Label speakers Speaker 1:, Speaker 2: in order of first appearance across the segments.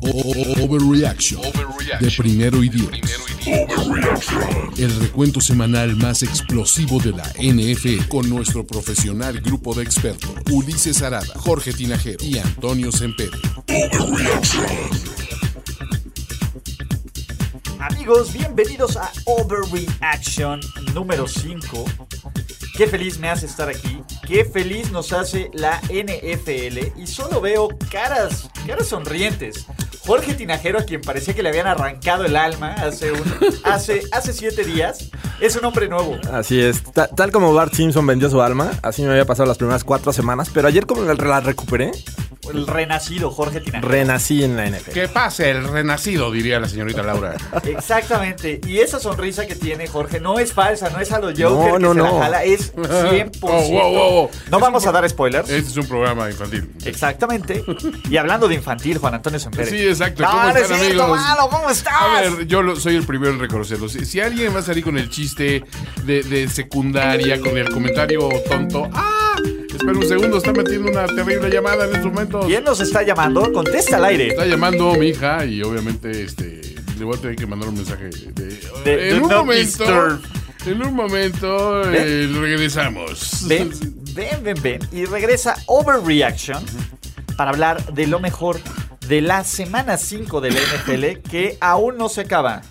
Speaker 1: O- o- Overreaction de primero y diez. El recuento semanal más explosivo de la NFL con nuestro profesional grupo de expertos Ulises Arada, Jorge Tinajero y Antonio Sempere.
Speaker 2: Amigos, bienvenidos a Overreaction número 5. Qué feliz me hace estar aquí, qué feliz nos hace la NFL y solo veo caras, caras sonrientes. Jorge Tinajero, a quien parecía que le habían arrancado el alma hace, un, hace, hace siete días, es un hombre nuevo.
Speaker 3: Así es. Ta- tal como Bart Simpson vendió su alma, así me había pasado las primeras cuatro semanas, pero ayer como la, la recuperé,
Speaker 2: El renacido Jorge Tinajero.
Speaker 3: renací en la NFL.
Speaker 4: Que pase el renacido, diría la señorita Laura.
Speaker 2: Exactamente. Y esa sonrisa que tiene Jorge no es falsa, no es a lo Joker que
Speaker 3: No, no,
Speaker 2: se
Speaker 3: no.
Speaker 2: la jala, es 100%.
Speaker 4: Wow, wow, wow, wow.
Speaker 2: No vamos a dar spoilers.
Speaker 4: Este es un programa infantil.
Speaker 2: Exactamente. Y hablando de infantil, Juan Antonio Sempere.
Speaker 4: Sí, exacto.
Speaker 2: No,
Speaker 4: ¿Cómo
Speaker 2: no es
Speaker 4: están,
Speaker 2: cierto,
Speaker 4: amigos?
Speaker 2: Malo, ¿Cómo estás?
Speaker 4: A ver, yo lo- soy el primero en reconocerlo. Si, si alguien va a salir con el chiste de, de secundaria, con el comentario tonto, ¡ah! Espera un segundo, está metiendo una terrible llamada en estos momentos.
Speaker 2: ¿Quién nos está llamando? Contesta al aire.
Speaker 4: Está llamando mi hija y obviamente este, le voy a tener que mandar un mensaje de.
Speaker 2: De-
Speaker 4: en,
Speaker 2: de
Speaker 4: un
Speaker 2: no
Speaker 4: momento,
Speaker 2: disturb.
Speaker 4: en un momento.
Speaker 2: ¿Ve?
Speaker 4: eh, regresamos.
Speaker 2: Ven, ven, ven, ven. Y regresa Overreaction para hablar de lo mejor de la semana 5 de la NFL que aún no se acaba.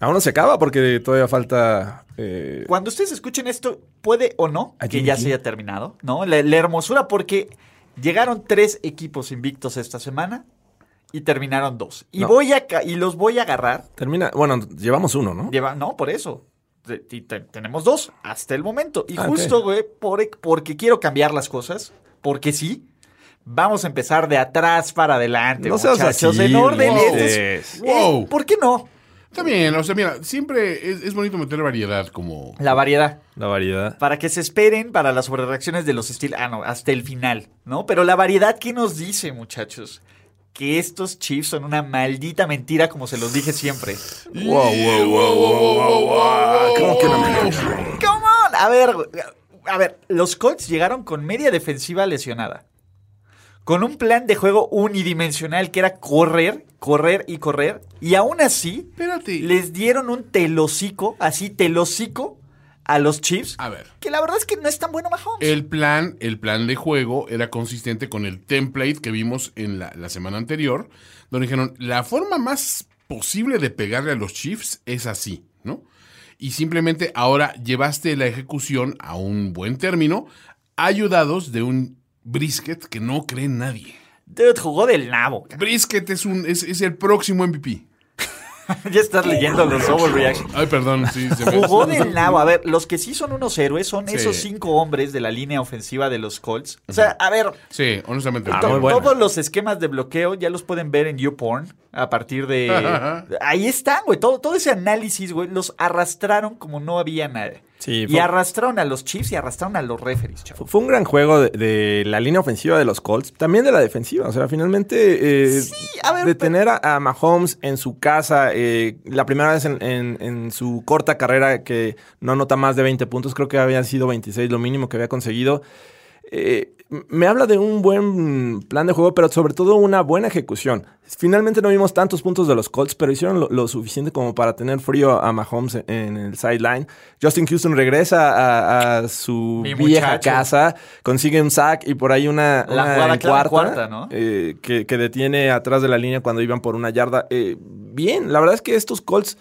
Speaker 3: Aún no se acaba porque todavía falta... eh,
Speaker 2: Cuando ustedes escuchen esto, puede o no
Speaker 3: Ay,
Speaker 2: que
Speaker 3: Jimmy
Speaker 2: ya
Speaker 3: G.
Speaker 2: se haya terminado, ¿no? La, la hermosura porque llegaron tres equipos invictos esta semana y terminaron dos. Y,
Speaker 3: No.
Speaker 2: voy a, ca- y los voy a agarrar
Speaker 3: termina... Bueno, llevamos uno, ¿no?
Speaker 2: Lleva- no, por eso. Te- te- te- tenemos dos hasta el momento. Y
Speaker 3: Ah, ok.
Speaker 2: justo, güey, por- porque quiero cambiar las cosas, porque sí, vamos a empezar de atrás para adelante.
Speaker 3: No seas
Speaker 2: muchachos,
Speaker 3: así,
Speaker 2: en orden.
Speaker 3: Ulises.
Speaker 2: Este es-
Speaker 4: Wow.
Speaker 2: eh, ¿Por qué no?
Speaker 4: Está bien, o sea, mira, siempre es, es bonito meter variedad como...
Speaker 2: La variedad.
Speaker 3: La variedad.
Speaker 2: Para que se esperen para las sobrereacciones de los estilos. Ah, no, hasta el final, ¿no? Pero la variedad, ¿qué nos dice, muchachos? Que estos chips son una maldita mentira, como se los dije siempre.
Speaker 3: Wow, wow, Oh. wow, wow, wow, wow. ¿Cómo que no me-
Speaker 2: Come on. A ver, güey. a ver, los Colts llegaron con media defensiva lesionada. Con un plan de juego unidimensional que era correr, correr y correr. Y aún así,
Speaker 4: Espérate.
Speaker 2: les dieron un telocico, así telocico, a los Chiefs.
Speaker 4: A ver.
Speaker 2: Que la verdad es que no es tan bueno Mahomes.
Speaker 4: El plan, el plan de juego era consistente con el template que vimos en la, la semana anterior, donde dijeron, la forma más posible de pegarle a los Chiefs es así, ¿no? Y simplemente ahora llevaste la ejecución a un buen término, ayudados de un brisket que no cree nadie.
Speaker 2: Dude, jugó del nabo. cabrón.
Speaker 4: Brisket es, un, es, es el próximo MVP.
Speaker 2: ya estás leyendo los overreactions.
Speaker 4: Ay, perdón, sí, se me-
Speaker 2: Jugó del nabo. A ver, los que sí son unos héroes son
Speaker 4: Sí.
Speaker 2: esos cinco hombres de la línea ofensiva de los Colts. O sea, a ver,
Speaker 4: Sí, honestamente.
Speaker 3: Ah,
Speaker 4: perdón.
Speaker 3: muy bueno.
Speaker 2: Todos los esquemas de bloqueo ya los pueden ver en YouPorn a partir de...
Speaker 4: Ajá.
Speaker 2: Ahí están, güey. Todo, todo ese análisis, güey, los arrastraron como no había nada.
Speaker 3: Sí,
Speaker 2: y
Speaker 3: fue-
Speaker 2: arrastraron a los Chiefs y arrastraron a los referees, chavo.
Speaker 3: Fu- Fue un gran juego de, de la línea ofensiva de los Colts, también de la defensiva. O sea, finalmente eh,
Speaker 2: a ver,
Speaker 3: detener a, a Mahomes en su casa, eh, la primera vez en, en- en su corta carrera que no anota más de 20 puntos, creo que habían sido 26 lo mínimo que había conseguido. Eh, m- me habla de un buen plan de juego, pero sobre todo una buena ejecución. Finalmente no vimos tantos puntos de los Colts, pero hicieron lo, lo suficiente como para tener frío a Mahomes en, en el sideline. Justin Houston regresa a, a su
Speaker 2: Mi
Speaker 3: vieja
Speaker 2: muchacho.
Speaker 3: casa, consigue un sack y por ahí una,
Speaker 2: La jugada
Speaker 3: una en
Speaker 2: clave en
Speaker 3: cuarta,
Speaker 2: cuarta, ¿no?
Speaker 3: eh, que, que detiene atrás de la línea cuando iban por una yarda. Eh, bien, la verdad es que estos Colts,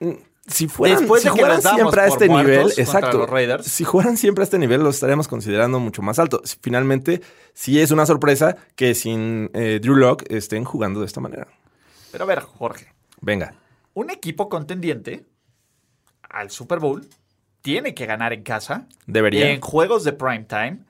Speaker 3: mm, si fueran,
Speaker 2: Después
Speaker 3: si
Speaker 2: de que
Speaker 3: jugaran
Speaker 2: los damos
Speaker 3: siempre a
Speaker 2: por
Speaker 3: este
Speaker 2: muertos
Speaker 3: nivel,
Speaker 2: contra
Speaker 3: exacto,
Speaker 2: los Raiders.
Speaker 3: si jugaran siempre a este nivel, los estaríamos considerando mucho más alto. Si- Finalmente, sí es una sorpresa que sin eh, Drew Locke estén jugando de esta manera.
Speaker 2: Pero a ver, Jorge.
Speaker 3: Venga.
Speaker 2: Un equipo contendiente al Super Bowl tiene que ganar en casa.
Speaker 3: Debería.
Speaker 2: En juegos de prime time.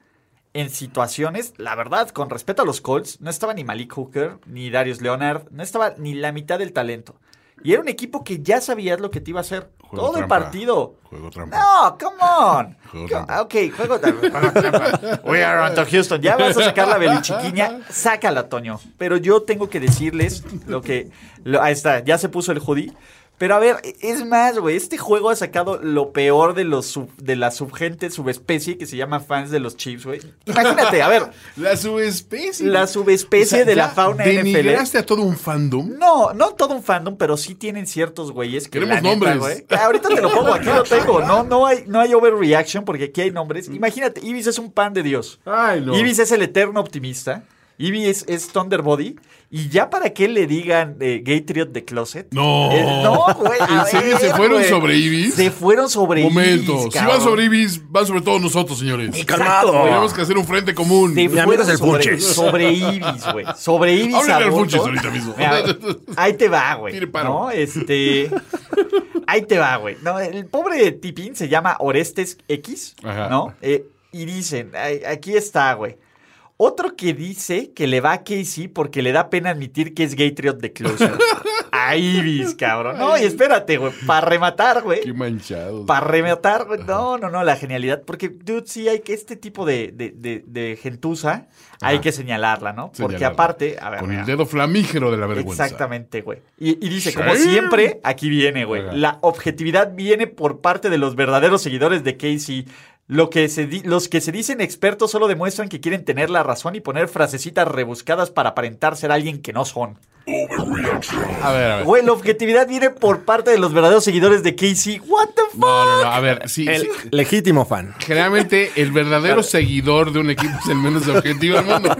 Speaker 2: en situaciones, la verdad, con respeto a los Colts, no estaba ni Malik Hooker, ni Darius Leonard, no estaba ni la mitad del talento. Y era un equipo que ya sabías lo que te iba a hacer
Speaker 4: Juego
Speaker 2: todo el
Speaker 4: trampa.
Speaker 2: partido.
Speaker 4: Juego trampa.
Speaker 2: No, come on.
Speaker 4: Juego
Speaker 2: Co-
Speaker 4: trampa.
Speaker 2: ok, juego trampa. juego trampa. We are on to Houston. Ya vas a sacar la belichiquiña. Sácala, Toño. Pero yo tengo que decirles lo que. lo- ahí está, ya se puso el hoodie. Pero a ver, es más, güey, este juego ha sacado lo peor de los sub- de la subgente, subespecie que se llama fans de los Chiefs, güey. Imagínate, a ver,
Speaker 4: La subespecie.
Speaker 2: La subespecie de la
Speaker 4: ya
Speaker 2: fauna NFL.
Speaker 4: ¿Denigraste a todo un fandom?
Speaker 2: No, no todo un fandom, pero sí tienen ciertos güeyes que.
Speaker 4: Queremos
Speaker 2: la neta,
Speaker 4: nombres.
Speaker 2: güey, ahorita te lo pongo, aquí lo tengo. No, no hay, no hay overreaction porque aquí hay nombres. Imagínate, Ibis es un pan de Dios.
Speaker 4: Mm. Ay, no.
Speaker 2: Ibis es el eterno optimista. Ibis es, es Thunderbody. Y ya para qué le digan eh, Gay Triot de Closet.
Speaker 4: No.
Speaker 2: Eh, no, güey. a
Speaker 4: ¿En serio se
Speaker 2: ver,
Speaker 4: fueron
Speaker 2: güey.
Speaker 4: sobre Ibis?
Speaker 2: Se fueron sobre Ibis.
Speaker 4: Momento. si van
Speaker 2: cabrón.
Speaker 4: sobre Ibis, van sobre todos nosotros, señores.
Speaker 2: Exacto, güey.
Speaker 4: Tenemos que hacer un frente común.
Speaker 2: Se
Speaker 3: Mi amigo
Speaker 2: fueron
Speaker 3: es el
Speaker 2: sobre,
Speaker 3: Funches.
Speaker 2: sobre Ibis, güey. Sobre Ibis.
Speaker 4: Háblenle al
Speaker 2: adulto.
Speaker 4: Funches ahorita mismo.
Speaker 2: Mira, ahí te va, güey.
Speaker 4: Tire paro.
Speaker 2: No, este. Ahí te va, güey. No, el pobre Tipín se llama Orestes X,
Speaker 4: Ajá.
Speaker 2: ¿no? Eh, y dicen, ay, aquí está, güey. Otro que dice que le va a Casey porque le da pena admitir que es gay triot de closet. A Ibis, cabrón. No, y espérate, güey. Para rematar, güey.
Speaker 4: Qué manchado.
Speaker 2: Para rematar, güey, no, no, no, la genialidad. Porque, dude, sí hay que este tipo de, de, de- de gentuza, hay que señalarla, ¿no? Porque
Speaker 4: Señalarla.
Speaker 2: aparte, a ver.
Speaker 4: Con
Speaker 2: mira.
Speaker 4: el dedo flamígero de la vergüenza.
Speaker 2: Exactamente, güey. Y, y dice,
Speaker 4: Sí.
Speaker 2: como siempre, aquí viene, güey.
Speaker 4: Ajá.
Speaker 2: La objetividad viene por parte de los verdaderos seguidores de Casey. Lo que se di- los que se dicen expertos solo demuestran que quieren tener la razón y poner frasecitas rebuscadas para aparentar ser alguien que no son.
Speaker 4: A ver, a ver.
Speaker 2: Güey, la objetividad viene por parte de los verdaderos seguidores de Casey. What the fuck?
Speaker 4: No, no, no. A ver, sí.
Speaker 3: El
Speaker 4: sí.
Speaker 3: legítimo fan.
Speaker 4: Generalmente el verdadero seguidor de un equipo es el menos objetivo del mundo.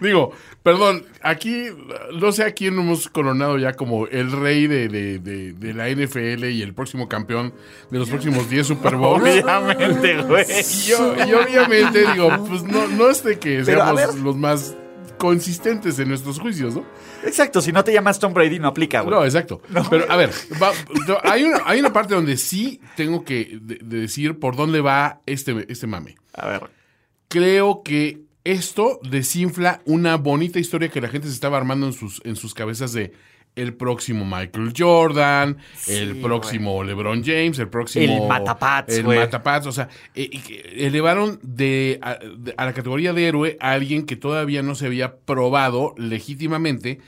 Speaker 4: Digo, perdón, aquí no sé a quién hemos coronado ya como el rey de, de- de- de la NFL y el próximo campeón de los próximos 10 Super Bowls.
Speaker 2: Obviamente, güey.
Speaker 4: Y, yo- y obviamente digo, pues no, no es de que
Speaker 2: Pero, a
Speaker 4: seamos
Speaker 2: ver.
Speaker 4: los más consistentes en nuestros juicios, ¿no?
Speaker 2: Exacto, si no te llamas Tom Brady, no aplica, güey.
Speaker 4: No, exacto. Pero a ver, va- yo- hay, una, hay una parte donde sí tengo que de- de decir por dónde va este, este mame.
Speaker 2: A ver.
Speaker 4: creo que esto desinfla una bonita historia que la gente se estaba armando en sus, en sus cabezas de el próximo Michael Jordan, el próximo LeBron James, el próximo...
Speaker 2: El Matapats,
Speaker 4: El
Speaker 2: güey.
Speaker 4: Matapats, o sea, eh, y que elevaron de a, de- a la categoría de héroe a alguien que todavía no se había probado legítimamente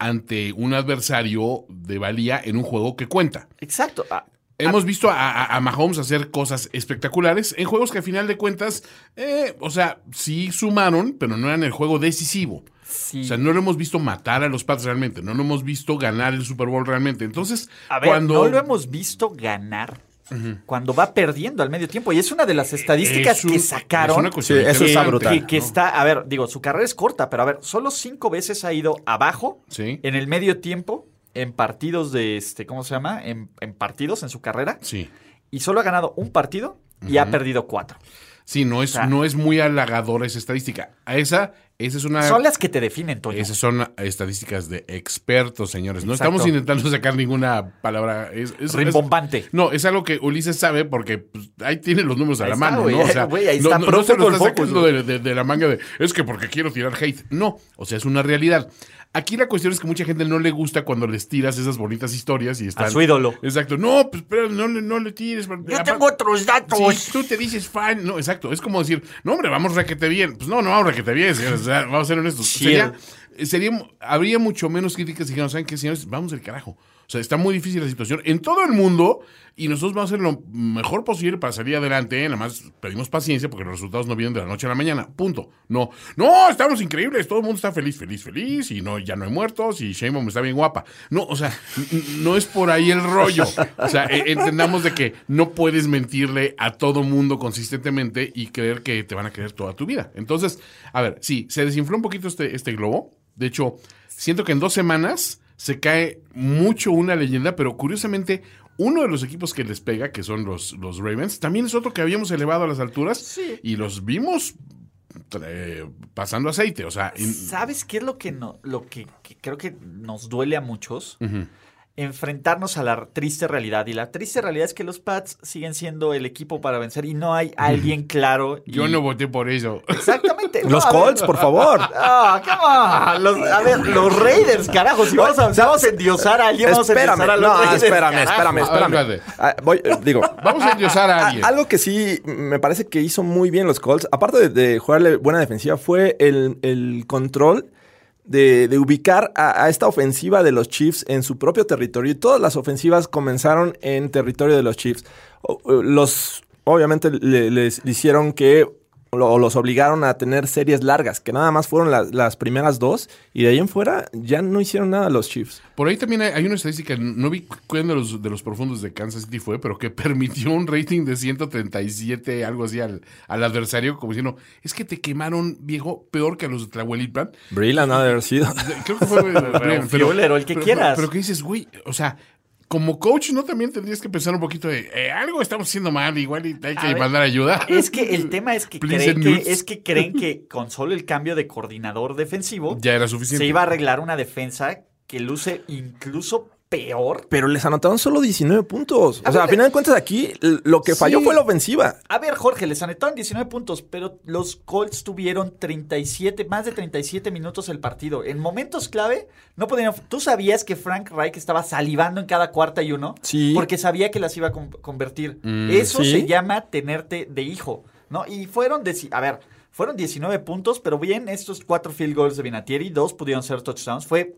Speaker 4: ante un adversario de valía en un juego que cuenta.
Speaker 2: Exacto. Ah,
Speaker 4: Hemos visto a, a- a Mahomes hacer cosas espectaculares en juegos que a final de cuentas, eh, o sea, sí sumaron, pero no eran el juego decisivo.
Speaker 2: sí.
Speaker 4: O sea, no lo hemos visto matar a los Pats realmente, no lo hemos visto ganar el Super Bowl realmente. Entonces,
Speaker 2: A ver,
Speaker 4: cuando...
Speaker 2: no lo hemos visto ganar cuando va perdiendo al medio tiempo. Y es una de las estadísticas
Speaker 4: Eh, Es un-
Speaker 2: que sacaron.
Speaker 4: es una cuestión
Speaker 3: Sí, eso está
Speaker 4: interesante,
Speaker 3: brutal.
Speaker 2: Que, que está, a ver, digo, su carrera es corta, pero a ver, solo cinco veces ha ido abajo
Speaker 4: Sí.
Speaker 2: en el medio tiempo, en partidos de este, ¿cómo se llama? En, en partidos en su carrera.
Speaker 4: Sí.
Speaker 2: Y solo ha ganado un partido y ha perdido cuatro.
Speaker 4: Sí, no es,
Speaker 2: sea-
Speaker 4: no es muy halagadora esa estadística. A esa, esa es una...
Speaker 2: Son las que te definen, Toño.
Speaker 4: Esas son estadísticas de expertos, señores. No
Speaker 2: Exacto.
Speaker 4: estamos intentando sacar ninguna palabra. Es, es- es-
Speaker 2: Rimbombante.
Speaker 4: no, es algo que Ulises sabe porque pues, ahí tiene los números a
Speaker 2: Ahí
Speaker 4: la
Speaker 2: está,
Speaker 4: mano.
Speaker 2: güey.
Speaker 4: ¿no? O sea,
Speaker 2: Güey, ahí
Speaker 4: no,
Speaker 2: está
Speaker 4: no-
Speaker 2: Pro
Speaker 4: no se lo
Speaker 2: Football
Speaker 4: está
Speaker 2: Focus,
Speaker 4: sacando de, de- de la manga de es que porque quiero tirar hate. No, o sea, es una realidad. Aquí la cuestión es que mucha gente no le gusta cuando les tiras esas bonitas historias y están.
Speaker 2: su ídolo.
Speaker 4: Exacto. No, pues pero no, le- no le tires.
Speaker 2: Yo tengo otros datos.
Speaker 4: Sí, tú te dices fan. No, exacto. Es como decir, no, hombre, vamos requete bien. Pues no, no vamos requete bien, señores. O sea, vamos a ser honestos. Sería, sería- habría mucho menos críticas si dijeran, ¿saben qué, señores? Vamos al carajo. O sea, está muy difícil la situación en todo el mundo y nosotros vamos a hacer lo mejor posible para salir adelante. ¿eh? Nada más pedimos paciencia porque los resultados no vienen de la noche a la mañana. Punto. No, no, estamos increíbles. Todo el mundo está feliz, feliz, feliz y no, ya no hay muertos y Sheinbaum está bien guapa. No, o sea, n- no es por ahí el rollo. O sea, e- entendamos de que no puedes mentirle a todo mundo consistentemente y creer que te van a creer toda tu vida. Entonces, a ver, sí, se desinfló un poquito este, este globo. De hecho, siento que en dos semanas se cae mucho una leyenda, pero curiosamente, uno de los equipos que les pega, que son los, los Ravens, también es otro que habíamos elevado a las alturas y los vimos eh, pasando aceite. O sea, en-
Speaker 2: ¿Sabes qué es lo que no, lo que, que creo que nos duele a muchos? enfrentarnos a la triste realidad. Y la triste realidad es que los Pats siguen siendo el equipo para vencer y no hay alguien claro. y-
Speaker 4: Yo no voté por eso.
Speaker 2: Exactamente. No,
Speaker 3: Los
Speaker 2: a ver-
Speaker 3: Colts, por favor.
Speaker 2: Ah, come on. Los- a ver, los Raiders, carajo. Si vamos a, si vamos a endiosar a alguien, vamos a
Speaker 3: Espérame,
Speaker 2: endiosar a los
Speaker 3: no,
Speaker 2: Raiders,
Speaker 3: espérame,
Speaker 2: carajo.
Speaker 3: espérame,
Speaker 4: A
Speaker 3: espérame.
Speaker 4: ver,
Speaker 3: Ah, voy, eh, digo,
Speaker 4: Vamos a endiosar a alguien.
Speaker 3: a- Ah, algo que sí me parece que hizo muy bien los Colts, aparte de, de jugarle buena defensiva, fue el, el control de, de ubicar a, a esta ofensiva de los Chiefs en su propio territorio. Y todas las ofensivas comenzaron en territorio de los Chiefs. O- o- Los, obviamente le- les hicieron que lo- o los obligaron a tener series largas, que nada más fueron las, las primeras dos, y de ahí en fuera ya no hicieron nada los Chiefs.
Speaker 4: Por ahí también hay, hay una estadística, no vi cuál de los, de los profundos de Kansas City fue, pero que permitió un rating de 137, algo así, al, al adversario, como diciendo, es que te quemaron, viejo, peor que a los de Tlahuelilpan.
Speaker 3: Brillan ha de haber sido.
Speaker 4: Creo que fue
Speaker 2: un friolero, el que
Speaker 4: pero-
Speaker 2: quieras.
Speaker 4: Pero que dices, güey, o sea, como coach, ¿no también tendrías que pensar un poquito de, eh, algo estamos haciendo mal, igual y hay que
Speaker 2: A ver,
Speaker 4: mandar ayuda?
Speaker 2: Es que el tema es que,
Speaker 4: Please
Speaker 2: creen
Speaker 4: and
Speaker 2: que,
Speaker 4: nudes.
Speaker 2: es que creen que con solo el cambio de coordinador defensivo
Speaker 4: Ya era suficiente.
Speaker 2: se iba a arreglar una defensa que luce incluso peor.
Speaker 3: Pero les anotaron solo 19 puntos.
Speaker 2: A
Speaker 3: o sea,
Speaker 2: ver,
Speaker 3: a final de cuentas aquí l- lo que falló
Speaker 4: sí.
Speaker 3: fue la ofensiva.
Speaker 2: A ver, Jorge, les anotaron 19 puntos, pero los Colts tuvieron 37, más de 37 minutos el partido. En momentos clave, no podían. ¿Tú sabías que Frank Reich estaba salivando en cada cuarta y uno?
Speaker 3: Sí. Mm,
Speaker 2: Porque sabía que las iba a con- convertir. Eso
Speaker 3: sí.
Speaker 2: se llama tenerte de hijo, ¿no? Y fueron, deci- a ver, fueron 19 puntos, pero bien, estos cuatro field goals de Vinatieri, dos pudieron ser touchdowns. Fue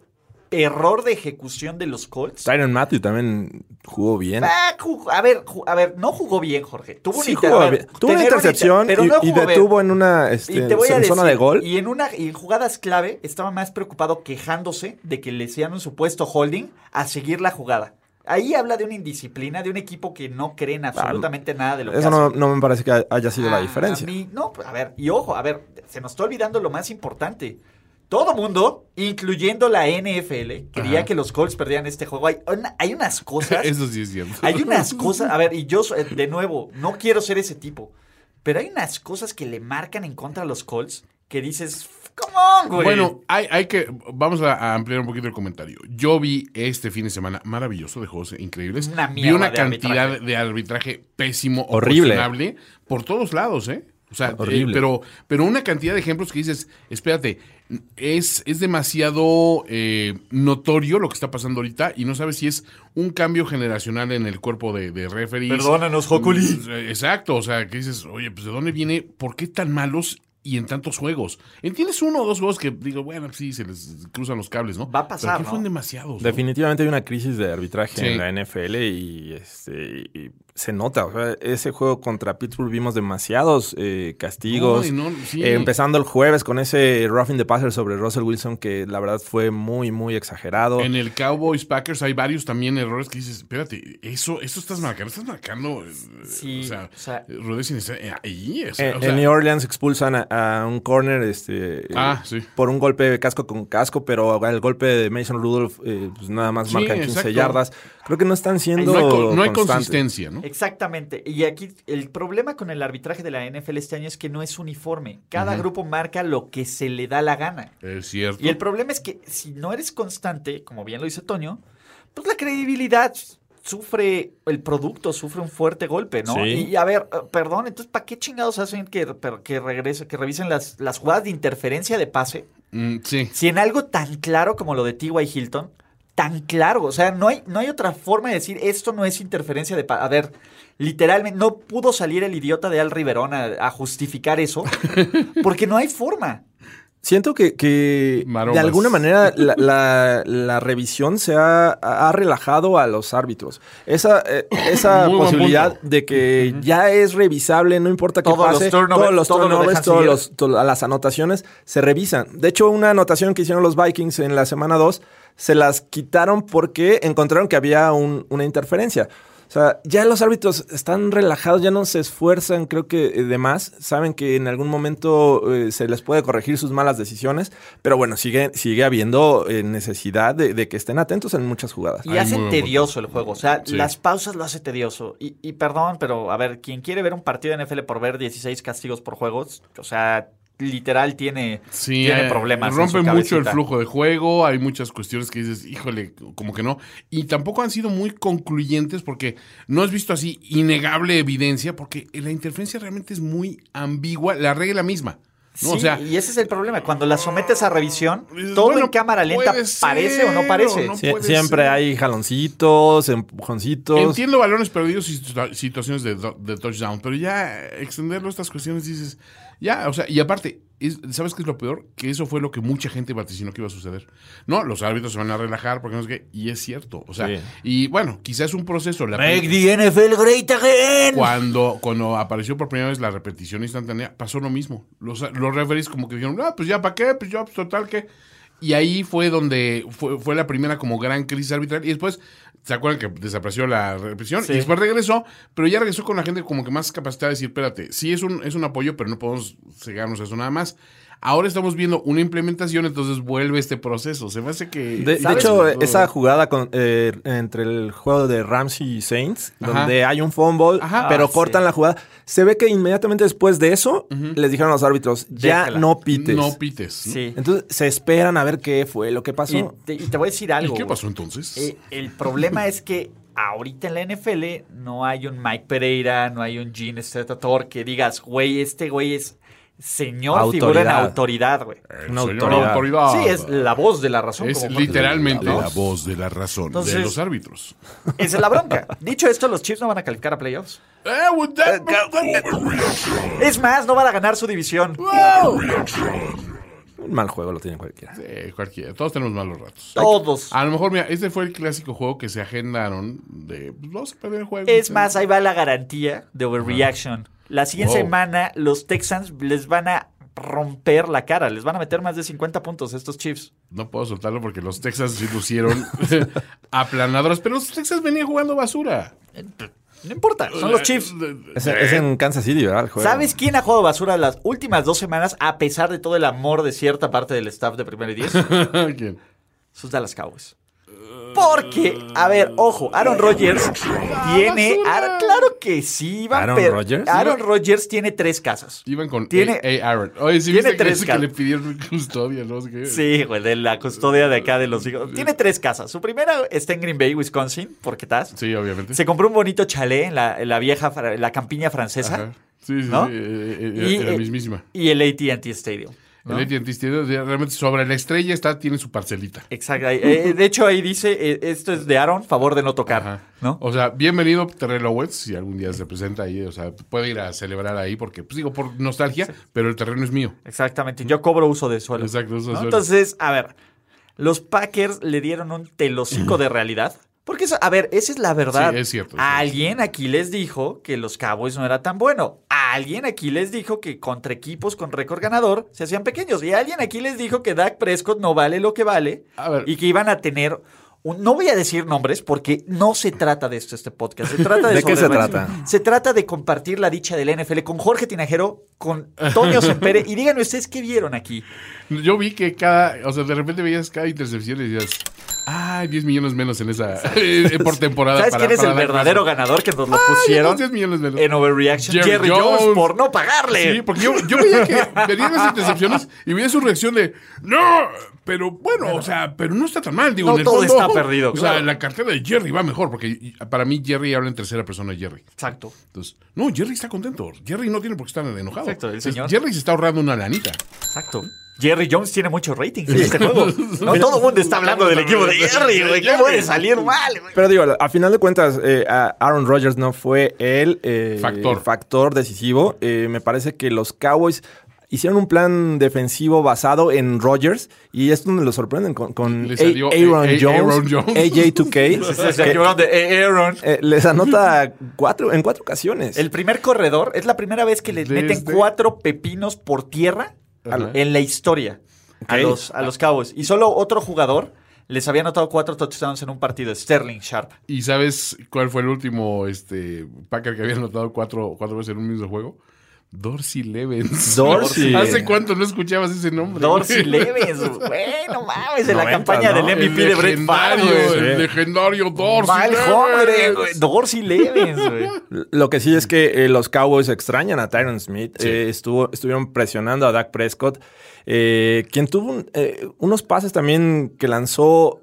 Speaker 2: error de ejecución de los Colts.
Speaker 3: Tyron Matthew también jugó bien.
Speaker 2: Ah, ju- a ver, ju- a ver, no jugó bien, Jorge. Tuvo, un
Speaker 3: Sí
Speaker 2: inter-
Speaker 3: jugó
Speaker 2: a ver,
Speaker 3: bien. Tuvo una
Speaker 2: tener un inter-
Speaker 3: intercepción
Speaker 2: pero
Speaker 3: y,
Speaker 2: no
Speaker 3: y
Speaker 2: jugó bien.
Speaker 3: detuvo en una este,
Speaker 2: Y te voy a
Speaker 3: en
Speaker 2: decir,
Speaker 3: zona de gol.
Speaker 2: Y en una y en jugadas clave estaba más preocupado quejándose de que le hacían un supuesto holding a seguir la jugada. Ahí habla de una indisciplina, de un equipo que no cree en absolutamente nada de lo que
Speaker 3: Ah, Eso
Speaker 2: hace.
Speaker 3: no, no me parece que ha- haya sido la
Speaker 2: Ah,
Speaker 3: diferencia.
Speaker 2: A mí, no, pues, a ver, y ojo, a ver, se nos está olvidando lo más importante. Todo mundo, incluyendo la NFL, quería que los Colts perdieran este juego. Hay, una- hay unas cosas.
Speaker 4: Eso sí es cierto.
Speaker 2: Hay unas cosas, a ver, y yo, so- eh, de nuevo, no quiero ser ese tipo, pero hay unas cosas que le marcan en contra a los Colts que dices, come on, güey.
Speaker 4: Bueno, hay, hay que. Vamos a, a ampliar un poquito el comentario. Yo vi este fin de semana maravilloso de juegos increíbles.
Speaker 2: Una
Speaker 4: vi
Speaker 2: mierda
Speaker 4: una
Speaker 2: de
Speaker 4: cantidad
Speaker 2: arbitraje.
Speaker 4: de arbitraje pésimo,
Speaker 3: Horrible.
Speaker 4: cuestionable, por todos lados, ¿eh? O sea, eh,
Speaker 3: Horrible.
Speaker 4: pero, pero una cantidad de ejemplos que dices, espérate, es, es demasiado eh, notorio lo que está pasando ahorita y no sabes si es un cambio generacional en el cuerpo de, de referees.
Speaker 2: Perdónanos, Hoculi.
Speaker 4: Mm, Exacto, o sea, que dices, oye, pues ¿de dónde viene? ¿Por qué tan malos y en tantos juegos? Entiendes uno o dos juegos que digo, bueno, sí, se les cruzan los cables, ¿no?
Speaker 2: Va a pasar,
Speaker 4: Pero que
Speaker 2: ¿no?
Speaker 4: fueron demasiados. ¿no?
Speaker 3: Definitivamente hay una crisis de arbitraje
Speaker 4: Sí.
Speaker 3: en la NFL y, este, y se nota. O sea, ese juego contra Pittsburgh vimos demasiados eh, castigos.
Speaker 4: Ay, no, sí.
Speaker 3: Eh, empezando el jueves con ese roughing the passer sobre Russell Wilson que la verdad fue muy, muy exagerado.
Speaker 4: En el Cowboys Packers hay varios también errores que dices, espérate, eso, eso estás marcando, estás marcando. eh,
Speaker 2: Sí,
Speaker 4: o sea,
Speaker 2: o sea-
Speaker 4: rodeos sin estar- eh, ahí. o sea,
Speaker 3: En,
Speaker 4: o
Speaker 3: en
Speaker 4: sea,
Speaker 3: New Orleans expulsan a, a un corner este, eh,
Speaker 4: Ah, sí.
Speaker 3: por un golpe de casco con casco, pero el golpe de Mason Rudolph eh, pues nada más
Speaker 4: Sí,
Speaker 3: marcan 15
Speaker 4: exacto.
Speaker 3: yardas. Creo que no están siendo.
Speaker 4: no hay, co- no hay
Speaker 3: constantes.
Speaker 4: consistencia, ¿no?
Speaker 2: Exactamente. Y aquí el problema con el arbitraje de la NFL este año es que no es uniforme. Cada grupo marca lo que se le da la gana.
Speaker 4: Es cierto.
Speaker 2: Y el problema es que si no eres constante, como bien lo dice Toño, pues la credibilidad sufre, el producto sufre un fuerte golpe, ¿no?
Speaker 3: Sí.
Speaker 2: Y a ver, eh, perdón, entonces, ¿para qué chingados hacen que, per- que regrese, que revisen las, las jugadas de interferencia de pase?
Speaker 4: Mm, sí.
Speaker 2: Si en algo tan claro como lo de T.Y. Hilton, tan claro, o sea, no hay, no hay otra forma de decir esto no es interferencia de pase. A ver, literalmente, no pudo salir el idiota de Al Riverón a, a justificar eso, porque no hay forma.
Speaker 3: Siento que, que
Speaker 4: Maromas.
Speaker 3: de alguna manera la, la- la revisión se ha, ha relajado a los árbitros. Esa, eh, esa
Speaker 4: Muy buen
Speaker 3: posibilidad
Speaker 4: punto.
Speaker 3: de que ya es revisable, no importa qué
Speaker 2: Todos los
Speaker 3: pase,
Speaker 2: turnovers,
Speaker 3: todos los
Speaker 2: todo lo
Speaker 3: turnovers,
Speaker 2: dejan
Speaker 3: todos
Speaker 2: seguir.
Speaker 3: los- to- las anotaciones se revisan. De hecho, una anotación que hicieron los Vikings en la semana 2 se las quitaron porque encontraron que había un- una interferencia. O sea, ya los árbitros están relajados, ya no se esfuerzan, creo que eh, de más. Saben que en algún momento eh, se les puede corregir sus malas decisiones, pero bueno, sigue, sigue habiendo eh, necesidad de, de que estén atentos en muchas jugadas.
Speaker 2: Y
Speaker 4: Hay
Speaker 2: hace
Speaker 4: muy buen
Speaker 2: tedioso el juego. O sea,
Speaker 4: Sí.
Speaker 2: las pausas lo hace tedioso. Y, y perdón, pero a ver, quien quiere ver un partido de NFL por ver 16 castigos por juegos, o sea, literal tiene,
Speaker 4: Sí,
Speaker 2: tiene
Speaker 4: eh,
Speaker 2: problemas. en su
Speaker 4: Rompe mucho el
Speaker 2: cabecita.
Speaker 4: flujo de juego, hay muchas cuestiones que dices, híjole, como que no. Y tampoco han sido muy concluyentes porque no has visto así innegable evidencia, porque la interferencia realmente es muy ambigua, la regla misma. ¿no?
Speaker 2: Sí,
Speaker 4: o sea,
Speaker 2: y ese es el problema. Cuando la sometes a revisión,
Speaker 4: dices,
Speaker 2: todo
Speaker 4: bueno,
Speaker 2: en cámara lenta
Speaker 4: puede ser
Speaker 2: parece o no parece.
Speaker 4: no
Speaker 2: Sí.
Speaker 3: Sie-
Speaker 4: puede
Speaker 3: siempre
Speaker 4: ser.
Speaker 3: hay jaloncitos, empujoncitos.
Speaker 4: Entiendo balones perdidos y situa- situaciones de, do- de touchdown, pero ya extenderlo a estas cuestiones dices, ya, o sea, y aparte, es- ¿sabes qué es lo peor? Que eso fue lo que mucha gente vaticinó que iba a suceder. No, los árbitros se van a relajar porque no sé qué, y es cierto, o sea,
Speaker 3: Sí.
Speaker 4: y bueno, quizás un proceso. La
Speaker 2: Make the NFL great again.
Speaker 4: cuando, cuando apareció por primera vez la repetición instantánea, pasó lo mismo. Los, los referees como que dijeron, ah, pues ya, ¿para qué? Pues ya, pues total, que... Y ahí fue donde fue, fue la primera como gran crisis arbitral. Y después, ¿se acuerdan que desapareció la repetición?
Speaker 2: Sí.
Speaker 4: Y después regresó, pero ya regresó con la gente como que más capacidad de decir, espérate, sí es un, es un apoyo, pero no podemos cegarnos a eso nada más. Ahora estamos viendo una implementación, entonces vuelve este proceso. Se me hace que...
Speaker 3: De, de
Speaker 4: ¿sabes?
Speaker 3: hecho,
Speaker 4: Todo-
Speaker 3: esa jugada con- eh, entre el juego de Ramsey y Saints,
Speaker 4: Ajá.
Speaker 3: donde hay un fumble,
Speaker 4: Ajá.
Speaker 3: pero
Speaker 2: Ah, sí.
Speaker 3: cortan la jugada, se ve que inmediatamente después de eso les dijeron a los árbitros, ya
Speaker 2: Déjala.
Speaker 3: no pites.
Speaker 4: No pites. ¿no?
Speaker 2: Sí.
Speaker 3: Entonces se esperan a ver qué fue lo que pasó.
Speaker 2: Y te, y te voy a decir
Speaker 4: ¿Y
Speaker 2: algo.
Speaker 4: qué
Speaker 2: güey.
Speaker 4: pasó entonces?
Speaker 2: Eh, el problema es que ahorita en la NFL no hay un Mike Pereira, no hay un Gene Stratator que digas, güey, este güey es señor, figura en
Speaker 3: Autoridad.
Speaker 2: autoridad, güey.
Speaker 3: una
Speaker 4: Soy
Speaker 3: autoridad.
Speaker 2: Sí, es la voz de la razón.
Speaker 4: Es
Speaker 2: como-
Speaker 4: literalmente
Speaker 2: ¿no?
Speaker 4: la voz de la razón de
Speaker 2: Entonces-
Speaker 4: los árbitros.
Speaker 2: Esa es la bronca. Dicho esto, los Chiefs no van a calificar a playoffs. eh, Es más, no van a ganar su división.
Speaker 3: Un mal juego lo tienen cualquiera.
Speaker 4: Sí, cualquiera. Todos tenemos malos ratos.
Speaker 2: Todos.
Speaker 4: A lo mejor, mira, este fue el clásico juego que se agendaron de pues, vamos a perder el juego.
Speaker 2: Es más, ahí va la garantía de overreaction. La siguiente
Speaker 4: Wow.
Speaker 2: semana, los Texans les van a romper la cara. Les van a meter más de 50 puntos a estos Chiefs.
Speaker 4: No puedo soltarlo porque los Texas se lucieron aplanadoras, pero los Texas venían jugando basura.
Speaker 2: No importa, son
Speaker 4: Eh,
Speaker 2: los Chiefs.
Speaker 3: Es, es en Kansas City, ¿verdad? El juego.
Speaker 2: ¿Sabes quién ha jugado basura las últimas dos semanas a pesar de todo el amor de cierta parte del staff de Primera y Diez?
Speaker 4: ¿Quién?
Speaker 2: Sus Dallas Cowboys. Porque, a ver, ojo, Aaron Rodgers tiene.
Speaker 4: basura.
Speaker 2: Ar- claro que sí, Iván,
Speaker 3: ¿Aaron
Speaker 2: pero
Speaker 3: Rodgers?
Speaker 2: Aaron Rodgers tiene tres casos.
Speaker 4: Iban con
Speaker 2: Tiene-
Speaker 4: A. A. Aaron. Oye, sí, viste
Speaker 2: tiene
Speaker 4: que,
Speaker 2: tres
Speaker 4: ese que
Speaker 2: cal-
Speaker 4: le pidieron custodia, ¿no? sé qué.
Speaker 2: Sí, güey, de la custodia de acá de los hijos. Tiene tres casas. Su primera está en Green Bay, Wisconsin, porque estás.
Speaker 4: Sí, obviamente.
Speaker 2: Se compró un bonito chalet en la, en la vieja, fra- en la campiña francesa
Speaker 4: Ajá. Sí, sí,
Speaker 2: ¿No?
Speaker 4: sí. eh, eh,
Speaker 2: Y,
Speaker 4: era
Speaker 2: eh,
Speaker 4: mismísima.
Speaker 2: y el ATT Stadium. ¿no?
Speaker 4: El AT&T Stadium, ya realmente sobre la estrella está, tiene su parcelita.
Speaker 2: Exacto. ahí- eh, de hecho, ahí dice: eh, esto es de Aaron, favor de no tocar.
Speaker 4: Ajá.
Speaker 2: ¿No?
Speaker 4: O sea, bienvenido Terrell Owens, si algún día se presenta ahí, o sea, puede ir a celebrar ahí porque, pues digo, por nostalgia, pero el terreno es mío.
Speaker 2: Exactamente. Yo cobro uso de suelo.
Speaker 4: Exacto, uso de
Speaker 2: ¿No?
Speaker 4: suelo.
Speaker 2: Entonces, a ver, los Packers le dieron un telocico de realidad. Porque, eso, a ver, esa es la verdad.
Speaker 4: Sí, es cierto, es
Speaker 2: Alguien aquí les dijo que los Cowboys no era tan bueno. Alguien aquí les dijo que contra equipos con récord ganador se hacían pequeños. Y alguien aquí les dijo que Dak Prescott no vale lo que vale.
Speaker 4: A ver.
Speaker 2: Y que iban a tener... un- no voy a decir nombres porque no se trata de esto, este podcast. Se trata de...
Speaker 3: ¿De qué se
Speaker 2: sobrereacción.
Speaker 3: trata?
Speaker 2: Se trata de compartir la dicha del NFL con Jorge Tinajero, con Toño Sempere. Y díganme ustedes qué vieron aquí.
Speaker 4: Yo vi que cada, o sea, de repente veías cada intercepción y decías, ay, 10 millones menos en esa, eh, por temporada.
Speaker 2: ¿Sabes
Speaker 4: para-
Speaker 2: quién es
Speaker 4: para
Speaker 2: el
Speaker 4: Dak
Speaker 2: verdadero
Speaker 4: Prescott.
Speaker 2: ganador que nos lo
Speaker 4: Ay,
Speaker 2: pusieron
Speaker 4: esos 10 millones menos.
Speaker 2: en Overreaction?
Speaker 4: Jerry
Speaker 2: Jerry, Jones,
Speaker 4: Jones.
Speaker 2: por no pagarle.
Speaker 4: Sí, porque yo, yo veía que venían las intercepciones y veía su reacción de, no, pero bueno, o sea, pero no está tan mal. Digo,
Speaker 2: No
Speaker 4: en el
Speaker 2: todo
Speaker 4: fondo,
Speaker 2: está perdido,
Speaker 4: O sea,
Speaker 2: claro.
Speaker 4: la cartera de Jerry va mejor, porque y- para mí Jerry habla en tercera persona de Jerry.
Speaker 2: Exacto.
Speaker 4: Entonces, no, Jerry está contento. Jerry no tiene por qué estar enojado.
Speaker 2: Exacto, el
Speaker 4: Entonces,
Speaker 2: señor.
Speaker 4: Jerry se está ahorrando una lanita.
Speaker 2: Exacto. Jerry Jones tiene muchos ratings en este juego. No todo el mundo está hablando del equipo de Jerry, güey. ¿Qué puede salir mal, güey?
Speaker 3: Pero digo, a final de cuentas, eh, a- Aaron Rodgers no fue el eh,
Speaker 4: Factor.
Speaker 3: factor decisivo. Eh, me parece que los Cowboys hicieron un plan defensivo basado en Rodgers y es donde lo sorprenden con, con
Speaker 4: Le
Speaker 3: A-
Speaker 4: salió
Speaker 3: Aaron,
Speaker 4: A- A-
Speaker 3: Jones,
Speaker 4: Aaron Jones.
Speaker 3: AJ2K.
Speaker 2: Se equivocaron de eh, Aaron.
Speaker 3: eh, les anota cuatro, en cuatro ocasiones.
Speaker 2: El primer corredor es la primera vez que le
Speaker 4: Desde-
Speaker 2: meten cuatro pepinos por tierra
Speaker 3: Ajá.
Speaker 2: en la historia a,
Speaker 3: Ok.
Speaker 2: los, a los Cowboys. Y solo otro jugador les había anotado cuatro touchdowns en un partido, Sterling Sharp.
Speaker 4: ¿Y sabes cuál fue el último este, Packer que había anotado cuatro, cuatro veces en un mismo juego? Dorsey Levens.
Speaker 3: Dorsey.
Speaker 4: ¿Hace cuánto no escuchabas ese nombre?
Speaker 2: Dorsey
Speaker 4: güey?
Speaker 2: Levens, güey, no mames, en la
Speaker 3: 90,
Speaker 2: campaña
Speaker 3: ¿no?
Speaker 2: del
Speaker 4: El
Speaker 2: MVP de Brett Favre,
Speaker 4: legendario,
Speaker 2: güey.
Speaker 4: El
Speaker 3: Sí.
Speaker 4: legendario Dorsey
Speaker 2: Mal
Speaker 4: Levens.
Speaker 2: hombre, güey. Dorsey Levens, güey.
Speaker 3: Lo que sí es que eh, los Cowboys extrañan a Tyron Smith. Eh, estuvo, estuvieron presionando a Dak Prescott, eh, quien tuvo un- eh, unos pases también que lanzó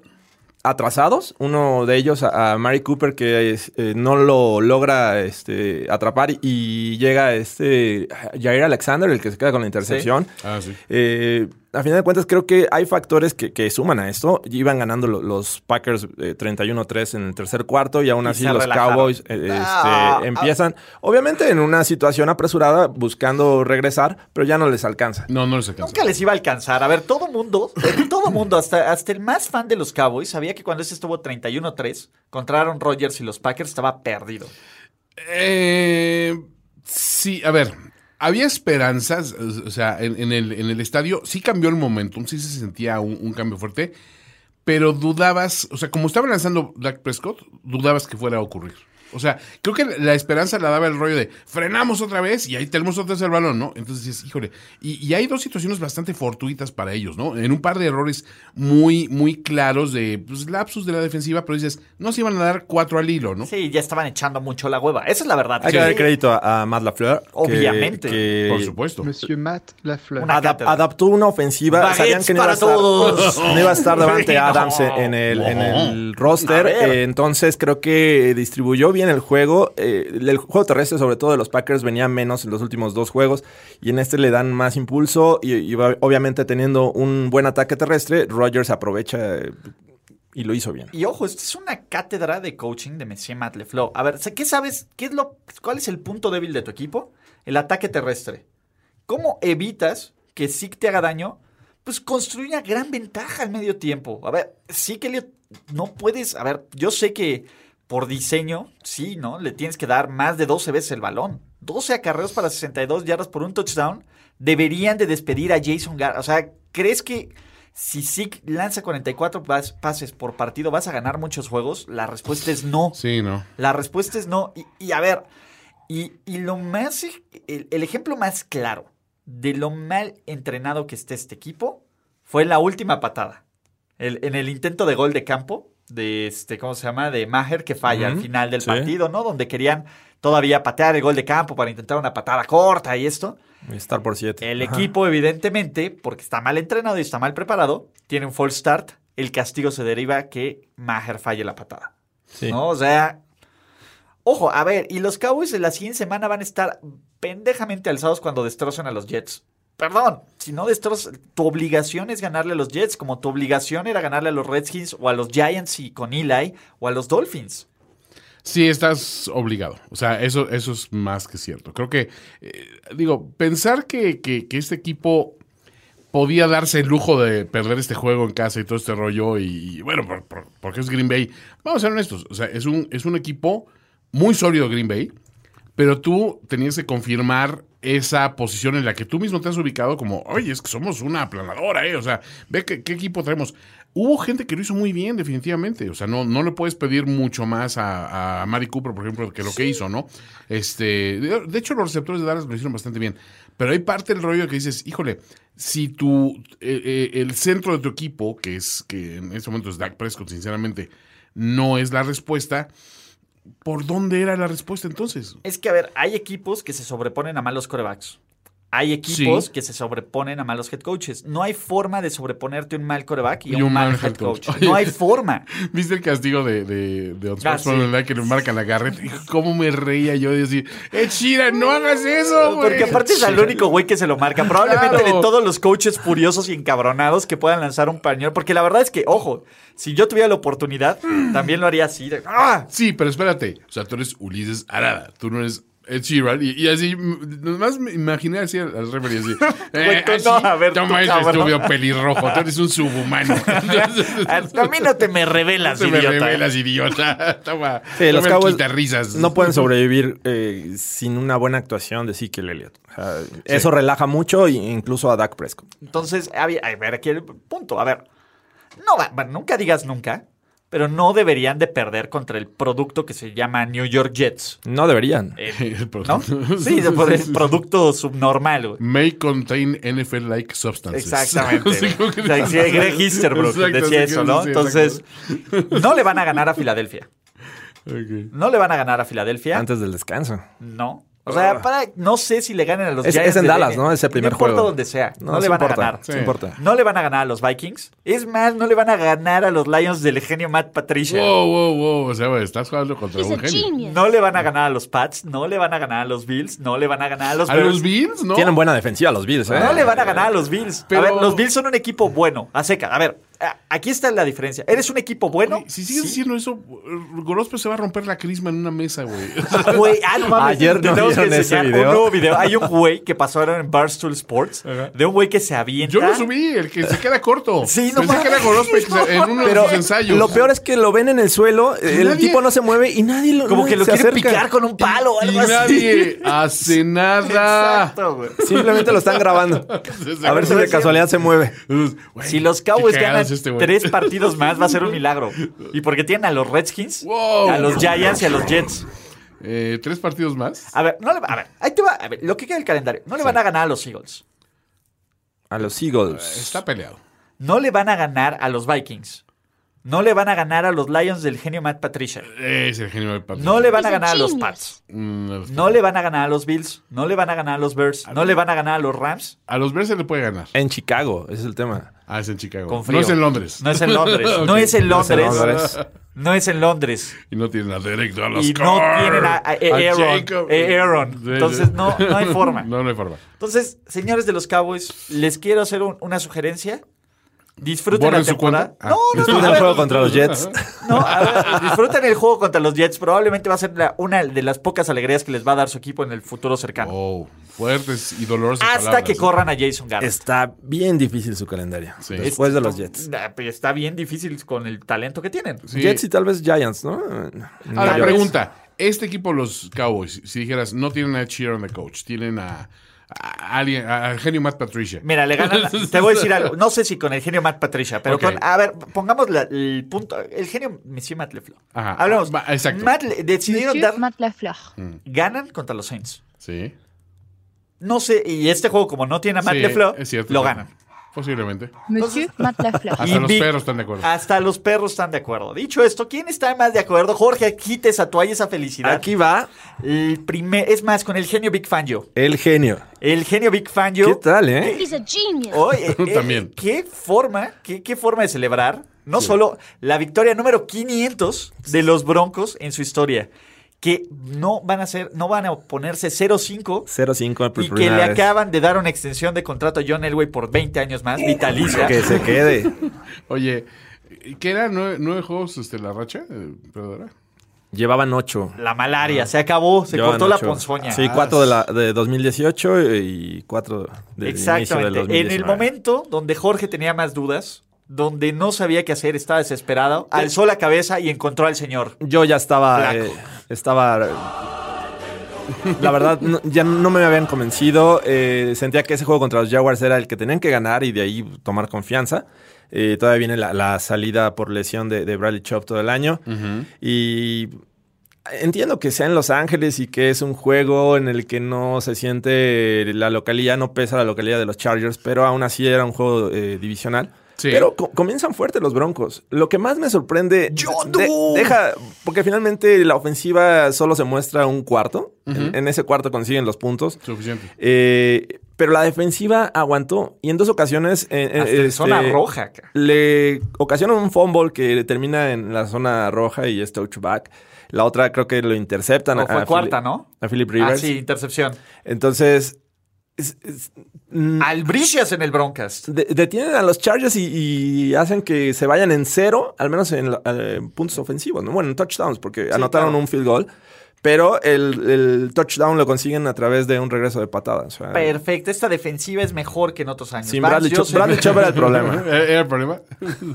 Speaker 3: atrasados. Uno de ellos a, a Mary Cooper que es- eh, no lo logra este, atrapar y, y llega este Jair Alexander, el que se queda con la intercepción.
Speaker 4: Ah, sí.
Speaker 3: Eh, a final de cuentas, creo que hay factores que, que suman a esto. Iban ganando lo- los Packers eh, 31-3 en el tercer cuarto y aún
Speaker 2: Y
Speaker 3: así
Speaker 2: se
Speaker 3: los
Speaker 2: relajaron.
Speaker 3: Cowboys eh, este,
Speaker 2: Ah,
Speaker 3: empiezan, obviamente en una situación apresurada, buscando regresar, pero ya no les alcanza.
Speaker 4: No, no les alcanza.
Speaker 2: Nunca les iba a alcanzar. A ver, todo mundo, eh, todo mundo, hasta, hasta el más fan de los Cowboys, sabía que cuando ese estuvo 31-3, contra Aaron Rodgers y los Packers estaba perdido.
Speaker 4: Eh, sí, a ver. Había esperanzas, o sea, en, en el, en el estadio sí cambió el momentum, sí se sentía un, un cambio fuerte, pero dudabas, o sea, como estaba lanzando Dak Prescott, dudabas que fuera a ocurrir. O sea, creo que la esperanza la daba el rollo de frenamos otra vez y ahí tenemos otra vez el balón, ¿no? Entonces dices, híjole. Y, y hay dos situaciones bastante fortuitas para ellos, ¿no? En un par de errores muy, muy claros de pues, lapsus de la defensiva, pero dices, no se iban a dar cuatro al hilo, ¿no?
Speaker 2: Sí, ya estaban echando mucho la hueva. Esa es la verdad.
Speaker 3: Hay
Speaker 2: Sí.
Speaker 3: que dar crédito a, a Matt LaFleur. que-
Speaker 2: Obviamente.
Speaker 3: que
Speaker 4: Por supuesto.
Speaker 5: Monsieur Matt Lafleur.
Speaker 2: Una-
Speaker 3: adap- adaptó una ofensiva.
Speaker 2: Baguettes
Speaker 3: Sabían que no iba, a
Speaker 2: para
Speaker 3: estar,
Speaker 2: todos.
Speaker 3: no iba a estar delante de Adams
Speaker 2: No.
Speaker 3: en el, en el
Speaker 2: A
Speaker 3: roster.
Speaker 2: ver.
Speaker 3: Eh, entonces creo que distribuyó bien el juego. Eh, el juego terrestre, sobre todo de los Packers, venía menos en los últimos dos juegos. Y en este le dan más impulso. Y, y va- obviamente teniendo un buen ataque terrestre, Rogers aprovecha eh, y lo hizo bien.
Speaker 2: Y ojo, esta es una cátedra de coaching de Messier Matleflow. A ver, ¿qué sabes? ¿Qué es lo, ¿Cuál es el punto débil de tu equipo? El ataque terrestre. ¿Cómo evitas que Zeke te haga daño? Pues construye una gran ventaja al medio tiempo. A ver, sí que le- no puedes. A ver, yo sé que por diseño, sí, ¿no? Le tienes que dar más de 12 veces el balón. 12 acarreos para 62 yardas por un touchdown. Deberían de despedir a Jason Garrett. O sea, ¿crees que si Zeke lanza 44 pas- pases por partido, vas a ganar muchos juegos? La respuesta es no.
Speaker 4: Sí, no.
Speaker 2: La respuesta es no. Y, y a ver, y, y lo más, ej- el, el ejemplo más claro de lo mal entrenado que esté este equipo fue la última patada. El- en el intento de gol de campo, de este, ¿cómo se llama? De Maher que falla al
Speaker 3: Ujú,
Speaker 2: final del
Speaker 3: sí.
Speaker 2: partido, ¿no? Donde querían todavía patear el gol de campo para intentar una patada corta y esto.
Speaker 3: Estar por siete.
Speaker 2: El
Speaker 3: Ajá.
Speaker 2: equipo, evidentemente, porque está mal entrenado y está mal preparado, tiene un false start. El castigo se deriva que Maher falle la patada.
Speaker 3: Sí.
Speaker 2: ¿no? O sea, ojo, a ver, y los Cowboys de la siguiente semana van a estar pendejamente alzados cuando destrocen a los Jets. Perdón, si no destrozas, tu obligación es ganarle a los Jets, como tu obligación era ganarle a los Redskins o a los Giants y con Eli o a los Dolphins.
Speaker 4: Sí, estás obligado. O sea, eso, eso es más que cierto. Creo que, eh, digo, pensar que, que- que este equipo podía darse el lujo de perder este juego en casa y todo este rollo, y, y bueno, por- por- porque es Green Bay. Vamos a ser honestos, o sea, es un, es un equipo muy sólido Green Bay, pero tú tenías que confirmar esa posición en la que tú mismo te has ubicado como, oye, es que somos una aplanadora, ¿eh? O sea, ve qué, qué equipo traemos. Hubo gente que lo hizo muy bien, definitivamente. O sea, no, no le puedes pedir mucho más a, a Mari Cooper, por ejemplo, que lo que hizo, ¿no? Este, de, de hecho, los receptores de Dallas lo hicieron bastante bien. Pero hay parte del rollo que dices, híjole, si tu, eh, eh, el centro de tu equipo, que es que en este momento es Dak Prescott, sinceramente, no es la respuesta, ¿por dónde era la respuesta entonces?
Speaker 2: Es que, a ver, hay equipos que se sobreponen a malos corebacks. Hay equipos
Speaker 4: Sí.
Speaker 2: que se sobreponen a malos head coaches. No hay forma de sobreponerte a un mal coreback y,
Speaker 4: Y
Speaker 2: a un, mal head coach. No hay forma.
Speaker 4: ¿Viste el castigo de, de, de Unsportsmanlike que le marcan la garreta? Hijo, ¿Cómo me reía yo de decir, ¡Eh, Shira, no hagas eso, güey!
Speaker 2: Porque aparte es el único güey que se lo marca. Probablemente
Speaker 4: Claro.
Speaker 2: de todos los coaches furiosos y encabronados que puedan lanzar un pañuelo. Porque la verdad es que, ojo, si yo tuviera la oportunidad, también lo haría así. de, ¡ah!
Speaker 4: Sí, pero espérate. O sea, tú eres Ulises Arada. Tú no eres Ed Sheeran. Y, y así, mm, nomás me imaginé así al, al referee así.
Speaker 2: Güey, tú no, a ver, tú,
Speaker 4: toma este
Speaker 2: cabrón.
Speaker 4: estúpido pelirrojo. Tú eres un subhumano.
Speaker 2: A mí Ah, no te me revelas,
Speaker 4: se me
Speaker 2: idiota. eh.
Speaker 4: revelas, idiota. Toma.
Speaker 3: Sí, los
Speaker 4: toma
Speaker 3: Cowboys
Speaker 4: risas.
Speaker 3: no pueden sobrevivir eh, sin una buena actuación de Ezekiel Elliott. O sea, Eso relaja mucho e incluso a Dak Prescott.
Speaker 2: Entonces, a ver, a ver, aquí el punto. A ver, no va, bueno, nunca digas nunca, pero no deberían de perder contra el producto que se llama New York Jets.
Speaker 3: No deberían.
Speaker 2: Eh,
Speaker 4: El producto.
Speaker 2: ¿No? Sí, de poder- producto subnormal, güey.
Speaker 4: May contain NFL-like substances.
Speaker 2: Exactamente.
Speaker 4: Así como que-
Speaker 2: O sea, sí, Greg Easterbrook
Speaker 4: Exacto,
Speaker 2: decía
Speaker 4: así que
Speaker 2: eso, ¿no?
Speaker 4: sí,
Speaker 2: Entonces, no le van a ganar a Filadelfia.
Speaker 4: exacto.
Speaker 2: No le van a ganar a Filadelfia.
Speaker 3: Antes del descanso.
Speaker 2: No. O sea, para, no sé si le ganen a los
Speaker 3: Es,
Speaker 2: Giants
Speaker 3: es en
Speaker 2: de
Speaker 3: Dallas,
Speaker 2: Denver.
Speaker 3: ¿no? Es el primer
Speaker 2: no importa
Speaker 3: juego.
Speaker 2: donde sea. No,
Speaker 3: sí
Speaker 2: le van
Speaker 3: importa,
Speaker 2: a ganar.
Speaker 3: sí
Speaker 4: Sí.
Speaker 3: importa.
Speaker 2: No le van a ganar a los Vikings. Es más, no le van a ganar a los Lions del genio Matt Patricia.
Speaker 4: Wow, wow, wow. O sea, güey, estás jugando contra
Speaker 5: He's a
Speaker 4: un genio.
Speaker 5: genius.
Speaker 2: No le van a ganar a los Pats. No le van a ganar a los Bills. No le van a ganar a los
Speaker 4: A
Speaker 2: Bears.
Speaker 4: los Bills, ¿no?
Speaker 3: Tienen buena defensiva los Bills, ¿eh?
Speaker 2: No le van a ganar a los Bills.
Speaker 4: Pero-
Speaker 2: A ver, los Bills son un equipo bueno. A seca. A ver, a- aquí está la diferencia. ¿Eres un equipo bueno?
Speaker 4: Si sigues diciendo eso, Gorospe se va a romper la crisma en una mesa, güey.
Speaker 2: Güey, ah, no mames,
Speaker 3: Ayer no
Speaker 2: tenemos que
Speaker 3: vieron ese
Speaker 2: enseñar un
Speaker 3: video.
Speaker 2: nuevo video. Hay un güey que pasó ahora en Barstool Sports de un güey que se avienta.
Speaker 4: Yo lo subí, el que se queda corto.
Speaker 2: Sí, no
Speaker 4: Pensé que era
Speaker 2: mames.
Speaker 4: Gorospe que se- en uno
Speaker 3: Pero
Speaker 4: de sus ensayos.
Speaker 3: lo peor es que lo ven en el suelo, el
Speaker 4: nadie-
Speaker 3: tipo no se mueve y nadie lo
Speaker 2: Como
Speaker 3: nadie
Speaker 2: que lo
Speaker 3: se
Speaker 2: quiere
Speaker 3: acerca.
Speaker 2: picar con un palo o
Speaker 4: y
Speaker 2: algo así.
Speaker 4: nadie hace nada.
Speaker 2: Exacto, güey.
Speaker 3: Simplemente lo están grabando. A ver si de casualidad se mueve.
Speaker 4: Entonces, güey,
Speaker 2: Si los
Speaker 4: qué
Speaker 2: Cowboys
Speaker 4: cagado
Speaker 2: ganan
Speaker 4: es este güey.
Speaker 2: tres partidos más, va a ser un milagro. Y porque tienen a los Redskins,
Speaker 4: Wow.
Speaker 2: a los Giants y a los Jets.
Speaker 4: Eh, ¿Tres partidos más?
Speaker 2: A ver, no le, a ver, ahí te va. A ver, lo que queda del calendario. No le van a ganar a los Eagles.
Speaker 3: A los Eagles.
Speaker 4: Está peleado.
Speaker 2: No le van a ganar a los Vikings. No le van a ganar a los Lions del genio Matt Patricia.
Speaker 4: Es el genio del partido.
Speaker 2: No le van a
Speaker 5: He's a
Speaker 2: ganar a los
Speaker 5: genius.
Speaker 2: Pats.
Speaker 4: Mm, a los-
Speaker 2: No le van a ganar a los Bills. No le van a ganar a los Bears. No le van a ganar a los Rams.
Speaker 4: A los Bears se le puede ganar.
Speaker 3: En Chicago, ese es el tema.
Speaker 4: Ah, es en Chicago.
Speaker 2: Con frío.
Speaker 4: No es en Londres.
Speaker 2: No es en Londres.
Speaker 4: Ok.
Speaker 2: No es en
Speaker 3: es en
Speaker 2: Londres.
Speaker 3: Londres.
Speaker 2: No es en Londres.
Speaker 4: Y no tienen a Derek Dallas
Speaker 2: Y no
Speaker 4: Carr,
Speaker 2: tienen a, a- a
Speaker 4: Jacob.
Speaker 2: Aaron. a Aaron.
Speaker 4: Sí, sí.
Speaker 2: Entonces no, no hay forma.
Speaker 4: No, no hay forma.
Speaker 2: Entonces, señores de los Cowboys, les quiero hacer un- una sugerencia. Disfruten
Speaker 4: ¿Borren
Speaker 2: la
Speaker 4: su
Speaker 2: temporada.
Speaker 4: cuenta? Ah.
Speaker 2: No, no, no.
Speaker 3: Después
Speaker 2: a
Speaker 3: del
Speaker 2: ver,
Speaker 3: juego contra los Jets.
Speaker 2: No, a ver, disfruten el juego contra los Jets. Probablemente va a ser la- una de las pocas alegrías que les va a dar su equipo en el futuro cercano.
Speaker 4: Oh, fuertes y dolorosas
Speaker 2: Hasta
Speaker 4: palabras.
Speaker 2: que corran a Jason Garrett.
Speaker 3: Está bien difícil su calendario.
Speaker 4: Sí.
Speaker 3: Después de los Jets.
Speaker 2: Ah, pues Está bien difícil con el talento que tienen.
Speaker 4: Sí.
Speaker 3: Jets y tal vez Giants, ¿no?
Speaker 4: Ahora,
Speaker 3: Giants.
Speaker 4: pregunta. Este equipo, los Cowboys, si dijeras, no tienen a Cheer on the Coach, tienen a, a alguien, a- al genio Matt Patricia.
Speaker 2: Mira, le ganan. a- Te voy a decir algo. No sé si con el genio Matt Patricia, pero
Speaker 4: Ok.
Speaker 2: con. A ver, pongamos la- el punto. El genio, Monsieur Matt LeFleur.
Speaker 4: Ajá.
Speaker 2: Hablamos.
Speaker 4: Ma- exacto.
Speaker 2: Matt le- decidieron dar.
Speaker 5: Matt LaFleur.
Speaker 2: Ganan contra los Saints.
Speaker 4: Sí.
Speaker 2: No sé. Y este juego, como no tiene a Matt
Speaker 4: Sí,
Speaker 2: LeFleur,
Speaker 4: es cierto.
Speaker 2: lo ganan.
Speaker 4: Posiblemente.
Speaker 5: Monsieur Matt LaFleur.
Speaker 4: Hasta
Speaker 2: Y
Speaker 4: los
Speaker 2: Vic-
Speaker 4: perros están de acuerdo.
Speaker 2: Hasta los perros están de acuerdo. Dicho esto, ¿quién está más de acuerdo? Jorge, quite esa toalla, esa felicidad.
Speaker 3: Aquí va
Speaker 2: El primer, es más, con el genio Big Fangio.
Speaker 3: el genio.
Speaker 2: El genio Big Fangio.
Speaker 3: ¿Qué tal, eh?
Speaker 5: He's a genius.
Speaker 2: Oye, eh,
Speaker 4: También.
Speaker 2: ¿Qué forma, qué, qué forma de celebrar? No solo la victoria número 500 de los Broncos en su historia, que no van a ser, no van a ponerse 0-5
Speaker 3: 0-5 por
Speaker 2: y que le
Speaker 3: pues, primera vez.
Speaker 2: acaban de dar una extensión de contrato a John Elway por 20 años más, vitalicia.
Speaker 3: Que se quede.
Speaker 4: Oye, ¿qué eran nueve, nueve juegos este, la racha? Eh, perdona.
Speaker 3: Llevaban 8.
Speaker 2: La malaria, se acabó, se cortó la ponzoña.
Speaker 3: Ah. Sí, 4 de, la, de 2018 y 4 del inicio del
Speaker 2: Exactamente.
Speaker 3: 2019.
Speaker 2: en el momento donde Jorge tenía más dudas, donde no sabía qué hacer, estaba desesperado, alzó la cabeza y encontró al señor.
Speaker 3: Yo ya estaba.
Speaker 2: Flaco.
Speaker 3: eh, estaba. eh, La verdad, no- ya no me habían convencido. eh, sentía que ese juego contra los Jaguars era el que tenían que ganar y de ahí tomar confianza. Eh, todavía viene la, la salida por lesión de, de Bradley Chop todo el año. Y entiendo que sea en Los Ángeles y que es un juego en el que no se siente la localidad, no pesa la localidad de los Chargers, pero aún así era un juego eh, divisional.
Speaker 4: Sí.
Speaker 3: Pero co- comienzan fuerte los Broncos. Lo que más me sorprende. de- deja. Porque finalmente la ofensiva solo se muestra un cuarto. en, en ese cuarto consiguen los puntos.
Speaker 4: Suficiente.
Speaker 3: Eh, pero la defensiva aguantó. Y en dos ocasiones. eh, eh,
Speaker 2: Hasta en
Speaker 3: este,
Speaker 2: zona roja. ca-
Speaker 3: Le ocasionan un fumble que termina en la zona roja y es touchback. La otra creo que lo interceptan.
Speaker 2: No,
Speaker 3: a-
Speaker 2: fue
Speaker 3: a
Speaker 2: cuarta,
Speaker 3: Philip-
Speaker 2: ¿no?
Speaker 3: A Philip Rivers.
Speaker 2: Ah, sí, intercepción.
Speaker 3: Entonces. es- es- mm,
Speaker 2: Albricias en el Broncas.
Speaker 3: de- detienen a los Chargers y, y hacen que se vayan en cero, al menos en, la- eh, puntos ofensivos, ¿no? Bueno, en touchdowns, porque anotaron
Speaker 2: claro.
Speaker 3: un field goal. Pero el, el touchdown lo consiguen a través de un regreso de patada. o sea,
Speaker 2: Perfecto, esta defensiva es mejor que en otros años.
Speaker 3: sin
Speaker 2: Vance
Speaker 3: Bradley, Chubb-
Speaker 2: Joseph,
Speaker 3: Bradley Chubb era el problema.
Speaker 4: Eh, ¿Era el problema?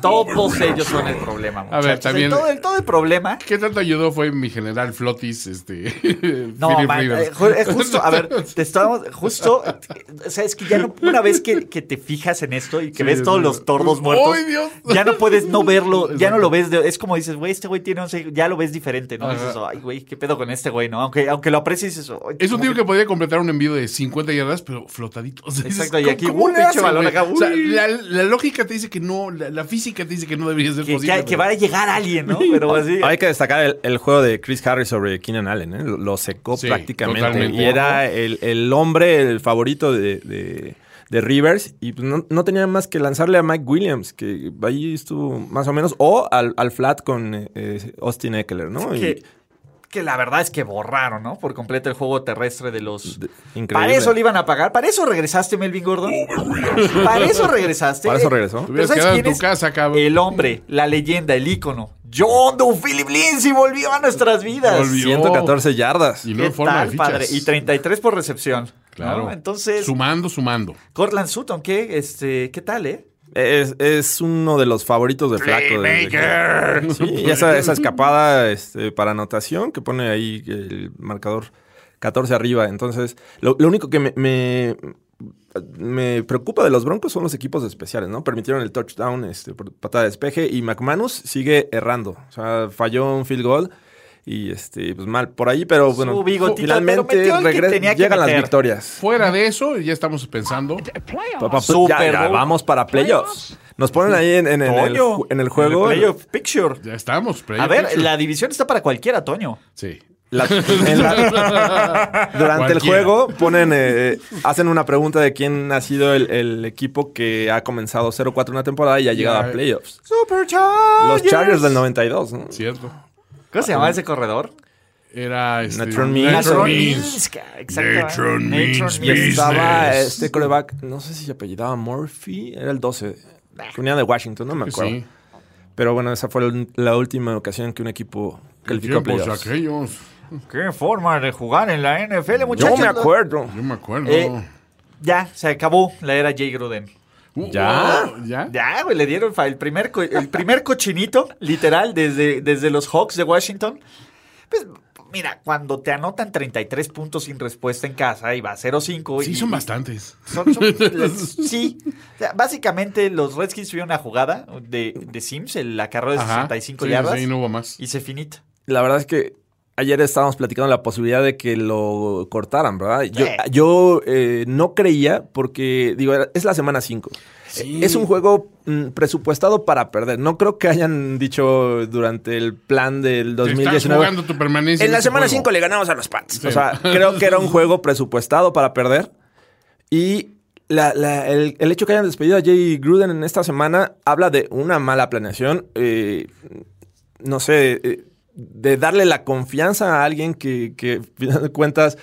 Speaker 2: Todos ellos son el problema.
Speaker 4: A ver,
Speaker 2: muchachos.
Speaker 4: también-
Speaker 2: El todo, el, todo el problema.
Speaker 4: ¿Qué tanto ayudó fue mi general Flotis, este...
Speaker 2: No,
Speaker 4: Philip
Speaker 2: man,
Speaker 4: Rivers?
Speaker 2: eh, ju- eh, justo, a ver, te estábamos, justo, eh, o sea, es que ya no, una vez que, que te fijas en esto y que
Speaker 4: Sí,
Speaker 2: ves
Speaker 4: sí,
Speaker 2: todos
Speaker 4: sí.
Speaker 2: los tordos muertos,
Speaker 4: ¡Ay, Dios!
Speaker 2: ya no puedes no verlo, ya
Speaker 4: Exacto.
Speaker 2: no lo ves, de- es como dices, güey, este güey tiene 11, ya lo ves diferente, ¿no? Dices, ay, güey, qué pedo con este güey, ¿no? Aunque, aunque lo aprecies, eso.
Speaker 4: Es un tío que podía completar un envío de 50 yardas, pero flotadito. O sea, dices,
Speaker 2: Exacto, y
Speaker 4: ¿cómo-
Speaker 2: aquí,
Speaker 4: cómo
Speaker 2: uh,
Speaker 4: le
Speaker 2: pinche
Speaker 4: hacen,
Speaker 2: balón
Speaker 4: güey?
Speaker 2: acá,
Speaker 4: O sea,
Speaker 2: uy.
Speaker 4: la, la lógica te dice que no, la, la física te dice que no debería ser
Speaker 2: Que,
Speaker 4: posible.
Speaker 2: que- que
Speaker 4: pero-
Speaker 2: va a llegar alguien, ¿no? Pero así.
Speaker 3: Hay que destacar el, el juego de Chris Harris sobre Keenan Allen, ¿eh? Lo- lo secó
Speaker 4: Sí,
Speaker 3: prácticamente.
Speaker 4: totalmente.
Speaker 3: Y era el, el hombre, el favorito de, de- de Rivers, y pues, no, no tenía más que lanzarle a Mike Williams, que ahí estuvo más o menos, o al, al flat con eh, eh, Austin Eckler, ¿no?
Speaker 2: que,
Speaker 3: Y-
Speaker 2: que la verdad es que borraron, ¿no? Por completo el juego terrestre de los.
Speaker 3: de- increíble.
Speaker 2: Para eso le iban a pagar. Para eso regresaste, Melvin Gordon. Para eso regresaste.
Speaker 3: Para eso regresó.
Speaker 4: Te hubieras
Speaker 2: ¿Pero sabes
Speaker 4: quedado en
Speaker 2: quién
Speaker 4: tu
Speaker 2: es?
Speaker 4: casa, cabrón.
Speaker 2: El hombre, la leyenda, el ícono. John Doe Philip Lindsay volvió a nuestras vidas.
Speaker 4: Volvió.
Speaker 3: 114 yardas.
Speaker 4: Y
Speaker 2: ¿Qué
Speaker 4: no en forma
Speaker 2: tal,
Speaker 4: de fichas.
Speaker 2: padre? Y 33 por recepción.
Speaker 4: Claro.
Speaker 2: ¿no? Entonces,
Speaker 4: Sumando, sumando.
Speaker 2: Cortland Sutton, ¿qué, este, ¿qué tal, eh?
Speaker 3: Es, es uno de los favoritos de Flaco. desde que- Sí, y esa, esa escapada este, para anotación que pone ahí el marcador 14 arriba. Entonces, lo, lo único que me, me, me preocupa de los Broncos son los equipos especiales, ¿no? Permitieron el touchdown este, por patada de despeje y McManus sigue errando. O sea, falló un field goal y este, pues mal por ahí, pero bueno,
Speaker 2: Su bigotito,
Speaker 3: finalmente
Speaker 2: pero metió el que
Speaker 3: regresa-
Speaker 2: tenía que
Speaker 3: llegan las
Speaker 2: meter.
Speaker 3: victorias.
Speaker 4: Fuera de eso, ya estamos pensando.
Speaker 3: Pa- pa-
Speaker 2: Super
Speaker 3: ya, ya,
Speaker 2: Bowl.
Speaker 3: vamos para playoffs. Nos ponen ahí en, en- en el,
Speaker 2: Toño,
Speaker 3: ju- en el juego.
Speaker 2: en el playoff picture.
Speaker 4: Ya estamos. pero
Speaker 2: A
Speaker 4: ya
Speaker 2: ver,
Speaker 4: pienso-
Speaker 2: la división está para cualquiera, Toño.
Speaker 4: Sí.
Speaker 3: La- en la- durante el
Speaker 4: Cualquiera.
Speaker 3: juego ponen, eh, hacen una pregunta de quién ha sido el, el equipo que ha comenzado 0-4 una temporada y ha llegado
Speaker 4: Ya.
Speaker 3: a playoffs.
Speaker 2: Super Chargers.
Speaker 3: Los Chargers del 92, ¿no?
Speaker 4: Cierto.
Speaker 2: ¿Cómo se llamaba ese corredor?
Speaker 4: Era este,
Speaker 3: Natron Means.
Speaker 4: Natron
Speaker 3: Natron
Speaker 4: Means.
Speaker 2: Exactamente.
Speaker 4: Natron Means,
Speaker 3: Y estaba
Speaker 4: Business.
Speaker 3: este coreback, no sé si se apellidaba Murphy, era el 12. Venía de Washington, no me acuerdo.
Speaker 4: Sí.
Speaker 3: Pero bueno, esa fue la, la última ocasión que un equipo calificó a
Speaker 4: Tiempos
Speaker 3: playoffs.
Speaker 4: aquellos.
Speaker 2: Qué forma de jugar en la NFL,
Speaker 3: Yo
Speaker 2: muchachos.
Speaker 3: me acuerdo.
Speaker 4: Yo me acuerdo.
Speaker 2: Eh, Ya, se acabó la era Jay Gruden.
Speaker 4: Uh,
Speaker 3: ¿Ya?
Speaker 4: oh, ¿Ya?
Speaker 2: Ya, güey, le dieron fa- el primer, co- el primer cochinito, literal, desde, desde los Hawks de Washington. Pues, mira, cuando te anotan 33 puntos sin respuesta en casa y va 0-5.
Speaker 4: Sí,
Speaker 2: y-
Speaker 4: son bastantes.
Speaker 2: Son- son- las- sí. O sea, básicamente, los Redskins tuvieron una jugada de, de Sims, el acarreo de
Speaker 4: Ajá.
Speaker 2: 65
Speaker 4: Sí,
Speaker 2: yardas,
Speaker 4: Sí, no hubo más.
Speaker 2: y se finita.
Speaker 3: La verdad es que ayer estábamos platicando la posibilidad de que lo cortaran, ¿verdad? Yo,
Speaker 2: Sí.
Speaker 3: yo, eh, no creía porque, digo, era- es la semana 5. Es un juego mm, presupuestado para perder. No creo que hayan dicho durante el plan del
Speaker 4: Te Estás
Speaker 3: 2019.
Speaker 4: jugando tu permanencia.
Speaker 3: En la
Speaker 4: ese
Speaker 3: semana
Speaker 4: juego.
Speaker 3: 5 le ganamos a los Pats.
Speaker 4: Sí.
Speaker 3: O sea, creo que era un juego presupuestado para perder. Y la- la- el, el hecho que hayan despedido a Jay Gruden en esta semana habla de una mala planeación. eh, no sé, eh, de darle la confianza a alguien que, que al final de cuentas,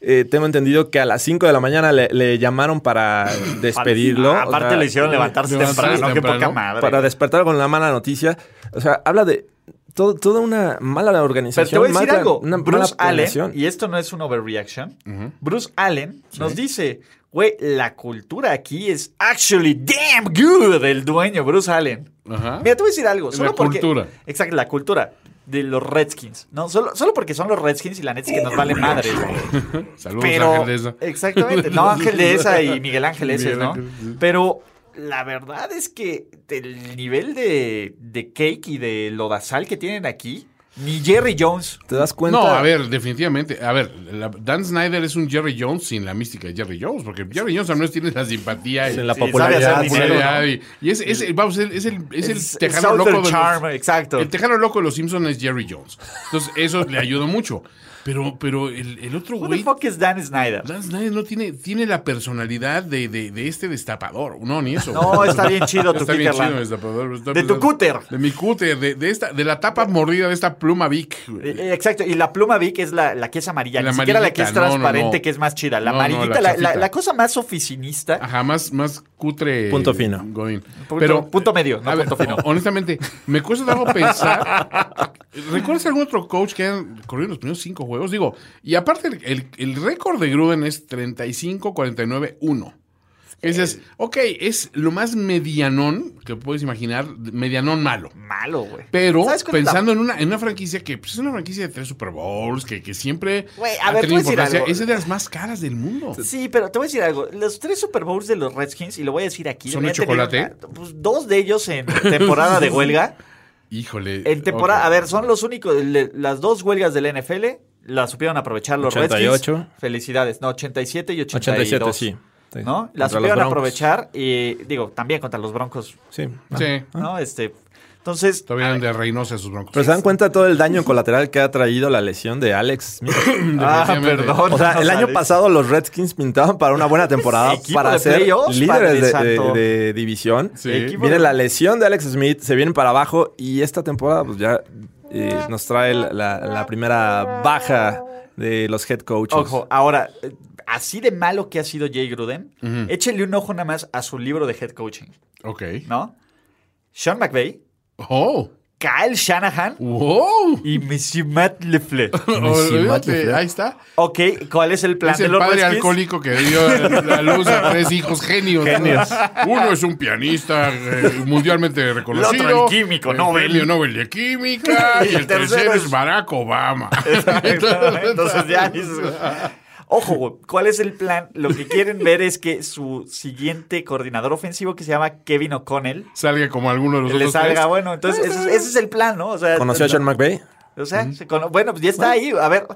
Speaker 3: eh, tengo entendido que a las 5 de la mañana le, le llamaron para despedirlo.
Speaker 2: Ah,
Speaker 3: o
Speaker 2: Aparte
Speaker 3: sea,
Speaker 2: le hicieron levantarse,
Speaker 4: levantarse
Speaker 2: temprano, qué
Speaker 4: temprano.
Speaker 2: poca madre.
Speaker 3: para despertar con la mala noticia. O sea, habla de todo- toda una mala organización.
Speaker 2: Pero te voy a decir
Speaker 3: mala-
Speaker 2: algo.
Speaker 3: una
Speaker 2: Bruce
Speaker 3: mala planeación.
Speaker 2: Allen, y esto no es una overreaction, Bruce Allen nos dice, güey, la cultura aquí es actually damn good el dueño, Bruce Allen.
Speaker 4: Ajá.
Speaker 2: Mira, te voy a decir algo.
Speaker 4: La
Speaker 2: Solo porque,
Speaker 4: cultura.
Speaker 2: Exacto, la cultura de los Redskins. No, solo, solo porque son los Redskins y la neta es que nos vale madre. güey.
Speaker 4: Saludos,
Speaker 2: Pero,
Speaker 4: Ángel de esa.
Speaker 2: exactamente. No, Ángel de esa y Miguel Ángel ese,
Speaker 4: Miguel
Speaker 2: ¿no?
Speaker 4: Ángel, sí.
Speaker 2: Pero la verdad es que el nivel de, de cake y de lodazal que tienen aquí, ni Jerry Jones.
Speaker 3: ¿Te das cuenta?
Speaker 4: No, a ver, definitivamente. A ver, la- Dan Snyder es un Jerry Jones sin la mística de Jerry Jones, porque Jerry Jones al menos tiene la simpatía y
Speaker 3: En la
Speaker 2: Sí,
Speaker 3: popularidad.
Speaker 2: sabe hacer dinero,
Speaker 4: popularidad y, y es, es- vamos, es el, es el- es el
Speaker 2: Es-
Speaker 4: tejano
Speaker 2: Southern
Speaker 4: loco de
Speaker 2: Charm,
Speaker 4: los,
Speaker 2: exacto.
Speaker 4: El tejano loco de los Simpsons es Jerry Jones. Entonces, eso le ayuda mucho. Pero, pero el, el otro
Speaker 2: Who the
Speaker 4: güey,
Speaker 2: fuck is Dan Snyder?
Speaker 4: Dan Snyder Pues, no tiene, tiene la personalidad de, de, de este destapador. No, ni eso.
Speaker 2: No, está bien chido tu
Speaker 4: Está bien
Speaker 2: Kickerland.
Speaker 4: chido el destapador. Está
Speaker 2: De tu
Speaker 4: pensando-
Speaker 2: cúter.
Speaker 4: De mi cúter, de, de esta, de la tapa mordida de esta pluma Vic. güey.
Speaker 2: Eh, eh, Exacto, y la pluma Vic es la, la que es amarilla,
Speaker 4: La
Speaker 2: ni siquiera la que es
Speaker 4: amarillita, no, no,
Speaker 2: transparente,
Speaker 4: no.
Speaker 2: que es más chida. La
Speaker 4: No, no, la
Speaker 2: amarillita, la, la-
Speaker 4: chafita.
Speaker 2: la cosa más oficinista.
Speaker 4: Ajá, más, más cutre.
Speaker 3: Punto fino.
Speaker 4: Godín.
Speaker 2: Punto- punto medio, no
Speaker 4: a ver,
Speaker 2: punto fino.
Speaker 4: Honestamente, me cuesta trabajo pensar. ¿Recuerdas algún otro coach que hayan corrido los primeros cinco juegos? Digo, y aparte, el, el- el récord de Gruden es 35-49-1. Dices, ok, es lo más medianón que puedes imaginar, medianón malo.
Speaker 2: Malo, güey.
Speaker 4: Pero
Speaker 2: ¿Sabes cuál es la-
Speaker 4: pensando en una, en una franquicia que pues, es una franquicia de tres Super Bowls, que, que siempre
Speaker 2: Güey, a ver, te voy a decir algo.
Speaker 4: es de las más caras del mundo.
Speaker 2: Sí, pero te voy a decir algo. Los tres Super Bowls de los Redskins, y lo voy a decir aquí.
Speaker 4: ¿Son de
Speaker 2: deberían tener
Speaker 4: chocolate?
Speaker 2: una- pues, dos de ellos en temporada de huelga.
Speaker 4: Híjole.
Speaker 2: En temporada,
Speaker 4: ok.
Speaker 2: a ver, son los únicos, le- las dos huelgas del NFL las supieron aprovechar los
Speaker 3: 88.
Speaker 2: Redskins. Felicidades, no, 87 y 82.
Speaker 3: 87, sí. Sí.
Speaker 2: ¿No? Las
Speaker 3: Contra los
Speaker 2: supieron
Speaker 3: Broncos.
Speaker 2: aprovechar y digo, también contra los Broncos,
Speaker 3: Sí.
Speaker 4: Sí.
Speaker 3: Ah.
Speaker 2: ¿no? Este, entonces,
Speaker 4: Todavía eran de Reynosa sus broncos.
Speaker 3: Pero se dan cuenta todo el daño colateral que ha traído la lesión de Alex Smith.
Speaker 2: ah,
Speaker 4: definitivamente.
Speaker 2: perdón.
Speaker 3: O sea, el año
Speaker 2: Alex.
Speaker 3: pasado los Redskins pintaban para una buena temporada,
Speaker 2: Equipo
Speaker 3: para
Speaker 2: de
Speaker 3: ser
Speaker 2: playoffs, Padre
Speaker 3: líderes de,
Speaker 2: Santo.
Speaker 3: de- de división.
Speaker 4: Sí.
Speaker 2: Equipo
Speaker 3: Viene
Speaker 2: de-
Speaker 3: la lesión de Alex Smith, se vienen para abajo y esta temporada pues, ya eh, nos trae la, la- la primera baja de los head coaches.
Speaker 2: Ojo, ahora, eh, así de malo que ha sido Jay Gruden, échenle un ojo nada más a su libro de head coaching,
Speaker 4: Ok.
Speaker 2: ¿no? Sean McVay,
Speaker 4: Oh.
Speaker 2: Kyle Shanahan
Speaker 4: Wow.
Speaker 2: y Monsieur Matt LeFleur.
Speaker 4: Olvídate, ahí está.
Speaker 2: Ok, ¿cuál es el plan
Speaker 4: Es
Speaker 2: de
Speaker 4: el
Speaker 2: los
Speaker 4: padre
Speaker 2: Redskins?
Speaker 4: alcohólico que dio la luz a tres hijos genios. ¿no? Uno es un pianista eh, mundialmente reconocido.
Speaker 2: El otro el químico
Speaker 4: el
Speaker 2: Nobel.
Speaker 4: premio Nobel de Química. y el tercero es Barack Obama.
Speaker 2: Exactamente. Entonces ya dices, güey, Ojo, güey, ¿cuál es el plan? Lo que quieren ver es que su siguiente coordinador ofensivo, que se llama Kevin O'Connell,
Speaker 4: Salga como alguno de los
Speaker 2: le
Speaker 4: otros
Speaker 2: salga
Speaker 4: tres.
Speaker 2: bueno. Entonces, ese, es- ese es el plan, ¿no? O sea,
Speaker 3: ¿Conoció a Sean McVay?
Speaker 2: O sea, se cono- bueno, pues ya está ahí. A ver,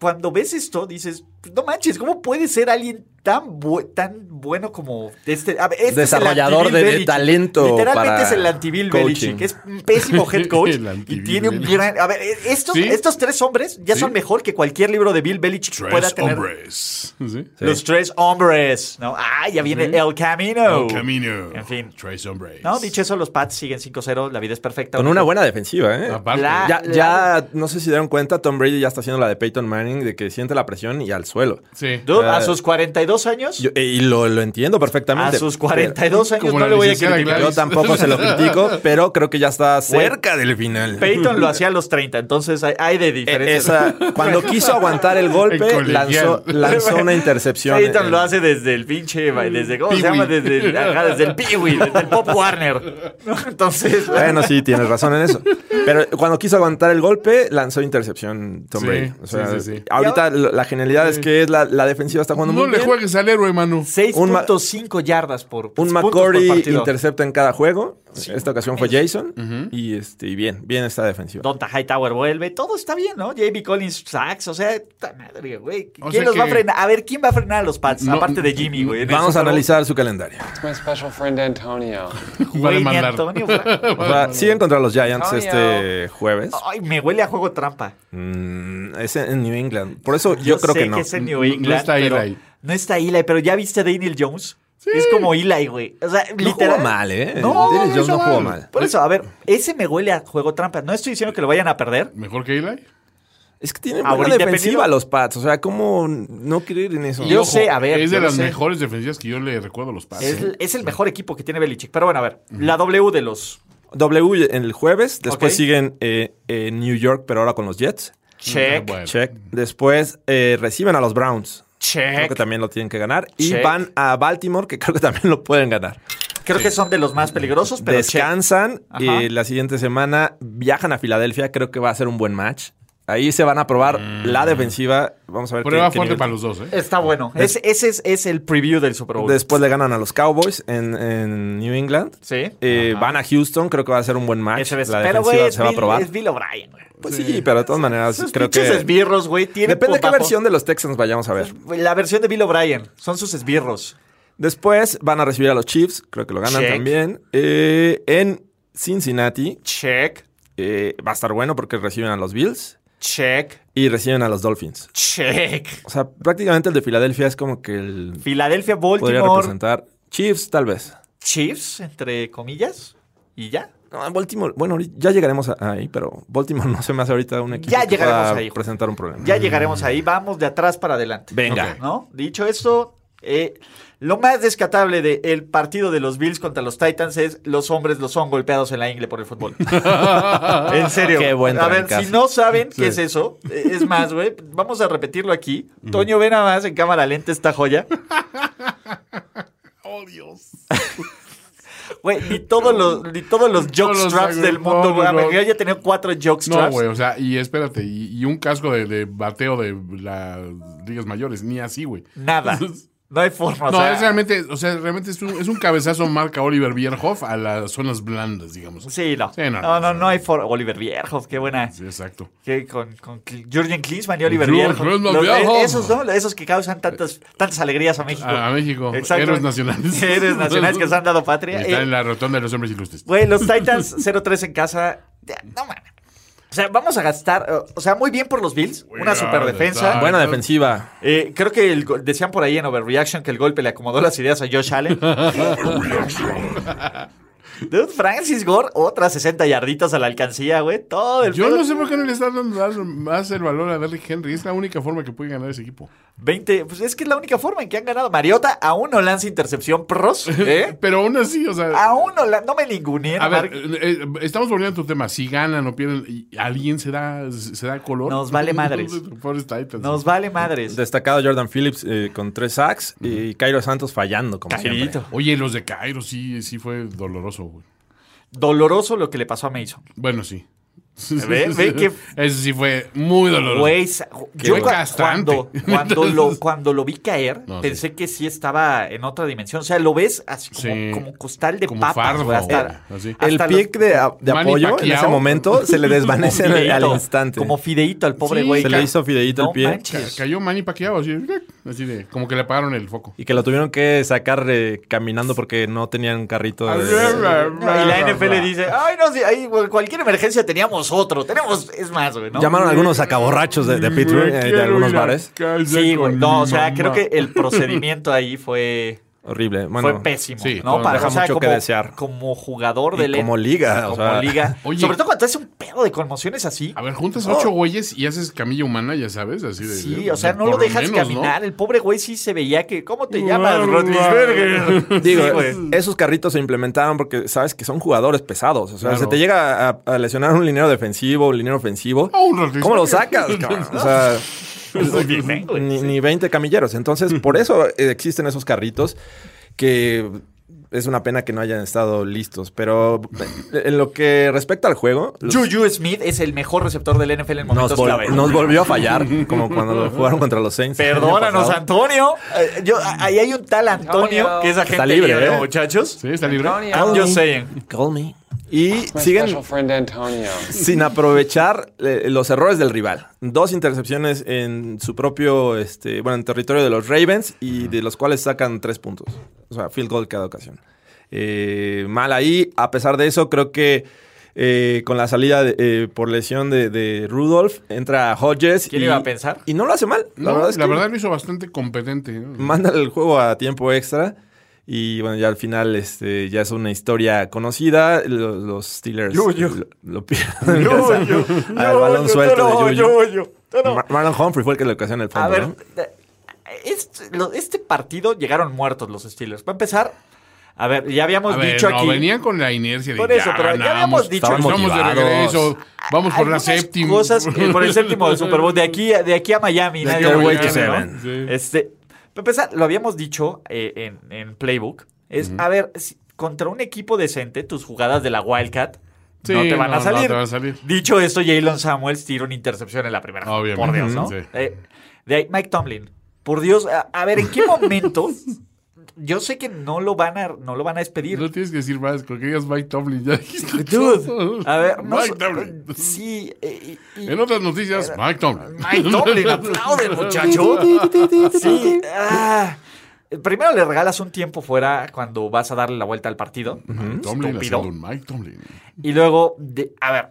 Speaker 2: cuando ves esto, dices, "Pues, no manches, ¿cómo puede ser alguien tan, bu- tan bueno como este? A ver, este es el
Speaker 3: Desarrollador
Speaker 2: anti-Bill
Speaker 3: de- de
Speaker 2: Belichick.
Speaker 3: talento
Speaker 2: Literalmente
Speaker 3: para
Speaker 2: es el anti-Bill
Speaker 3: coaching.
Speaker 2: Belichick. Es un pésimo head coach
Speaker 4: El
Speaker 2: y
Speaker 4: anti-Bill
Speaker 2: tiene un
Speaker 4: Belichick.
Speaker 2: gran... A ver, e- estos,
Speaker 4: ¿Sí?
Speaker 2: estos tres hombres ya
Speaker 4: ¿Sí?
Speaker 2: son mejor que cualquier libro de Bill Belichick que pueda
Speaker 4: Tres
Speaker 2: tener.
Speaker 4: hombres. ¿Sí?
Speaker 2: Los tres hombres, ¿no? Ah, ya viene El Camino.
Speaker 4: El camino.
Speaker 2: Oh, En fin.
Speaker 4: Tres hombres.
Speaker 2: No, dicho eso, los Pats siguen 5-0, la vida es perfecta.
Speaker 3: Con una buena defensiva,
Speaker 2: Ah,
Speaker 3: ¿eh?
Speaker 4: Aparte.
Speaker 2: La-
Speaker 3: Ya, ya, no sé si dieron cuenta, Tom Brady ya está haciendo la de Peyton Manning, de que siente la presión y al suelo.
Speaker 4: Sí.
Speaker 2: Dude, a sus 42 años...
Speaker 3: Yo- eh, y lo, lo entiendo perfectamente.
Speaker 2: A sus 42 años
Speaker 4: Como
Speaker 2: no
Speaker 4: la
Speaker 2: le voy a
Speaker 4: licenciada
Speaker 2: criticar.
Speaker 3: Yo tampoco se lo critico, pero creo que ya está cerca del final.
Speaker 2: Peyton lo hacía a los 30, entonces hay, hay
Speaker 4: E,
Speaker 2: de diferencia.
Speaker 3: Esa- cuando quiso aguantar el
Speaker 4: El
Speaker 3: golpe,
Speaker 4: colegial.
Speaker 3: lanzó, lanzó una intercepción.
Speaker 2: Peyton
Speaker 3: Eh,
Speaker 2: lo hace desde el pinche, desde, ¿cómo se
Speaker 4: Peewee.
Speaker 2: llama? Desde el, ajá, desde el Peewee, desde el Pop Warner. ¿no? Entonces,
Speaker 3: Bueno, sí, tienes razón en eso. Pero cuando quiso aguantar el golpe, lanzó intercepción Tom
Speaker 4: Sí,
Speaker 3: Brady. O
Speaker 4: sí,
Speaker 3: sea,
Speaker 4: sí, sí.
Speaker 3: Ahorita lo- la genialidad es que es la, la defensiva está jugando
Speaker 4: No
Speaker 3: muy
Speaker 4: le
Speaker 3: bien.
Speaker 4: juegues al héroe, Manu.
Speaker 2: 6.5 yardas por
Speaker 3: Un
Speaker 2: puntos
Speaker 3: McCory
Speaker 2: por partido.
Speaker 3: intercepta en cada juego. Esta ocasión fue Jason. Y este, y bien, bien esta defensiva.
Speaker 2: Donta Hightower vuelve, todo está bien, ¿no? JB Collins sacks, o sea, puta madre, güey.
Speaker 4: O sea
Speaker 2: ¿Quién los va a
Speaker 4: que-
Speaker 2: frenar? A ver, ¿quién va a frenar a los Pats?
Speaker 4: No,
Speaker 2: Aparte de Jimmy, güey. en el
Speaker 3: Vamos a
Speaker 2: Super Bowl.
Speaker 3: analizar su calendario.
Speaker 5: My special friend Antonio.
Speaker 4: Jugar de
Speaker 2: Güey, ni
Speaker 4: mandar.
Speaker 2: Antonio, güey.
Speaker 3: O sea, siguen contra los Giants
Speaker 5: Antonio.
Speaker 3: este jueves.
Speaker 2: Ay, me huele a juego trampa.
Speaker 3: Mm, es en New England. Por eso yo, creo
Speaker 2: sé
Speaker 3: que no.
Speaker 2: es en New
Speaker 4: No- no
Speaker 2: England,
Speaker 4: está
Speaker 2: pero-
Speaker 4: Eli.
Speaker 2: No está Eli, pero ya viste a Daniel Jones. Es como Eli, güey. O sea,
Speaker 3: No
Speaker 2: literal.
Speaker 3: jugó mal, ¿eh?
Speaker 4: no
Speaker 2: No,
Speaker 3: Daniel Jones
Speaker 4: hizo
Speaker 3: no jugó
Speaker 4: mal.
Speaker 3: mal.
Speaker 2: Por eso, a ver, ese me huele a juego trampa. No estoy diciendo que lo vayan a perder.
Speaker 4: ¿Mejor que Eli?
Speaker 3: Es que tienen
Speaker 2: Ahorita
Speaker 3: buena defensiva
Speaker 2: perdido.
Speaker 3: los Pats. O sea, ¿cómo no creer en eso?
Speaker 2: Yo sé, a ver.
Speaker 4: Es de
Speaker 2: yo lo
Speaker 4: las
Speaker 2: sé.
Speaker 4: mejores defensivas que yo le recuerdo a los
Speaker 3: Ah,
Speaker 4: padres.
Speaker 2: Es, es el mejor equipo que tiene Belichick. Pero bueno, a ver, la W de los
Speaker 3: Mm, W en el jueves. Después
Speaker 2: Ok.
Speaker 3: siguen eh, en New York, pero ahora con los Jets.
Speaker 2: check,
Speaker 4: Bueno.
Speaker 3: Check. Después eh, reciben a los Browns. Creo que
Speaker 2: check.
Speaker 3: también lo tienen que ganar. Y
Speaker 2: Check.
Speaker 3: van a Baltimore, que creo que también lo pueden ganar.
Speaker 2: Creo que son de los más peligrosos, pero check.
Speaker 3: Descansan.
Speaker 2: Ajá.
Speaker 3: Y la siguiente semana viajan a Filadelfia. Creo que va a ser un buen match. Ahí se van a probar
Speaker 2: Mm.
Speaker 3: la defensiva. Vamos a ver
Speaker 4: Prueba fuerte
Speaker 3: nivel-
Speaker 4: para los dos, ¿eh?
Speaker 2: Está bueno. Ese- ese es, es el preview del Super Bowl.
Speaker 3: Después le ganan a los Cowboys en, en New England.
Speaker 2: Sí.
Speaker 3: Eh, van a Houston, creo que va a ser un buen match.
Speaker 2: Ese ves-
Speaker 3: La
Speaker 2: pero,
Speaker 3: defensiva
Speaker 2: güey, es,
Speaker 3: se va a
Speaker 2: Bill-
Speaker 3: probar.
Speaker 2: es Bill O'Brien, güey.
Speaker 3: Pues sí, pero de todas maneras,
Speaker 2: Esos
Speaker 3: creo
Speaker 2: pinches
Speaker 3: que.
Speaker 2: esbirros, güey. tienen
Speaker 3: Depende
Speaker 2: por
Speaker 3: de qué
Speaker 2: bajo-
Speaker 3: versión de los Texans vayamos a ver.
Speaker 2: La versión de Bill O'Brien. Son sus esbirros.
Speaker 3: Después van a recibir a los Chiefs, creo que lo ganan
Speaker 2: Check.
Speaker 3: también. Eh, en Cincinnati
Speaker 2: Check,
Speaker 3: eh, va a estar bueno porque reciben a los Bills
Speaker 2: check,
Speaker 3: y reciben a los Dolphins.
Speaker 2: check.
Speaker 3: O sea, prácticamente el de Filadelfia es como que el
Speaker 2: Filadelfia,
Speaker 3: podría
Speaker 2: Baltimore,
Speaker 3: representar Chiefs, tal vez.
Speaker 2: Chiefs, entre comillas. y ya.
Speaker 3: No, Baltimore, bueno, ahorita- ya llegaremos a- ahí, pero Baltimore no se me hace ahorita un equipo
Speaker 2: Ya
Speaker 3: que
Speaker 2: llegaremos
Speaker 3: pueda
Speaker 2: ahí, Jorge.
Speaker 3: presentar un problema.
Speaker 2: Ya llegaremos ahí, vamos de atrás para adelante.
Speaker 3: Venga.
Speaker 2: Ok. ¿No? Dicho esto, eh, lo más descatable del partido de los Bills contra los Titans es los hombres los son golpeados en la ingle por el fútbol. en serio.
Speaker 3: Qué buen
Speaker 2: a ver,
Speaker 3: trancazo.
Speaker 2: si no saben qué es eso, eh, es más, güey, vamos a repetirlo aquí. Toño, ve nada más en cámara lenta esta joya.
Speaker 4: ¡Oh, Dios!
Speaker 2: Güey, ni todos los, ni todos los jock
Speaker 4: Todos los
Speaker 2: straps
Speaker 4: saco-
Speaker 2: del
Speaker 4: no,
Speaker 2: mundo,
Speaker 4: no,
Speaker 2: güey.
Speaker 4: no.
Speaker 2: Yo ya tenía cuatro jock
Speaker 4: No,
Speaker 2: straps.
Speaker 4: güey, o sea, y espérate, y, y un casco de, de bateo de las ligas mayores, ni así, güey.
Speaker 2: Nada. No hay forma. o
Speaker 4: No,
Speaker 2: sea,
Speaker 4: es realmente, o sea, realmente es un, es un cabezazo marca Oliver Bierhoff a las zonas blandas, digamos.
Speaker 2: Sí, no.
Speaker 4: Sí,
Speaker 2: no,
Speaker 4: no,
Speaker 2: no,
Speaker 4: no.
Speaker 2: no, hay forma. Oliver Vierhoff, qué buena.
Speaker 4: Sí, exacto.
Speaker 2: Que con, con Cl- Jürgen Klinsmann y Oliver
Speaker 4: Jürgen
Speaker 2: Bierhoff.
Speaker 4: Klinsmann,
Speaker 2: Los-
Speaker 4: Bierhoff.
Speaker 2: eh, esos, ¿no? Esos que causan tantas, tantas alegrías a México.
Speaker 4: A, a México,
Speaker 2: Exacto.
Speaker 4: héroes nacionales.
Speaker 2: Héroes nacionales que nos han dado patria.
Speaker 4: Está
Speaker 2: Eh,
Speaker 4: en la rotonda de los hombres ilustres.
Speaker 2: Güey, los Titans 0-3 en casa. Ya, No mames. O sea, vamos a gastar. eh, O sea, muy bien por los Bills. Una
Speaker 4: Cuidado,
Speaker 2: super defensa.
Speaker 4: está.
Speaker 3: Buena defensiva.
Speaker 2: Eh, creo que el go- decían por ahí en Overreaction que el golpe le acomodó las ideas a Josh Allen. Dude, Francis Gore, otras 60 yarditas a la alcancía, güey. Todo el
Speaker 4: Yo
Speaker 2: pedo.
Speaker 4: no sé por qué no le están dando dar más el valor a Derrick Henry. Es la única forma que puede ganar ese equipo.
Speaker 2: 20, pues es que es la única forma en que han ganado. Mariota aún no lanza intercepción pros, ¿eh?
Speaker 4: Pero aún así, o sea.
Speaker 2: aún no la, no me ninguneen.
Speaker 4: A ver,
Speaker 2: Mark.
Speaker 4: eh, eh, estamos volviendo a tu tema. Si ganan o pierden, ¿y ¿alguien se da, se da color?
Speaker 2: Nos vale madres.
Speaker 4: Pobres Titans.
Speaker 2: nos vale madres.
Speaker 3: Destacado Jordan Phillips eh, con tres sacks y Cairo Santos fallando, como
Speaker 2: Cairito.
Speaker 3: siempre.
Speaker 4: Oye, los de Cairo sí, sí fue doloroso, güey.
Speaker 2: Doloroso lo que le pasó a Mason.
Speaker 4: Bueno, sí.
Speaker 2: Ve- ve que-
Speaker 4: Eso sí fue muy doloroso.
Speaker 2: Güey, sa- yo
Speaker 4: Qué
Speaker 2: cua-
Speaker 4: castrante.
Speaker 2: cuando, cuando, lo, cuando lo vi caer,
Speaker 4: No,
Speaker 2: pensé que sí estaba en otra dimensión. O sea, lo ves así como,
Speaker 4: Sí.
Speaker 2: como costal de
Speaker 4: Como
Speaker 2: papas,
Speaker 4: fardo,
Speaker 2: güey, hasta-
Speaker 4: güey, así.
Speaker 2: hasta
Speaker 3: El
Speaker 2: los-
Speaker 3: pick de, a- de
Speaker 4: Manny
Speaker 3: apoyo en
Speaker 4: Pacquiao.
Speaker 3: ese momento se le desvanece
Speaker 2: como
Speaker 3: al, al
Speaker 2: fideíto,
Speaker 3: instante.
Speaker 2: Como fideíto al pobre
Speaker 4: Sí,
Speaker 2: güey.
Speaker 3: se le hizo fideíto
Speaker 2: No
Speaker 3: el pie.
Speaker 4: Ca-
Speaker 2: manches.
Speaker 4: Cayó Manny Pacquiao, así, así de, como que le apagaron el foco.
Speaker 3: Y que lo tuvieron que sacar eh, caminando porque no tenían carrito de-
Speaker 2: No, y la NFL dice, ay, no, sí, ahí, güey, cualquier emergencia teníamos otro. Tenemos, es más, güey, ¿no?
Speaker 3: Llamaron a algunos sacaborrachos de, de Pittsburgh, eh, de algunos bares.
Speaker 2: Sí, güey. No, o sea, creo que el procedimiento ahí fue,
Speaker 3: Horrible. Bueno,
Speaker 2: fue pésimo.
Speaker 4: sí,
Speaker 2: ¿no?
Speaker 4: no,
Speaker 2: Para,
Speaker 3: deja
Speaker 2: o sea,
Speaker 3: mucho que
Speaker 2: como-
Speaker 3: desear.
Speaker 2: Como jugador
Speaker 3: Y
Speaker 2: de E
Speaker 3: como liga, o
Speaker 2: Como
Speaker 3: sea. Ah,
Speaker 2: liga.
Speaker 4: Oye.
Speaker 2: Sobre todo cuando te hace un pedo de conmociones así.
Speaker 4: A ver, juntas a ocho güeyes y haces camilla humana, ya sabes, así de...
Speaker 2: Oh. Sí,
Speaker 4: de-
Speaker 2: o sea, no
Speaker 4: por
Speaker 2: lo dejas
Speaker 4: menos, ¿no?
Speaker 2: caminar. El pobre güey sí se veía que, ¿cómo te llamas, Rodríguez?
Speaker 3: Digo, esos carritos se implementaron porque sabes que son jugadores pesados. O sea,
Speaker 4: Claro.
Speaker 3: se te llega a, a lesionar un linero defensivo, un linero ofensivo.
Speaker 4: Ah, un Rodríguez.
Speaker 3: ¿Cómo lo sacas, cabrón? O sea,
Speaker 2: Pues,
Speaker 3: ni, ni 20 camilleros. Entonces, por eso eh, existen esos carritos que es una pena que no hayan estado listos. Pero eh, en lo que respecta al juego, los-
Speaker 2: Juju Smith es el mejor receptor del NFL en
Speaker 3: nos,
Speaker 2: momentos
Speaker 3: vol-
Speaker 2: clave.
Speaker 3: nos volvió a fallar, como cuando lo jugaron contra los Saints. el año
Speaker 2: Perdónanos,
Speaker 3: pasado.
Speaker 2: Antonio. Eh, yo, a- ahí hay un tal Antonio
Speaker 5: Antonio.
Speaker 2: que es agente
Speaker 3: Está libre,
Speaker 2: libre,
Speaker 3: ¿eh?
Speaker 2: muchachos.
Speaker 4: Sí, está libre.
Speaker 2: I'm just saying.
Speaker 3: Call me. Y
Speaker 6: pues,
Speaker 5: My
Speaker 3: siguen
Speaker 5: special friend Antonio.
Speaker 3: sin aprovechar eh, los errores del rival. Dos intercepciones en su propio, este, bueno, en territorio de los Ravens y de los cuales sacan tres puntos. O sea, field goal cada ocasión. Eh, mal ahí. A pesar de eso, creo que eh, con la salida de- eh, por lesión de, de Rudolph, entra Hodges.
Speaker 2: ¿Quién
Speaker 3: y-
Speaker 2: iba a pensar?
Speaker 3: Y no lo hace mal. La
Speaker 4: No,
Speaker 3: verdad es que
Speaker 4: lo hizo bastante competente. ¿eh? ¿no?
Speaker 3: manda el juego a tiempo extra. Y bueno, ya al final este, ya es una historia conocida. Lo- Los, Steelers
Speaker 2: Yo, yo.
Speaker 3: Lo, lo pierden. ya saben, al Ah, balón suelto de Yuyu. Mar- Marlon Humphrey fue el que le ocasionó el fumble,
Speaker 2: A ver,
Speaker 3: ¿no?
Speaker 2: eh, este, lo- este partido llegaron muertos los Steelers. Para empezar, a ver, ya habíamos
Speaker 4: A ver,
Speaker 2: dicho
Speaker 4: no,
Speaker 2: aquí.
Speaker 4: venían con la inercia de
Speaker 2: Por eso,
Speaker 4: ya
Speaker 2: pero ya
Speaker 4: ganamos,
Speaker 2: habíamos dicho-
Speaker 4: estamos de
Speaker 3: Estaban
Speaker 4: regreso,
Speaker 3: motivados.
Speaker 4: vamos por la
Speaker 2: algunas
Speaker 4: séptima.
Speaker 2: Cosas que por el séptimo del Super Bowl, de aquí, a- de aquí a Miami.
Speaker 3: De
Speaker 2: nadie
Speaker 3: aquí a
Speaker 2: lo
Speaker 3: Way
Speaker 2: quiere,
Speaker 3: to
Speaker 2: ¿no?
Speaker 3: Seven.
Speaker 4: Sí.
Speaker 2: Este, para empezar, lo habíamos dicho eh, en, en Playbook. Es, a ver, si- contra un equipo decente, tus jugadas de la Wildcat
Speaker 4: Sí,
Speaker 2: no, te van a
Speaker 4: no, no
Speaker 2: salir.
Speaker 4: te van a salir.
Speaker 2: Dicho esto, Jalen Samuels tira una intercepción en la primera.
Speaker 4: Obviamente,
Speaker 2: Por Dios,
Speaker 4: sí,
Speaker 2: ¿no?
Speaker 4: sí.
Speaker 2: Eh, de ahí, Mike Tomlin. Por Dios, a, a ver, ¿en qué momento? Yo sé que no lo van a, no lo van a despedir.
Speaker 4: No tienes que decir más, con que digas Mike Tomlin, ya dijiste todo.
Speaker 2: Dude, a ver, no,
Speaker 4: Mike
Speaker 2: sé-
Speaker 4: Tomlin.
Speaker 2: Sí, eh, y- y-
Speaker 4: En otras noticias, Mike Tomlin.
Speaker 2: Mike Tomlin, aplaude, muchacho. Sí. ah. Primero le regalas un tiempo fuera cuando vas a darle la vuelta al partido.
Speaker 4: Mike Tomlin
Speaker 2: Estúpido.
Speaker 4: haciendo un Mike Tomlin.
Speaker 2: Y luego, de- a ver,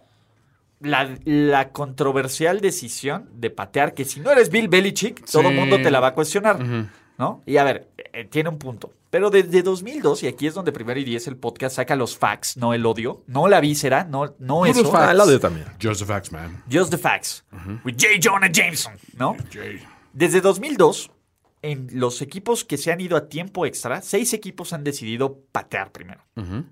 Speaker 2: la, la controversial decisión de patear, que si no eres Bill Belichick, todo el
Speaker 4: Sí.
Speaker 2: mundo te la va a cuestionar. ¿no? Y a ver, eh, tiene un punto. Pero desde 2002, y aquí es donde primero y diez el podcast saca los facts, no el odio, no la víscera, no, no eso.
Speaker 3: Ah, el audio también.
Speaker 4: Joseph Axman.
Speaker 2: Just the facts. With J. Jonah Jameson, ¿no? Desde 2002, en los equipos que se han ido a tiempo extra, seis equipos han decidido patear primero.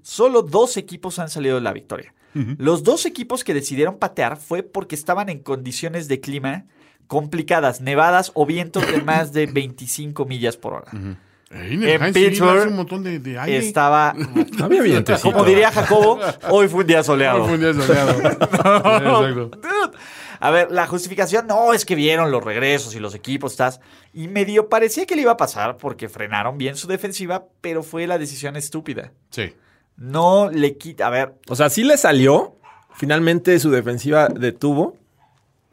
Speaker 2: Solo dos equipos han salido de la victoria. Los dos equipos que decidieron patear fue porque estaban en condiciones de clima complicadas, nevadas o vientos de más de 25 millas por hora.
Speaker 4: En
Speaker 2: En Eh, Pittsburgh
Speaker 4: un montón de, de aire.
Speaker 2: Estaba,
Speaker 3: Había vientecito.
Speaker 2: como diría Jacobo, hoy fue un día soleado.
Speaker 4: Fue un día soleado. Exacto.
Speaker 2: Dude. A ver, la justificación no es que vieron los regresos y los equipos, estás. Y medio parecía que le iba a pasar porque frenaron bien su defensiva, pero fue la decisión estúpida.
Speaker 4: Sí.
Speaker 2: No le quita. A ver,
Speaker 3: O sea, sí le salió. Finalmente su defensiva detuvo.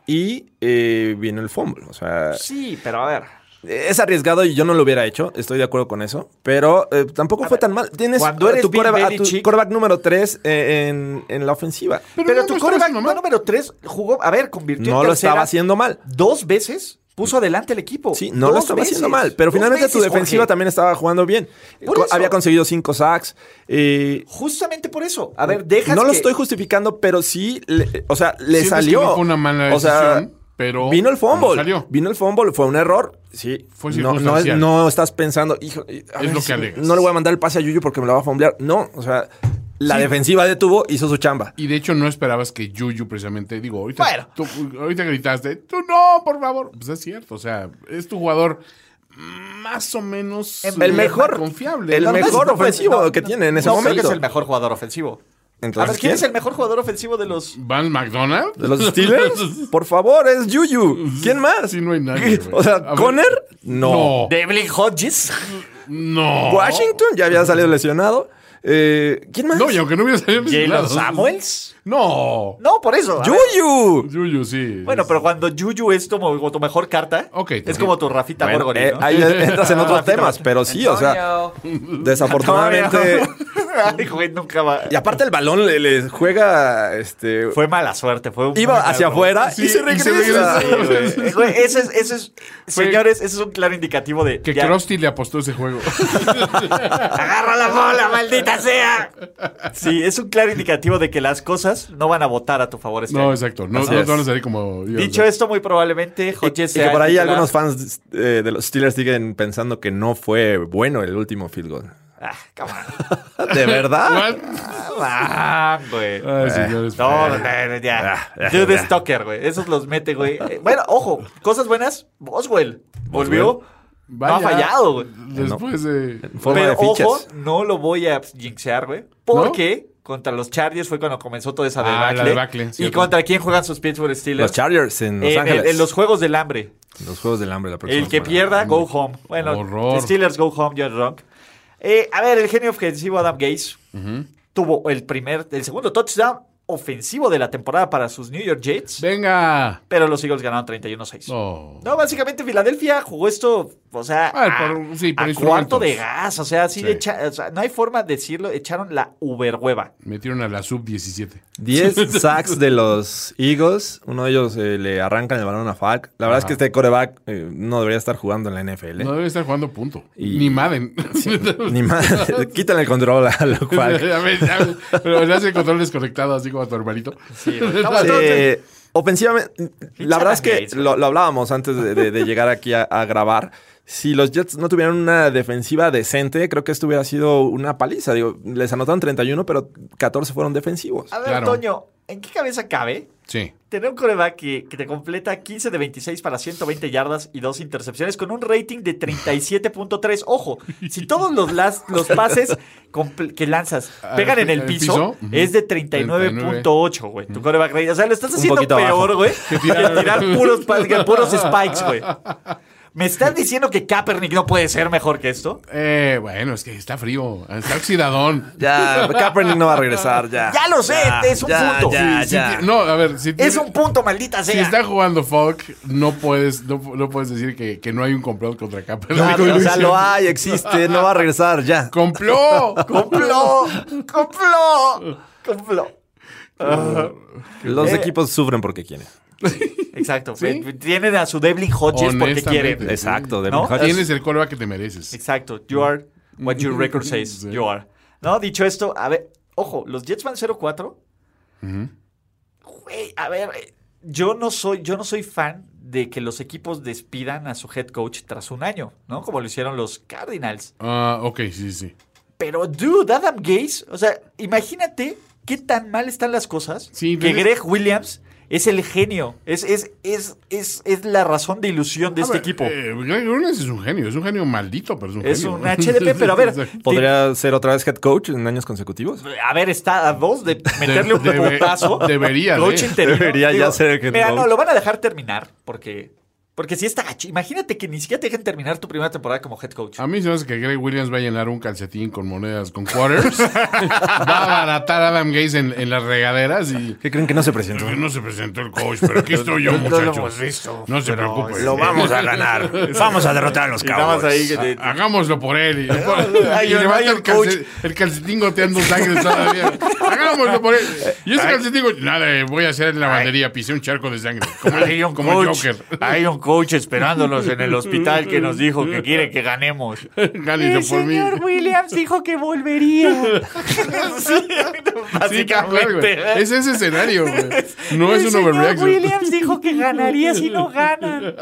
Speaker 3: Y eh, vino el fumble. O sea,
Speaker 2: sí, pero a ver.
Speaker 3: es arriesgado y yo no lo hubiera hecho. Estoy de acuerdo con eso. Pero eh, tampoco fue tan mal. Tienes
Speaker 2: cuando
Speaker 3: a
Speaker 2: eres
Speaker 3: tu,
Speaker 2: Bill
Speaker 3: quarterback, a tu
Speaker 2: Belichick-
Speaker 3: quarterback número 3 en, en la ofensiva.
Speaker 4: no,
Speaker 2: Pero, tu
Speaker 4: no estabas
Speaker 2: coreback
Speaker 4: haciendo mal.
Speaker 2: número 3 jugó. A ver, convirtió en
Speaker 3: No lo
Speaker 2: tercera
Speaker 3: estaba haciendo mal.
Speaker 2: Dos veces puso adelante el equipo.
Speaker 3: Sí, no lo
Speaker 2: Dos
Speaker 3: estaba haciendo
Speaker 2: veces.
Speaker 3: mal. Pero
Speaker 2: Dos
Speaker 3: finalmente tu
Speaker 2: veces,
Speaker 3: defensiva
Speaker 2: Jorge.
Speaker 3: también estaba jugando bien.
Speaker 2: Por
Speaker 3: Co-
Speaker 2: eso.
Speaker 3: Había conseguido 5 sacks. eh,
Speaker 2: Justamente por eso. A ver, dejas.
Speaker 3: no lo
Speaker 2: que-
Speaker 3: estoy justificando, pero sí, le- o sea, le
Speaker 4: Sientes
Speaker 3: salió.
Speaker 4: que no fue una mala
Speaker 3: O sea,
Speaker 4: decisión, pero
Speaker 3: Vino el fumble.
Speaker 4: no salió.
Speaker 3: Vino el fumble, fue un error. Sí.
Speaker 4: Fue
Speaker 3: no, no, es-
Speaker 4: circunstancial.
Speaker 3: no estás pensando, hijo, a
Speaker 4: Es lo
Speaker 3: si
Speaker 4: que alegas.
Speaker 3: No le voy a mandar el pase a Yuyu porque me lo va a fumblear. No, o sea, la
Speaker 4: Sí.
Speaker 3: defensiva detuvo, hizo su chamba.
Speaker 4: Y de hecho no esperabas que Yuyu precisamente, digo, ahorita,
Speaker 2: Bueno.
Speaker 4: tú- ahorita gritaste, tú no, por favor. Pues es cierto, o sea, es tu jugador más o menos
Speaker 2: El
Speaker 4: eh,
Speaker 3: mejor.
Speaker 4: confiable.
Speaker 3: El
Speaker 4: La verdad
Speaker 3: mejor
Speaker 4: es que fue-
Speaker 3: ofensivo que tiene en ese
Speaker 2: no,
Speaker 3: momento.
Speaker 2: Creo que es el mejor jugador ofensivo.
Speaker 3: Entonces,
Speaker 2: a ver, ¿quién, es
Speaker 3: ¿quién?
Speaker 2: el mejor jugador ofensivo de los.?
Speaker 4: ¿Van McDonald?
Speaker 3: ¿De los Steelers? Por favor, es Yuyu. ¿Quién más?
Speaker 4: Sí, no hay nadie, güey.
Speaker 3: O sea,
Speaker 4: A ver.
Speaker 3: ¿Conner? No.
Speaker 4: No.
Speaker 2: Devlin Hodges.
Speaker 4: No.
Speaker 3: ¿Washington? Ya había salido lesionado. Eh, ¿Quién más?
Speaker 4: No, y aunque no hubiera salido
Speaker 2: Jalen
Speaker 4: lesionado.
Speaker 2: Samuels.
Speaker 4: No.
Speaker 2: No, por eso. a ver.
Speaker 3: ¡Yuyu!
Speaker 4: Yuyu, sí.
Speaker 2: Bueno, pero cuando Yuyu es como, como tu mejor carta,
Speaker 4: Ok,
Speaker 2: es
Speaker 4: también.
Speaker 2: como tu Rafita
Speaker 3: Bueno,
Speaker 2: Gorgori,
Speaker 3: eh,
Speaker 2: ¿no?
Speaker 3: ahí entras en otros
Speaker 2: Rafita
Speaker 3: temas, pero sí, o sea, desafortunadamente.
Speaker 2: Ay, güey, nunca va.
Speaker 3: Y aparte el balón le, le juega, este,
Speaker 2: Fue mala suerte, fue un
Speaker 3: iba
Speaker 2: muy mal
Speaker 3: hacia
Speaker 2: robo.
Speaker 3: afuera
Speaker 4: Sí,
Speaker 3: y se
Speaker 4: y se
Speaker 3: regresa.
Speaker 2: Sí, güey. Eh, güey, ese es, ese es-
Speaker 4: Fue-
Speaker 2: señores, ese es un claro indicativo de
Speaker 4: Que
Speaker 2: ya,
Speaker 4: Krusty le apostó ese juego.
Speaker 2: agarra la bola, maldita sea. Sí, es un claro indicativo de que las cosas no van a votar a tu favor este
Speaker 4: no,
Speaker 2: año.
Speaker 4: exacto. No,
Speaker 3: Así
Speaker 4: no
Speaker 3: es.
Speaker 4: te van a salir como... yo,
Speaker 2: Dicho
Speaker 4: o sea,
Speaker 2: esto, muy probablemente
Speaker 3: Y,
Speaker 2: Hodges
Speaker 3: y que
Speaker 2: sea
Speaker 3: por ahí
Speaker 2: titular.
Speaker 3: algunos fans eh, de los Steelers siguen pensando que no fue bueno el último field goal.
Speaker 2: Ah, come on.
Speaker 3: ¿De verdad?
Speaker 4: ¿What?
Speaker 2: Ah, güey.
Speaker 4: Ay, señores.
Speaker 2: No, no, no, ya.
Speaker 3: Eh, Ah,
Speaker 2: Dude
Speaker 3: ya.
Speaker 2: Stalker, güey. Esos los mete, güey. Eh, Bueno, ojo, cosas buenas. Boswell volvió.
Speaker 4: pues, Vaya.
Speaker 2: No ha fallado, güey.
Speaker 4: Después de...
Speaker 3: En forma
Speaker 2: Pero
Speaker 3: de fichas.
Speaker 2: ojo, no lo voy a jinxear, güey. Porque contra los Chargers fue cuando comenzó toda esa
Speaker 4: Ah,
Speaker 2: debacle.
Speaker 4: la debacle,
Speaker 2: ¿Y
Speaker 4: cierto.
Speaker 2: contra quién juegan sus Pittsburgh Steelers?
Speaker 3: Los Chargers en Los
Speaker 2: En- en,
Speaker 3: Ángeles.
Speaker 2: eh, en los Juegos del Hambre.
Speaker 3: Los Juegos del Hambre la próxima
Speaker 2: El que
Speaker 3: semana.
Speaker 2: pierda, go home. Bueno,
Speaker 4: Horror.
Speaker 2: Steelers, go home, you're drunk. Eh, a ver, el genio ofensivo Adam Gates tuvo el primer, el segundo touchdown ofensivo de la temporada para sus New York Jets,
Speaker 4: Venga.
Speaker 2: pero los Eagles ganaron 31-6.
Speaker 4: No.
Speaker 2: No, básicamente Filadelfia jugó esto, o sea,
Speaker 4: Ah,
Speaker 2: a,
Speaker 4: por- sí, por
Speaker 2: a
Speaker 4: instrumentos.
Speaker 2: cuarto de gas, o sea, así
Speaker 4: Sí.
Speaker 2: de echa- o sea, no hay forma de decirlo, echaron la uber hueva.
Speaker 4: Metieron a la sub-17.
Speaker 3: 10 sacks de los Eagles. Uno de ellos eh, le arrancan el balón a Falk. La verdad es que este coreback eh, no debería estar jugando en la NFL.
Speaker 4: No debe estar jugando punto.
Speaker 3: ¿Eh? Y-
Speaker 4: Ni Madden.
Speaker 3: Ni más. Quítale el control a lo
Speaker 4: A
Speaker 3: Falk.
Speaker 4: ver, ya, Pero le hace el control desconectado, así como a tu hermanito.
Speaker 2: Sí, güey, estaba-
Speaker 3: Eh, ofensivamente, la verdad es que
Speaker 2: Gates, güey.
Speaker 3: lo, lo hablábamos antes de, de- de llegar aquí a, a grabar. Si los Jets no tuvieran una defensiva decente, creo que esto hubiera sido una paliza. Digo, les anotaron 31, pero 14 fueron defensivos.
Speaker 2: A ver,
Speaker 4: claro.
Speaker 2: Toño, ¿en qué cabeza cabe
Speaker 4: Sí.
Speaker 2: Tener un coreback que, que te completa 15 de 26 para 120 yardas y dos intercepciones con un rating de 37.3. Ojo, si todos los, las- los pases compl- que lanzas pegan en el
Speaker 4: ¿El
Speaker 2: piso,
Speaker 4: piso? Ujú.
Speaker 2: es de 39.8, güey. Tu coreback rating. O sea, lo estás haciendo
Speaker 3: poquito
Speaker 2: peor,
Speaker 3: abajo.
Speaker 2: güey, que
Speaker 4: tirar-
Speaker 2: tirar puros, pas- que puros spikes, güey. ¿Me estás diciendo que Kaepernick no puede ser mejor que esto?
Speaker 4: Eh, bueno, es que está frío. Está oxidadón.
Speaker 3: Ya, Kaepernick no va a regresar, ya.
Speaker 2: Ya lo sé, es un
Speaker 3: Ah, ya,
Speaker 2: punto.
Speaker 3: ya,
Speaker 4: Si
Speaker 3: ya.
Speaker 4: ti- no, a ver. Si
Speaker 2: Es
Speaker 4: tiene-
Speaker 2: un punto, maldita sea.
Speaker 4: Si está jugando Falk, no puedes, no, no puedes decir que, que no hay un complot contra Kaepernick.
Speaker 3: Claro, o sea,
Speaker 4: Luis.
Speaker 3: lo hay, existe, no va a regresar, ya.
Speaker 4: ¡Complot!
Speaker 2: ¡Compló! ¡Compló! ¡Compló!
Speaker 3: Los equipos sufren porque quieren.
Speaker 2: Exacto.
Speaker 4: Sí.
Speaker 2: Tienen a su Devlin Hodges porque
Speaker 4: Honestamente.
Speaker 2: quieren.
Speaker 3: Exacto, de
Speaker 2: ¿No?
Speaker 3: Hodges.
Speaker 4: Tienes el coreback que te mereces.
Speaker 2: Exacto. You are what your record says
Speaker 4: Sí.
Speaker 2: you are. No, dicho esto, a ver, ojo, los Jets van 0-4. Güey, a ver, eh, yo no soy, yo no soy fan de que los equipos despidan a su head coach tras un año, ¿no? Como lo hicieron los Cardinals.
Speaker 4: Ah, ok, sí, sí, sí.
Speaker 2: Pero, dude, Adam Gaze, o sea, imagínate qué tan mal están las cosas
Speaker 4: Sí,
Speaker 2: que
Speaker 4: pero-
Speaker 2: Greg Williams es el genio, es, es, es, es, es la razón de ilusión de
Speaker 4: A
Speaker 2: este
Speaker 4: ver,
Speaker 2: equipo.
Speaker 4: eh, Greg Williams es un genio, es un genio maldito, pero es un
Speaker 2: es
Speaker 4: genio.
Speaker 2: un HDP, pero a ver,
Speaker 3: ¿Podría ser otra vez head coach en años consecutivos?
Speaker 2: A ver, está a dos de meterle un
Speaker 4: debe-
Speaker 2: remotazo.
Speaker 4: debería de.
Speaker 2: Coach interino.
Speaker 3: Debería ya ser el que
Speaker 2: Mira,
Speaker 3: no.
Speaker 2: no, lo van a dejar terminar porque. Porque si está gacho. Imagínate que ni siquiera te dejen terminar tu primera temporada como head coach.
Speaker 4: A mí se me hace que Greg Williams va a llenar un calcetín con monedas, con quarters. va a abaratar a Adam Gaze en, en las regaderas y...
Speaker 3: ¿Qué creen que no se presentó?
Speaker 4: No se presentó el coach, pero aquí estoy yo, muchachos. No se preocupen.
Speaker 7: Lo vamos a ganar. Vamos a derrotar a los Cowboys.
Speaker 4: Eh, Hagámoslo por él. Y,
Speaker 2: Ay,
Speaker 4: y
Speaker 2: yo-
Speaker 4: levanta
Speaker 2: ay,
Speaker 4: el,
Speaker 2: el coach.
Speaker 4: calce- el calcetín goteando sangre todavía. Hagámoslo por él. Y ese calcetín, nada, eh, voy a hacer en la bandería, pisé un charco de sangre. Como,
Speaker 2: Hay un,
Speaker 4: como el
Speaker 2: coach,
Speaker 4: Joker.
Speaker 2: hay un coach esperándonos en el hospital que nos dijo que quiere que ganemos.
Speaker 4: Gánenlo por mí.
Speaker 2: Williams dijo que volvería. Sí,
Speaker 4: Sí, claro, güey.
Speaker 2: básicamente.
Speaker 4: Es ese escenario, güey. No es un overreaction.
Speaker 2: dijo que ganaría si no ganan.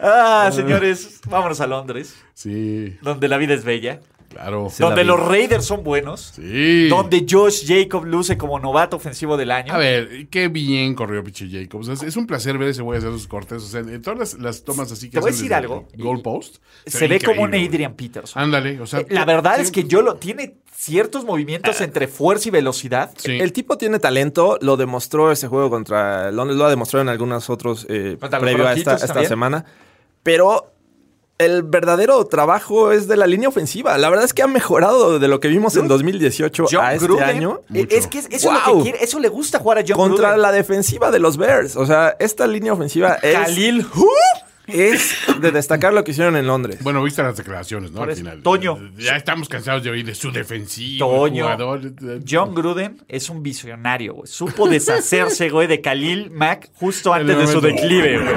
Speaker 2: ah, señores, vámonos a Londres,
Speaker 4: Sí,
Speaker 2: donde la vida es bella,
Speaker 4: claro.
Speaker 3: la
Speaker 2: donde
Speaker 3: vi.
Speaker 2: los Raiders son buenos,
Speaker 4: Sí.
Speaker 2: donde Josh Jacob luce como novato ofensivo del año.
Speaker 4: A ver, qué bien corrió Pichi Jacobs. Es, es un placer ver ese güey hacer sus cortes. O sea, en todas las, las tomas así que
Speaker 2: Te voy a
Speaker 4: hacen
Speaker 2: decir
Speaker 4: desde
Speaker 2: algo.
Speaker 4: el Goal post.
Speaker 2: se ve como un
Speaker 4: increíble, güey.
Speaker 2: Adrian Peterson.
Speaker 4: Ándale, o sea. Ah.
Speaker 2: La verdad es que yo lo tiene ciertos movimientos entre fuerza y velocidad.
Speaker 4: Sí.
Speaker 3: El tipo tiene talento, lo demostró ese juego contra Londres, lo ha demostrado en algunos otros eh,
Speaker 2: Contra los
Speaker 3: previo a esta,
Speaker 2: Bronquitos
Speaker 3: esta
Speaker 2: también.
Speaker 3: semana. Pero el verdadero trabajo es de la línea ofensiva. La verdad es que ha mejorado de lo que vimos en 2018
Speaker 2: John
Speaker 3: a este
Speaker 2: Gruden,
Speaker 3: año.
Speaker 2: eh, es que es- eso es lo que
Speaker 3: Wow.
Speaker 2: quiere, eso le gusta jugar a John
Speaker 3: Contra
Speaker 2: Gruden.
Speaker 3: la defensiva de los Bears. O sea, esta línea ofensiva es,
Speaker 2: Khalil
Speaker 3: es de destacar lo que hicieron en Londres.
Speaker 4: Bueno, viste las declaraciones, ¿no?
Speaker 2: Por
Speaker 4: Al
Speaker 2: eso.
Speaker 4: final.
Speaker 2: Toño.
Speaker 4: Ya estamos cansados de oír de su defensivo.
Speaker 2: Toño.
Speaker 4: Jugador.
Speaker 2: John Gruden es un visionario, güey. Supo deshacerse, güey, de Khalil Mack justo antes de su
Speaker 4: momento.
Speaker 2: declive, güey.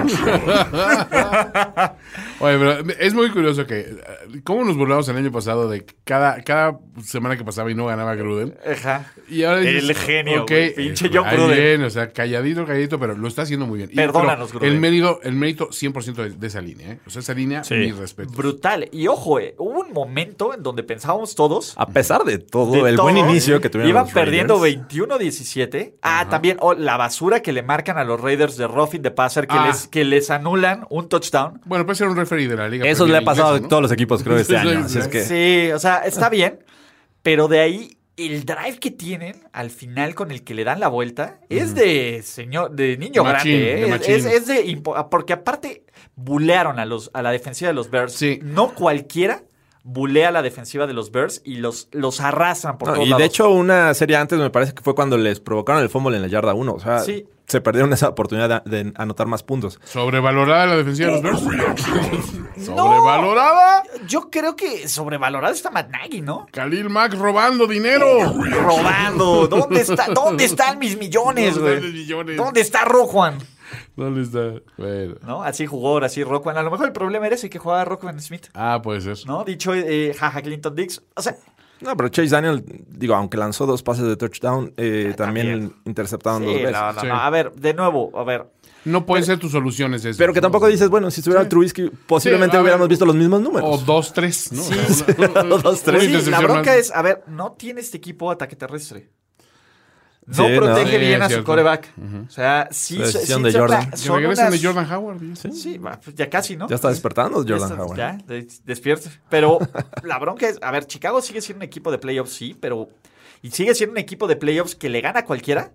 Speaker 4: Oye, pero es muy curioso que. eh, ¿Cómo nos burlamos el año pasado de que cada, cada semana que pasaba y no ganaba Gruden?
Speaker 2: Ajá.
Speaker 4: Y ahora
Speaker 2: El genio,
Speaker 4: ok,
Speaker 2: güey, pinche John
Speaker 4: ahí
Speaker 2: Gruden.
Speaker 4: bien, o sea, calladito, calladito, pero lo está haciendo muy bien. Y-
Speaker 2: Perdónanos,
Speaker 4: pero
Speaker 2: Gruden.
Speaker 4: El mérito, el mérito 100% de, de esa línea, ¿eh? O sea, esa línea, mi respeto.
Speaker 2: Brutal. Y ojo, güey, hubo un momento en donde pensábamos todos.
Speaker 3: A pesar de todo
Speaker 2: de
Speaker 3: Ah, el buen
Speaker 2: todo,
Speaker 3: inicio que tuvieron
Speaker 2: Iban
Speaker 3: los
Speaker 2: perdiendo
Speaker 3: Raiders.
Speaker 2: 21-17. Ah, también oh, la basura que le marcan a los Raiders de Ruffin de Passer, que,
Speaker 4: Ah.
Speaker 2: les, que les anulan un touchdown.
Speaker 4: Bueno, puede ser un referee de la liga.
Speaker 3: Eso le
Speaker 4: Premier
Speaker 3: ha pasado
Speaker 4: inglesa,
Speaker 3: a
Speaker 4: ¿no?
Speaker 3: todos los equipos, creo, este año. Así es que...
Speaker 2: Sí, o sea, está bien. Pero de ahí, el drive que tienen al final con el que le dan la vuelta es de señor, de niño
Speaker 4: Machín,
Speaker 2: grande. ¿eh?
Speaker 4: de
Speaker 2: Es-
Speaker 4: machín.
Speaker 2: es, es de impo- porque aparte bulearon a los a la defensiva de los Bears.
Speaker 4: Sí.
Speaker 2: No cualquiera bulea a la defensiva de los Bears y los, los arrasan por
Speaker 3: No,
Speaker 2: todos
Speaker 3: y de
Speaker 2: lados.
Speaker 3: hecho, una serie antes me parece que fue cuando les provocaron el fumble en la yarda 1. O sea,
Speaker 2: Sí.
Speaker 3: se perdieron esa oportunidad de, de anotar más puntos.
Speaker 4: Sobrevalorada la defensiva de los Bears.
Speaker 2: ¡Sobrevalorada! Yo creo que sobrevalorado está Matt Nagy, ¿no?
Speaker 4: Khalil Mack robando dinero.
Speaker 2: Robando. ¿Dónde, está, ¿Dónde están mis millones,
Speaker 4: ¿Dónde
Speaker 2: güey?
Speaker 4: están mis millones?
Speaker 2: ¿Dónde está Rojuan?
Speaker 4: ¿Dónde está? Bueno.
Speaker 2: ¿no? Así jugó, así Rockman. A lo mejor el problema era ese que jugaba Rockman Smith,
Speaker 4: Ah, puede ser.
Speaker 2: ¿no? Dicho, eh, jaja, Clinton Dix. O sea,
Speaker 3: No, pero Chase Daniel, digo, aunque lanzó dos pases de touchdown, eh, también,
Speaker 2: también.
Speaker 3: interceptaron
Speaker 2: sí,
Speaker 3: dos veces.
Speaker 2: no, no,
Speaker 4: sí.
Speaker 2: no. A ver, de nuevo, a ver.
Speaker 4: No pueden ser tus soluciones esas,
Speaker 3: Pero que
Speaker 4: ¿no?
Speaker 3: tampoco dices, bueno, si estuviera Trubisky, posiblemente
Speaker 4: a ver,
Speaker 3: hubiéramos visto los mismos
Speaker 4: O
Speaker 2: Oh,
Speaker 3: números.
Speaker 4: dos, tres, ¿no?
Speaker 2: Sí,
Speaker 4: O sea, una-
Speaker 3: O dos,
Speaker 4: una
Speaker 3: tres.
Speaker 2: Sí, la
Speaker 4: intercepción
Speaker 2: bronca
Speaker 4: más.
Speaker 2: es, a ver, no tiene este equipo ataque terrestre.
Speaker 3: Sí,
Speaker 2: No
Speaker 3: no.
Speaker 2: protege
Speaker 4: Sí,
Speaker 2: bien
Speaker 4: es
Speaker 2: a su
Speaker 4: cierto.
Speaker 2: coreback. O sea, sí,
Speaker 3: La
Speaker 2: sí,
Speaker 3: decisión
Speaker 2: sí,
Speaker 3: de
Speaker 2: son
Speaker 3: Jordan.
Speaker 2: la-
Speaker 4: Que
Speaker 2: son
Speaker 4: regresen
Speaker 2: unas-
Speaker 4: de Jordan Howard. ¿sí?
Speaker 2: Sí, va, pues ya casi, ¿no?
Speaker 3: Ya está despertando Jordan ah,
Speaker 2: Ya está-
Speaker 3: Howard.
Speaker 2: Ya, de- despierte. Pero la bronca es, a ver, Chicago sigue siendo un equipo de playoffs, sí, pero... Y sigue siendo un equipo de playoffs que le gana a cualquiera,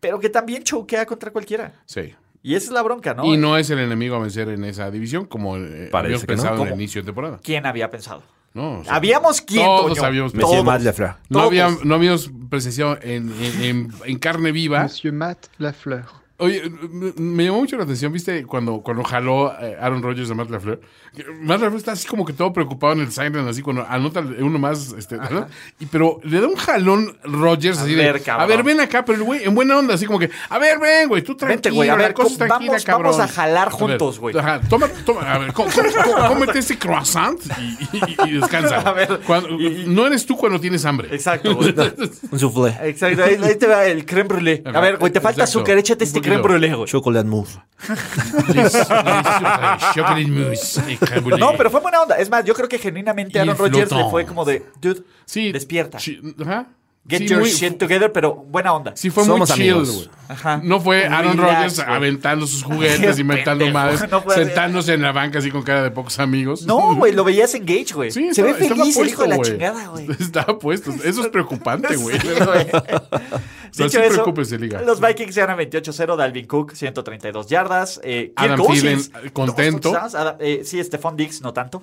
Speaker 2: pero que también choquea contra cualquiera.
Speaker 4: Sí.
Speaker 2: Y esa es la bronca, ¿no?
Speaker 4: Y no es el enemigo a vencer en esa división como eh,
Speaker 3: Parece
Speaker 4: habíamos
Speaker 3: que no.
Speaker 4: pensado en el
Speaker 3: ¿Cómo?
Speaker 4: inicio de temporada.
Speaker 2: ¿Quién había pensado?
Speaker 4: No, o sea,
Speaker 2: Habíamos quién,
Speaker 4: todos
Speaker 2: Toño?
Speaker 4: habíamos
Speaker 3: Messi
Speaker 4: Todos.
Speaker 3: Matt Lafleur.
Speaker 4: no,
Speaker 2: todos.
Speaker 4: había- no habíamos presenciado en, en- en- en carne viva
Speaker 8: Monsieur Matt Lafleur.
Speaker 4: Oye, m- me llamó mucho la atención, viste, cuando, cuando jaló eh, Aaron Rodgers a Matt LaFleur. que Matt LaFleur está así como que todo preocupado en el sideline, así cuando anota uno más, este, ¿no? y, pero le da un jalón Rodgers así
Speaker 2: ver,
Speaker 4: de,
Speaker 2: cabrón.
Speaker 4: a ver, ven acá, pero el güey, en buena onda, así como que, a ver, ven, güey, tú tranquilo,
Speaker 2: Vente, güey, a
Speaker 4: la
Speaker 2: ver,
Speaker 4: cosa
Speaker 2: co-
Speaker 4: es tranquila,
Speaker 2: vamos-
Speaker 4: cabrón.
Speaker 2: vamos a jalar
Speaker 4: ver,
Speaker 2: juntos, güey.
Speaker 4: Ajá, toma, toma, a ver, co- co- co- cómete ese croissant y, y- y descansa.
Speaker 2: A ver,
Speaker 4: Cuando-
Speaker 2: y- y-
Speaker 4: no eres tú cuando tienes hambre.
Speaker 2: Exacto, güey.
Speaker 3: Un soufflé.
Speaker 2: Exacto, ahí, ahí te va el creme brulee. A ver, güey, te falta
Speaker 4: Exacto.
Speaker 2: azúcar, échate este
Speaker 4: Un poquito.
Speaker 2: creme brulee, güey.
Speaker 3: Chocolate mousse.
Speaker 4: Les- les- chocolate mousse y crème brûlée.
Speaker 2: No, pero fue buena onda. Es más, yo creo que genuinamente
Speaker 4: Y
Speaker 2: a Aaron
Speaker 4: el
Speaker 2: Rodgers le
Speaker 4: flotón.
Speaker 2: fue como de, dude,
Speaker 4: Sí.
Speaker 2: despierta.
Speaker 4: chi- ajá.
Speaker 2: Get
Speaker 4: Sí,
Speaker 2: your
Speaker 4: muy-
Speaker 2: shit together, pero buena onda.
Speaker 4: Sí, fue
Speaker 3: Somos
Speaker 4: muy chill,
Speaker 3: amigos.
Speaker 4: güey.
Speaker 2: Ajá.
Speaker 4: No fue Aaron
Speaker 2: Relax,
Speaker 4: Rodgers
Speaker 2: güey.
Speaker 4: aventando sus juguetes,
Speaker 2: Qué
Speaker 4: inventando
Speaker 2: pendejo.
Speaker 4: madres,
Speaker 2: No puede ser.
Speaker 4: sentándose en la banca así con cara de pocos amigos.
Speaker 2: No, güey, lo veías engage, güey.
Speaker 4: Sí,
Speaker 2: Se ve
Speaker 4: estaba- estaba
Speaker 2: feliz el hijo de la
Speaker 4: puesto,
Speaker 2: chingada, güey.
Speaker 4: Estaba puesto. Eso es preocupante, güey.
Speaker 2: Sí, güey.
Speaker 4: No
Speaker 2: Dicho
Speaker 4: se
Speaker 2: eso,
Speaker 4: preocupe, se liga.
Speaker 2: Los Vikings ganan 28-0. Dalvin Cook, 132 yardas. Eh, Kirk
Speaker 4: Adam
Speaker 2: Cousins,
Speaker 4: Thielen,
Speaker 2: dos
Speaker 4: contento.
Speaker 2: touchdowns. Adam- eh, sí, Stephon Dix, no tanto.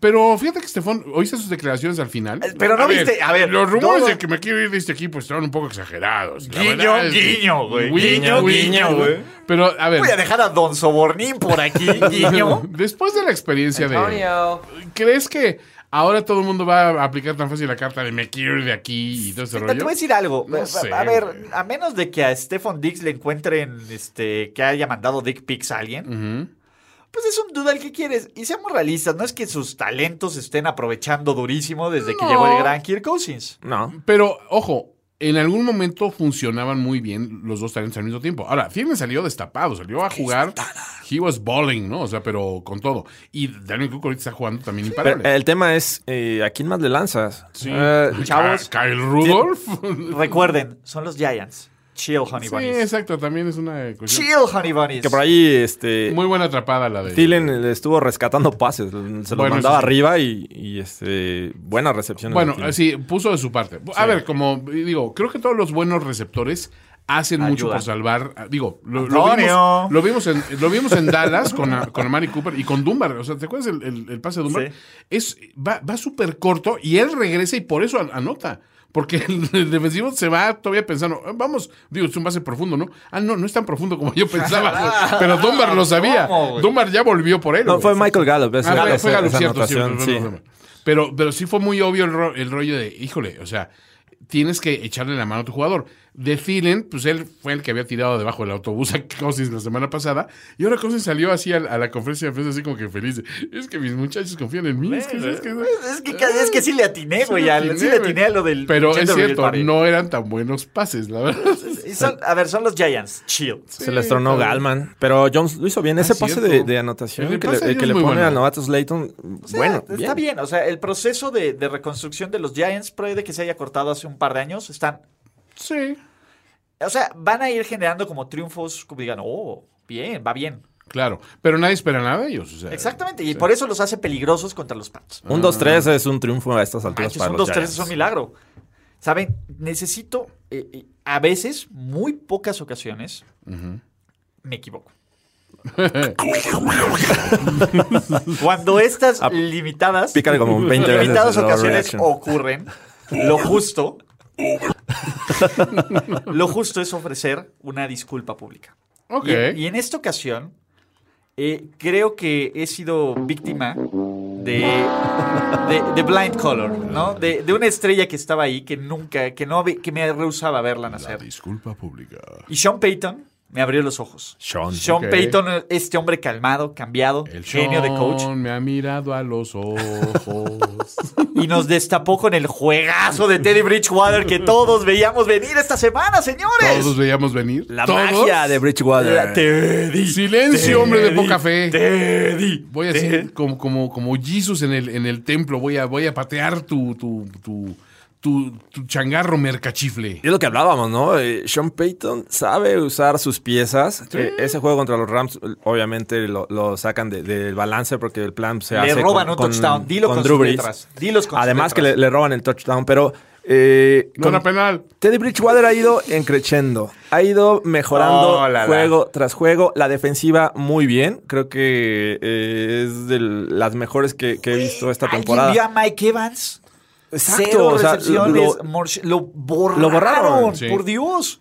Speaker 4: Pero fíjate que Estefón, oíste sus declaraciones al final.
Speaker 2: Eh, pero no viste- a ver,
Speaker 4: Los rumores
Speaker 2: todo-
Speaker 4: de que me quiero ir de este equipo estaban un poco exagerados. La
Speaker 2: Guiño,
Speaker 4: verdad es que-
Speaker 2: guiño, güey. Guiño, guiño, güey.
Speaker 4: Pero, a ver.
Speaker 2: Voy a dejar a Don Sobornín por aquí, guiño.
Speaker 4: Después de la experiencia de.
Speaker 5: Antonio.
Speaker 4: ¿Crees que ahora todo el mundo va a aplicar tan fácil la carta de me quiero ir de aquí y todo ese
Speaker 2: Te
Speaker 4: rollo?
Speaker 2: voy a decir algo.
Speaker 4: No
Speaker 2: a,
Speaker 4: sé,
Speaker 2: a ver,
Speaker 4: güey.
Speaker 2: a menos de que a Stephon Dix le encuentren este, que haya mandado dick pics a alguien, pues es un duda el que quieres. Y seamos realistas, no es que sus talentos estén aprovechando durísimo desde que llegó el gran Kirk Cousins.
Speaker 3: No.
Speaker 4: Pero, ojo, en algún momento funcionaban muy bien los dos talentos al mismo tiempo. Ahora, Firme salió destapado, salió a jugar. He was balling, ¿no? O sea, pero con todo. Y Daniel Cook ahorita está jugando también
Speaker 3: Pero
Speaker 4: imparable.
Speaker 3: el tema es, eh, ¿a quién más le lanzas?
Speaker 4: Sí.
Speaker 3: Eh,
Speaker 2: chavos.
Speaker 4: Ka- Kyle Rudolph.
Speaker 2: Recuerden, son los Giants. Chill, Honey
Speaker 4: Sí,
Speaker 2: Bunnies.
Speaker 4: exacto, también es una cuestión.
Speaker 2: Chill, Honey Bunnies.
Speaker 3: que por ahí, este...
Speaker 4: Muy buena atrapada la de.
Speaker 3: Thielen eh, le estuvo rescatando pases. Se los
Speaker 4: Este, Bueno,
Speaker 3: mandaba
Speaker 4: eso sí.
Speaker 3: arriba y, y, este, buenas recepciones.
Speaker 4: Bueno, eh,
Speaker 3: de Thielen.
Speaker 4: sí, puso de su parte. A ver, como digo, creo que todos los buenos receptores hacen mucho
Speaker 2: Ayudan.
Speaker 4: por salvar. ah, Digo, lo, lo
Speaker 2: Antonio.
Speaker 4: vimos, lo, vimos en, lo vimos en Dallas con, a- con Amari Cooper y con Dunbar. O sea, ¿te acuerdas el, el- el pase de Dunbar?
Speaker 2: Sí.
Speaker 4: Es, va va súper corto y él regresa y por eso an- anota. Porque el, el defensivo se va todavía pensando, "Ah, vamos, digo, es un base profundo, ¿no? Ah, no, no es tan profundo como yo pensaba. güey. Pero Dunbar lo sabía.
Speaker 2: ¿Cómo, güey?
Speaker 4: Dunbar ya volvió por él.
Speaker 3: No,
Speaker 4: güey.
Speaker 3: fue Michael Gallup. esa-
Speaker 4: Ah, fue,
Speaker 3: esa-
Speaker 4: fue Gallup,
Speaker 3: esa
Speaker 4: cierto, sí,
Speaker 3: anotación,
Speaker 4: fue-
Speaker 3: sí.
Speaker 4: fue- fue- Pero, pero sí fue muy obvio el, ro- el rollo de, híjole, o sea, tienes que echarle la mano a tu jugador. De Thielen, pues él fue el que había tirado debajo del autobús a Cousins la semana pasada. Y ahora Cousins salió así al- a, la conferencia de prensa, así como que feliz. Es que mis muchachos confían en mí. Es que, es que-
Speaker 2: Es que, es que sí le atiné, Eh, güey. al- Sí, le atiné a lo del.
Speaker 4: Pero es
Speaker 2: gender
Speaker 4: cierto,
Speaker 2: reveal party.
Speaker 4: no eran tan buenos pases, la verdad.
Speaker 2: Y son- a ver, son los Giants. Chill.
Speaker 3: Se les tronó Galman. Pero Jones lo hizo bien. Ese
Speaker 4: es
Speaker 3: pase
Speaker 4: Ah, cierto.
Speaker 3: de, de anotación
Speaker 4: El
Speaker 3: que
Speaker 4: pase de
Speaker 3: le,
Speaker 4: Jones
Speaker 3: que le
Speaker 4: muy
Speaker 3: pone
Speaker 4: bueno.
Speaker 3: al novato Slayton.
Speaker 2: O sea,
Speaker 3: bueno,
Speaker 2: está bien. O sea, el proceso de, de reconstrucción de los Giants puede que se haya cortado hace un par de años. Están.
Speaker 4: Sí,
Speaker 2: O sea, van a ir generando como triunfos, como digan, oh, bien, va bien.
Speaker 4: claro. Pero nadie espera nada de ellos. o sea,
Speaker 2: Exactamente. Y por eso los hace peligrosos contra los Pats.
Speaker 3: Un
Speaker 4: Ah.
Speaker 3: 2-3 es un triunfo a estas alturas
Speaker 2: Manches,
Speaker 3: para
Speaker 2: un
Speaker 3: los
Speaker 2: 2-3 es un
Speaker 3: Giants.
Speaker 2: milagro. Saben, necesito, eh, eh, a veces, muy pocas ocasiones, me equivoco. Cuando estas limitadas,
Speaker 3: Pícale como 20 veces.
Speaker 2: limitadas
Speaker 3: el
Speaker 2: ocasiones
Speaker 3: overreaction.
Speaker 2: ocurren, lo justo, lo justo es ofrecer una disculpa pública.
Speaker 4: Ok.
Speaker 2: Y, y en esta ocasión, eh, creo que he sido víctima de, de, de Blind Color, ¿no? De, de una estrella que estaba ahí, que nunca, que no, ve- que me rehusaba verla nacer.
Speaker 4: Disculpa pública.
Speaker 2: Y Sean Payton me abrió los ojos.
Speaker 3: Sean.
Speaker 2: Sean
Speaker 4: ok.
Speaker 2: Payton, este hombre calmado, cambiado,
Speaker 4: El
Speaker 2: genio de coach, Pues,
Speaker 4: me ha mirado a los ojos.
Speaker 2: y nos destapó con el juegazo de Teddy Bridgewater que todos veíamos venir esta semana, señores.
Speaker 4: Todos veíamos venir.
Speaker 3: La
Speaker 4: ¿Todos?
Speaker 3: magia de Bridgewater.
Speaker 4: Silencio, hombre de poca fe.
Speaker 2: Teddy.
Speaker 4: Voy a hacer como, como, como Jesus en el, en el templo. Voy a, voy a patear tu, tu, tu, tu, tu changarro mercachifle.
Speaker 3: Es lo que hablábamos, ¿no? Eh, Sean Payton sabe usar sus piezas. Eh, ese juego contra los Rams, eh, obviamente, lo, lo sacan de- del balance porque el plan se hace.
Speaker 2: Le roban un touchdown. Dilo con,
Speaker 3: Drew
Speaker 2: sus
Speaker 3: Brees.
Speaker 2: letras. Dilos con sus
Speaker 3: Además que le,
Speaker 2: letras.
Speaker 3: le roban el touchdown, pero. eh,
Speaker 4: No
Speaker 3: con-
Speaker 4: era penal.
Speaker 3: Teddy Bridgewater ha ido encrechendo, ha ido mejorando
Speaker 2: Oh, la, la.
Speaker 3: juego tras juego, la defensiva muy bien, creo que eh, es de las mejores que, que he visto esta
Speaker 2: ¿Alguien
Speaker 3: temporada.
Speaker 2: vio a Mike Evans?
Speaker 3: Exacto,
Speaker 2: Cero
Speaker 3: o sea, lo-
Speaker 2: recepciones,
Speaker 3: lo-
Speaker 2: Morsh- lo, borraron,
Speaker 3: borraron,
Speaker 4: sí.
Speaker 2: por Dios.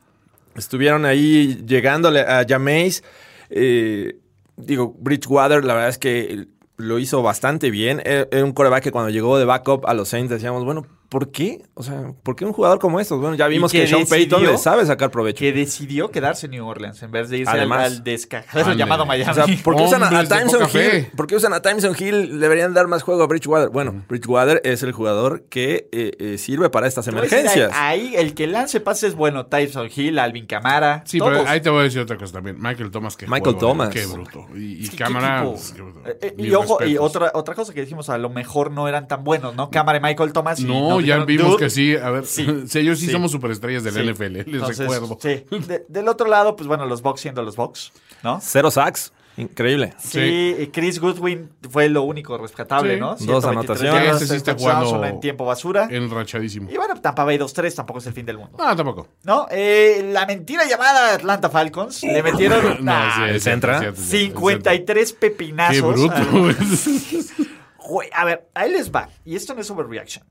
Speaker 3: Estuvieron ahí llegándole a Jameis. Eh, digo, Bridgewater, la verdad es que lo hizo bastante bien. E-, Era era un coreback que cuando llegó de backup a los Saints decíamos, bueno, ¿por qué? O sea, ¿por qué un jugador como estos? Bueno, ya vimos
Speaker 2: que
Speaker 3: que, Sean Payton
Speaker 2: decidió
Speaker 3: le sabe sacar provecho.
Speaker 2: Que decidió quedarse en New Orleans en vez de irse
Speaker 3: Además.
Speaker 2: al, al descajado
Speaker 4: Ándale.
Speaker 2: llamado Miami.
Speaker 3: O sea, ¿por qué usan a, a
Speaker 4: Hombres de
Speaker 3: Timeson
Speaker 4: poca
Speaker 3: Hill?
Speaker 4: fe.
Speaker 3: ¿Por qué usan a Timeson Hill? Deberían dar más juego a Bridgewater. Bueno, Bridgewater es el jugador que eh, eh, sirve para estas
Speaker 2: Te voy a decir,
Speaker 3: emergencias.
Speaker 2: Pues, Ahí, ahí el que lance pases es bueno. Tyson Hill, Alvin Camara.
Speaker 4: Sí,
Speaker 2: todos.
Speaker 4: pero ahí te voy a decir otra cosa también. Michael Thomas, que
Speaker 3: Michael Thomas.
Speaker 4: Qué bruto. Y, y
Speaker 2: ¿Qué- qué
Speaker 4: cámara.
Speaker 2: equipo?
Speaker 4: pues, qué bruto.
Speaker 2: Eh, eh,
Speaker 4: Mis
Speaker 2: y ojo, y
Speaker 4: respetos.
Speaker 2: otra, otra cosa que dijimos, a lo mejor no eran tan buenos, ¿no? Cámara y Michael Thomas. y
Speaker 4: No,
Speaker 2: nos
Speaker 4: ya
Speaker 2: dijeron,
Speaker 4: vimos
Speaker 2: "Dude".
Speaker 4: que sí. A ver,
Speaker 2: Sí.
Speaker 4: sí, ellos sí,
Speaker 2: Sí.
Speaker 4: somos superestrellas del
Speaker 2: Sí.
Speaker 4: NFL, les
Speaker 2: Entonces,
Speaker 4: recuerdo.
Speaker 2: Sí. De- del otro lado, pues bueno, los Bucks siendo los Bucks, ¿no?
Speaker 3: Cero sacks. Increíble.
Speaker 2: Sí, y Chris Goodwin fue lo único rescatable,
Speaker 4: Sí.
Speaker 2: ¿no?
Speaker 3: Dos
Speaker 2: 123
Speaker 3: anotaciones.
Speaker 2: yardas,
Speaker 4: Ese sí
Speaker 2: tres
Speaker 4: está
Speaker 2: touchdowns,
Speaker 4: jugando
Speaker 2: uno en tiempo basura.
Speaker 4: Enrachadísimo.
Speaker 2: Y bueno, Tampa Bay 2-3 tampoco es el fin del mundo.
Speaker 4: No, tampoco.
Speaker 2: ¿No? Eh, la mentira llamada Atlanta Falcons le metieron nah,
Speaker 4: sí, es
Speaker 3: ¿se
Speaker 4: cierto,
Speaker 3: entra?
Speaker 4: es cierto, es cierto, es cierto.
Speaker 2: 53 pepinazos.
Speaker 4: Qué
Speaker 2: al-
Speaker 4: bruto.
Speaker 2: Güey, a ver, ahí les va. Y esto no es overreaction.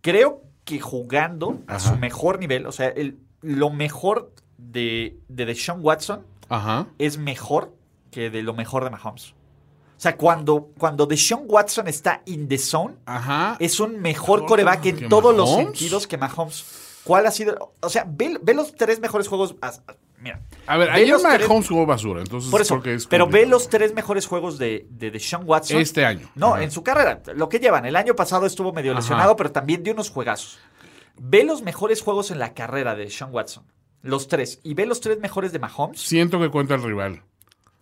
Speaker 2: Creo que jugando a su mejor nivel, o sea, el- lo mejor de, de Deshaun Watson
Speaker 4: Ajá.
Speaker 2: es mejor que de lo mejor de Mahomes. O sea, cuando, cuando Deshaun Watson está in the zone,
Speaker 4: Ajá.
Speaker 2: es un mejor
Speaker 4: Mejor
Speaker 2: coreback
Speaker 4: que
Speaker 2: en todos los
Speaker 4: Mahomes.
Speaker 2: sentidos que Mahomes. ¿Cuál ha sido? O sea, ve, ve los tres mejores juegos. as- as- Mira.
Speaker 4: A ver,
Speaker 2: ve
Speaker 4: ayer
Speaker 2: los tres-
Speaker 4: Mahomes jugó basura, entonces
Speaker 2: Por eso.
Speaker 4: creo que Pues es
Speaker 2: pero ve
Speaker 4: complicado.
Speaker 2: los tres mejores juegos de, de Deshaun Watson.
Speaker 4: Este año.
Speaker 2: No,
Speaker 4: Ajá.
Speaker 2: en su carrera. Lo que llevan. El año pasado estuvo medio
Speaker 4: Ajá.
Speaker 2: lesionado, pero también dio unos juegazos. Ve los mejores juegos en la carrera de Deshaun Watson. Los tres. Y ve los tres mejores de Mahomes.
Speaker 4: Siento que cuenta el rival.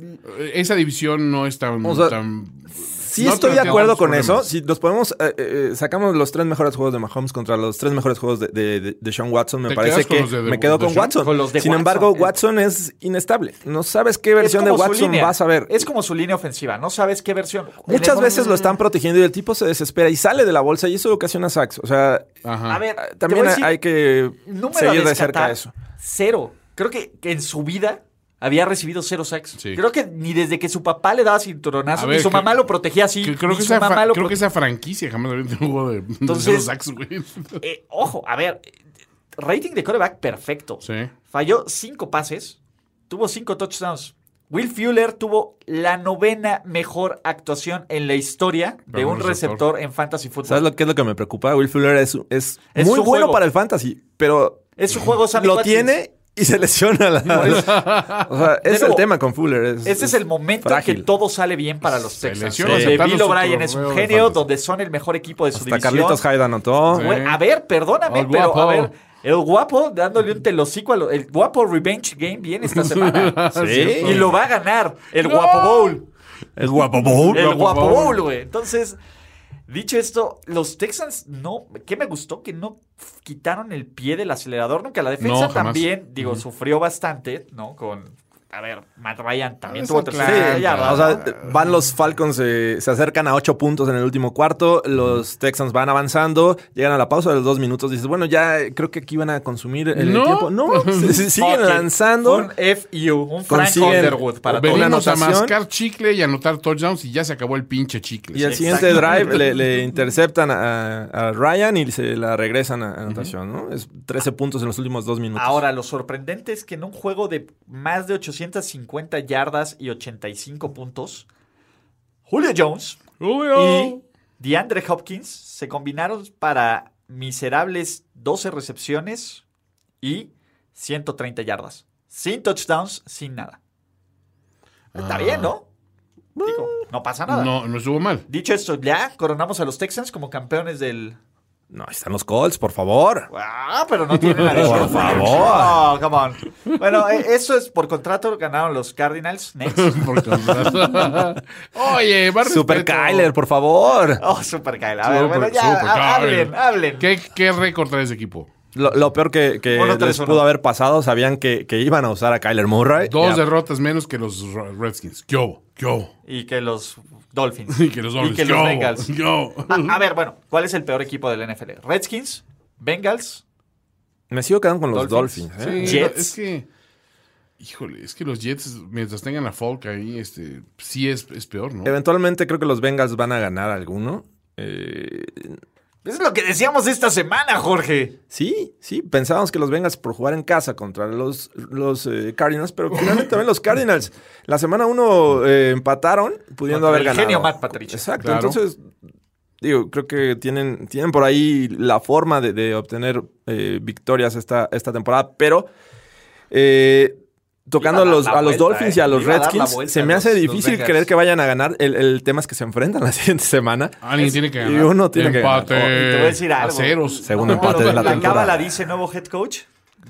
Speaker 4: Eh, Esa división no es tan.
Speaker 3: O sea,
Speaker 4: tan-
Speaker 3: Sí
Speaker 4: No,
Speaker 3: estoy
Speaker 4: pero
Speaker 3: de
Speaker 4: tiene
Speaker 3: acuerdo
Speaker 4: otros
Speaker 3: con eso.
Speaker 4: problemas.
Speaker 3: Si nos podemos... eh, eh, sacamos los tres mejores juegos de Mahomes contra los tres mejores juegos de, de, de- de Sean Watson. Me
Speaker 4: ¿Te
Speaker 3: parece
Speaker 4: quedas con
Speaker 3: que
Speaker 4: los de- de-
Speaker 3: me quedo
Speaker 4: de
Speaker 3: con
Speaker 4: Sean?
Speaker 3: Watson.
Speaker 2: Con los de
Speaker 3: Sin
Speaker 2: Watson.
Speaker 3: embargo,
Speaker 2: Eh.
Speaker 3: Watson es inestable. No sabes qué
Speaker 2: Es
Speaker 3: versión de
Speaker 2: como su
Speaker 3: Watson
Speaker 2: línea.
Speaker 3: vas a ver.
Speaker 2: Es como su línea ofensiva. No sabes qué versión.
Speaker 3: Muchas
Speaker 2: Le-
Speaker 3: veces lo están protegiendo y el tipo se desespera y sale de la bolsa y eso ocasiona sacks. O sea,
Speaker 4: Ajá.
Speaker 2: A ver,
Speaker 3: eh,
Speaker 2: te voy
Speaker 3: también
Speaker 2: a decir-
Speaker 3: hay que
Speaker 2: número a
Speaker 3: seguir de
Speaker 2: descartar,
Speaker 3: cerca eso.
Speaker 2: Cero. Creo que, que en su vida había recibido cero sacks.
Speaker 4: Sí.
Speaker 2: Creo que ni desde que su papá le daba cinturonazo,
Speaker 4: A ver,
Speaker 2: ni su
Speaker 4: que-
Speaker 2: mamá lo protegía así.
Speaker 4: Que creo,
Speaker 2: ni
Speaker 4: que
Speaker 2: su
Speaker 4: esa,
Speaker 2: mamá
Speaker 4: fra-
Speaker 2: lo
Speaker 4: creo que
Speaker 2: prote-
Speaker 4: esa franquicia jamás había tenido un juego de, de
Speaker 2: Entonces-
Speaker 4: cero sacks, güey.
Speaker 2: Eh, ojo, a ver. eh, Rating de coreback perfecto.
Speaker 4: Sí.
Speaker 2: Falló cinco pases, tuvo cinco touchdowns. Will Fuller tuvo la novena mejor actuación en la historia de
Speaker 4: Para
Speaker 2: un
Speaker 4: un
Speaker 2: receptor en fantasy
Speaker 3: ¿Sabes
Speaker 2: fútbol.
Speaker 3: lo que es lo que me preocupa? Will Fuller es, es,
Speaker 2: Es
Speaker 3: muy
Speaker 2: su
Speaker 3: bueno
Speaker 2: juego.
Speaker 3: para el fantasy, pero
Speaker 2: Es su juego Sammy
Speaker 3: lo
Speaker 2: Watkins.
Speaker 3: tiene y se lesiona. la- o sea, es el
Speaker 2: nuevo,
Speaker 3: tema con Fuller. Es,
Speaker 2: Este es el momento en
Speaker 3: frágil.
Speaker 2: que todo sale bien para los
Speaker 4: Se
Speaker 2: Texans.
Speaker 4: lesiona,
Speaker 2: Eh,
Speaker 4: aceptar
Speaker 2: Bill
Speaker 4: los
Speaker 2: O'Brien es un
Speaker 4: trofeos de
Speaker 2: genio,
Speaker 4: fantasy.
Speaker 2: donde son el mejor equipo de su
Speaker 3: Hasta
Speaker 2: división.
Speaker 3: Carlitos Hyde anotó.
Speaker 4: Sí.
Speaker 2: Güey, a ver, perdóname,
Speaker 4: Al
Speaker 2: pero
Speaker 4: guapo.
Speaker 2: a ver. El guapo dándole un telocico al El guapo Revenge Game viene esta semana.
Speaker 3: Sí.
Speaker 2: Y lo va a ganar. El guapo Bowl.
Speaker 3: El guapo Bowl.
Speaker 2: El
Speaker 4: Guapo
Speaker 2: guapo
Speaker 4: Bowl.
Speaker 2: Bowl, güey. Entonces, dicho esto, los Texans no. ¿Qué me gustó? Que no f- quitaron el pie del acelerador nunca. La defensa
Speaker 4: No, jamás.
Speaker 2: también, digo, sufrió bastante, ¿no? Con. A ver, Matt Ryan también
Speaker 4: Es
Speaker 2: tuvo
Speaker 4: Atlanta.
Speaker 2: tercera
Speaker 3: Sí,
Speaker 2: yarda,
Speaker 3: o
Speaker 2: ¿no?
Speaker 3: sea, van los Falcons, eh, se acercan a ocho puntos en el último cuarto, los Texans van avanzando, llegan a la pausa de los dos minutos, dices, bueno, ya eh, creo que aquí van a consumir el
Speaker 4: No.
Speaker 3: tiempo. No, se- se siguen
Speaker 2: Fuck it.
Speaker 3: lanzando.
Speaker 2: Un FU, un Frank
Speaker 3: Consiguen-
Speaker 2: Underwood para todos.
Speaker 4: Venimos a
Speaker 3: anotación.
Speaker 4: mascar chicle y anotar touchdowns y ya se acabó el pinche chicle.
Speaker 3: Y el siguiente drive le, le interceptan a, a Ryan y se la regresan a a anotación, ¿no? Es 13 puntos en los últimos dos minutos.
Speaker 2: Ahora, lo sorprendente es que en un juego de más de 850 yardas y 85 puntos, Julio Jones
Speaker 4: oh.
Speaker 2: y DeAndre Hopkins se combinaron para miserables 12 recepciones y 130 yardas. Sin touchdowns, sin nada. Está bien, ¿no? Digo, no pasa nada.
Speaker 4: Ah. No, no estuvo mal.
Speaker 2: Dicho esto, ya coronamos a los Texans como campeones del,
Speaker 3: No, ahí están los Colts, por favor.
Speaker 2: Ah, pero no tiene la
Speaker 3: Por
Speaker 2: Por
Speaker 3: favor.
Speaker 2: favor. No, come on. Bueno, e- eso es por contrato. Ganaron los Cardinals. Next.
Speaker 4: Porque- Oye, va
Speaker 3: Super
Speaker 4: respeto.
Speaker 3: Kyler, por favor.
Speaker 2: Oh, super Kyle. A ver,
Speaker 4: Super-
Speaker 2: bueno, ya.
Speaker 4: super
Speaker 2: ha-
Speaker 4: Kyle.
Speaker 2: hablen, hablen.
Speaker 4: ¿Qué, qué récord trae ese equipo?
Speaker 3: Lo, lo peor que, que
Speaker 2: Uno, tres,
Speaker 3: les
Speaker 2: uno.
Speaker 3: pudo haber pasado, sabían que, que iban a usar a Kyler Murray.
Speaker 4: Dos
Speaker 3: Ya.
Speaker 4: derrotas menos que los Ro- Redskins. ¿Qué hubo? ¿Qué hubo?
Speaker 2: Y que los Dolphins.
Speaker 4: Y que los Dolphins.
Speaker 2: que
Speaker 4: ¿Qué
Speaker 2: los
Speaker 4: hubo?
Speaker 2: Bengals.
Speaker 4: ¿Qué hubo?
Speaker 2: Ah, A, a ver, bueno, ¿cuál es el peor equipo del NFL? ¿Redskins? ¿Bengals?
Speaker 3: Me sigo quedando con los Dolphins.
Speaker 4: Dolphins.
Speaker 3: ¿eh?
Speaker 4: Sí,
Speaker 2: Jets.
Speaker 4: no, Es que. Híjole, es que los Jets, mientras tengan a Falk ahí, este, sí es, es peor, ¿no?
Speaker 3: Eventualmente creo que los Bengals van a ganar alguno. Eh,
Speaker 2: Es lo que decíamos esta semana, Jorge.
Speaker 3: Sí, sí, pensábamos que los Bengals por jugar en casa contra los, los eh, Cardinals, pero finalmente también los Cardinals. La semana uno eh, empataron, pudiendo
Speaker 2: Contra
Speaker 3: haber
Speaker 2: el
Speaker 3: ganado.
Speaker 2: genio Matt Patricia.
Speaker 3: Exacto,
Speaker 4: Claro.
Speaker 3: entonces, digo, creo que tienen, tienen por ahí la forma de, de obtener eh, victorias esta, esta temporada, pero eh, tocando a
Speaker 2: Iba a dar
Speaker 3: los,
Speaker 2: la
Speaker 3: a los
Speaker 2: vuelta,
Speaker 3: Dolphins y
Speaker 2: eh.
Speaker 3: a los
Speaker 2: Iba a dar la
Speaker 3: Redskins,
Speaker 2: vuelta
Speaker 3: se me
Speaker 2: a
Speaker 3: hace
Speaker 2: los- los
Speaker 3: difícil
Speaker 2: Bengals.
Speaker 3: creer que vayan a ganar. El, el tema es que se enfrentan la siguiente semana.
Speaker 2: Ah,
Speaker 4: Ah, Alguien tiene que
Speaker 3: y
Speaker 4: ganar.
Speaker 3: uno tiene que ganar.
Speaker 4: Empate.
Speaker 3: Oh, y
Speaker 2: te voy a decir algo.
Speaker 4: A ceros.
Speaker 3: Segundo
Speaker 2: No,
Speaker 3: empate
Speaker 2: lo-
Speaker 3: de la
Speaker 2: La
Speaker 3: temporada.
Speaker 2: cábala dice nuevo head coach,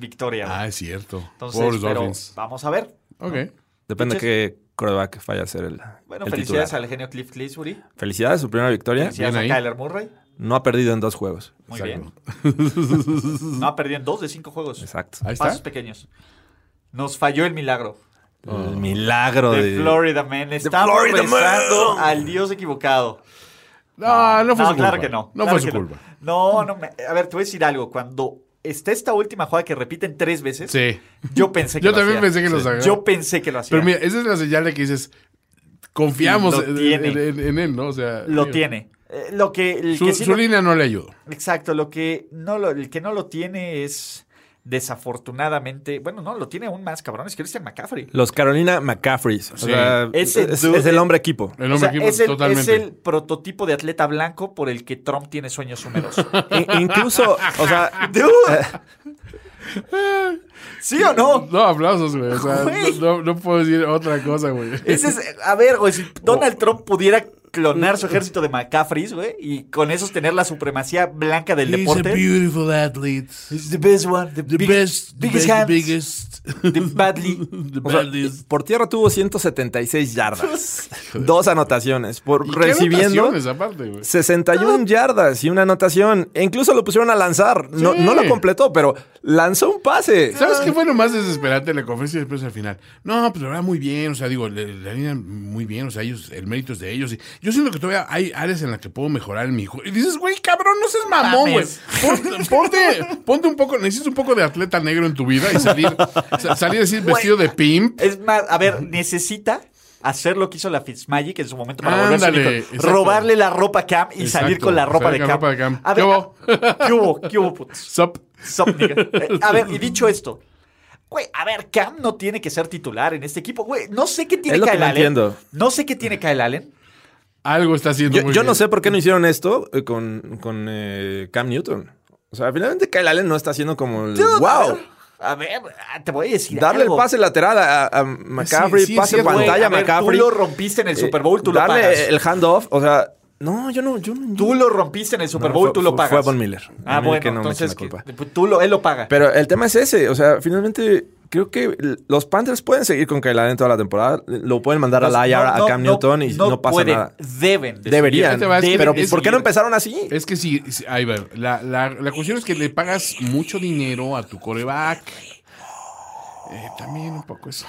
Speaker 2: victoria. güey.
Speaker 4: Ah, es cierto.
Speaker 2: Entonces,
Speaker 4: Pobres
Speaker 2: pero
Speaker 4: Dolphins.
Speaker 2: vamos a ver.
Speaker 4: Ok.
Speaker 3: Depende de qué coreback vaya a ser el.
Speaker 2: Bueno,
Speaker 3: el
Speaker 2: felicidades
Speaker 3: titular.
Speaker 2: al genio Cliff Clisbury.
Speaker 3: Felicidades, su primera victoria.
Speaker 2: Felicidades
Speaker 4: ahí.
Speaker 2: a Kyler Murray.
Speaker 3: No ha perdido en dos juegos.
Speaker 2: Muy
Speaker 4: Exacto.
Speaker 2: bien. No, perdí en dos de cinco juegos.
Speaker 3: Exacto.
Speaker 4: Ahí está.
Speaker 2: Pasos pequeños. Nos falló el milagro.
Speaker 3: El milagro de.
Speaker 2: De Florida Man. Estamos
Speaker 3: Florida Man.
Speaker 2: besando al dios equivocado.
Speaker 4: No, Ah, no fue
Speaker 2: no,
Speaker 4: su culpa.
Speaker 2: claro que no.
Speaker 4: No
Speaker 2: claro
Speaker 4: fue su
Speaker 2: que
Speaker 4: culpa.
Speaker 2: No, no. me- A ver, te voy a decir algo. Cuando está esta última jugada que repiten tres veces,
Speaker 4: Sí.
Speaker 2: yo pensé que
Speaker 4: Yo
Speaker 2: lo
Speaker 4: también
Speaker 2: hacía.
Speaker 4: pensé que lo sacaba.
Speaker 2: Yo pensé que lo hacía.
Speaker 4: Pero mira, esa es la señal de que dices, confiamos
Speaker 2: Lo
Speaker 4: en,
Speaker 2: tiene.
Speaker 4: en- en- en él, ¿no? O sea,
Speaker 2: lo
Speaker 4: digo,
Speaker 2: tiene. Eh, lo que, el
Speaker 4: Su,
Speaker 2: que sí
Speaker 4: su
Speaker 2: lo-
Speaker 4: línea no le ayudó.
Speaker 2: Exacto, lo que no lo, el que no lo tiene es desafortunadamente, bueno, no, lo tiene aún más cabrón, es Christian McCaffrey.
Speaker 3: Los Carolina McCaffreys. O
Speaker 4: Sí.
Speaker 3: sea, es,
Speaker 2: Ese dude-
Speaker 3: es el hombre equipo.
Speaker 4: El
Speaker 2: O
Speaker 4: hombre
Speaker 2: sea,
Speaker 4: equipo
Speaker 2: es, el,
Speaker 4: totalmente.
Speaker 2: es el prototipo de atleta blanco por el que Trump tiene sueños húmedos.
Speaker 3: I- incluso, o sea,
Speaker 2: ¿Sí o no?
Speaker 4: No, aplausos, güey. O sea,
Speaker 2: Güey. Eh,
Speaker 4: no, no puedo decir otra cosa, güey.
Speaker 2: Ese es, a ver, güey, si Donald Trump pudiera clonar su ejército de McCaffreys, güey, y con esos tener la supremacía blanca del deporte.
Speaker 4: beautiful athlete.
Speaker 2: He's the best one, the, big- biggest hands, the badly.
Speaker 3: o sea, por tierra tuvo 176 yardas. dos anotaciones. Por recibiendo.
Speaker 4: aparte, güey.
Speaker 3: 61 yardas y una anotación. E incluso lo pusieron a lanzar. No,
Speaker 4: Sí.
Speaker 3: no lo completó, pero lanzó un pase.
Speaker 4: ¿Sabes qué fue lo más desesperante de la conferencia después al final? No, pues la verdad, muy bien. O sea, digo, la la línea muy bien. O sea, ellos, el mérito es de ellos. Y yo siento que todavía hay áreas en las que puedo mejorar en mi juego. Y dices, güey, cabrón, no seas mamón, güey.
Speaker 2: Mames.
Speaker 4: Ponte, ponte, ponte un poco, necesitas un poco de atleta negro en tu vida y salir, sa- salir así vestido de pimp.
Speaker 2: Es más, a ver, necesita hacer lo que hizo la Fitzmagic en su momento para volverse
Speaker 4: Ándale,
Speaker 2: Nicole.
Speaker 4: exacto.
Speaker 2: robarle la ropa a Cam y
Speaker 4: Exacto,
Speaker 2: salir con la ropa
Speaker 4: salir con
Speaker 2: de Cam.
Speaker 4: la ropa de Cam.
Speaker 2: A
Speaker 4: ¿Qué
Speaker 2: ver,
Speaker 4: hubo?
Speaker 2: ¿Qué hubo? ¿Qué hubo, putos?
Speaker 4: Sup.
Speaker 2: Sup, nigga. Eh, A ver, y dicho esto, güey, a ver, Cam no tiene que ser titular en este equipo, güey. No sé qué tiene
Speaker 3: Es lo que
Speaker 2: Kyle
Speaker 3: no
Speaker 2: Allen.
Speaker 3: entiendo.
Speaker 2: No sé qué tiene Kyle Allen.
Speaker 4: Algo está haciendo
Speaker 3: Yo,
Speaker 4: muy
Speaker 3: yo
Speaker 4: bien.
Speaker 3: no sé por qué no hicieron esto eh, con, con, eh, Cam Newton. O sea, finalmente Kyle Allen no está haciendo como el
Speaker 2: Dude, A
Speaker 3: wow.
Speaker 2: ver, a ver, ah, te voy a decir
Speaker 3: Darle
Speaker 2: algo.
Speaker 3: el pase lateral a, a McCaffrey,
Speaker 4: Sí, sí,
Speaker 3: pase
Speaker 4: sí,
Speaker 3: en
Speaker 4: güey.
Speaker 2: Güey,
Speaker 3: pantalla
Speaker 2: a
Speaker 3: a
Speaker 2: ver,
Speaker 3: McCaffrey.
Speaker 2: Tú lo rompiste en el
Speaker 3: Eh,
Speaker 2: Super Bowl, tú lo
Speaker 3: darle
Speaker 2: pagas.
Speaker 3: el handoff. O sea, no, yo no, yo no.
Speaker 2: Tú lo rompiste en el Super
Speaker 3: No,
Speaker 2: Bowl,
Speaker 3: fue-
Speaker 2: tú lo
Speaker 3: fue-
Speaker 2: pagas.
Speaker 3: Fue Von Miller.
Speaker 2: Ah,
Speaker 3: Von Miller
Speaker 2: bueno,
Speaker 3: que no me eche
Speaker 2: entonces
Speaker 3: la culpa.
Speaker 2: que- tú lo, él lo paga.
Speaker 3: Pero el tema es ese, o sea, finalmente creo que los Panthers pueden seguir con Kyle Allen toda la temporada, lo pueden mandar
Speaker 2: No,
Speaker 3: al IR
Speaker 2: no,
Speaker 3: a Cam
Speaker 2: no,
Speaker 3: Newton y no, pasa
Speaker 2: pueden,
Speaker 3: nada.
Speaker 2: Deben. de
Speaker 3: Deberían,
Speaker 4: te va, es que-
Speaker 3: pero
Speaker 4: es-
Speaker 3: ¿por qué no empezaron así?
Speaker 4: Es que sí, sí, ahí va. La, la, la cuestión es que le pagas mucho dinero a tu coreback. Eh, también un poco eso.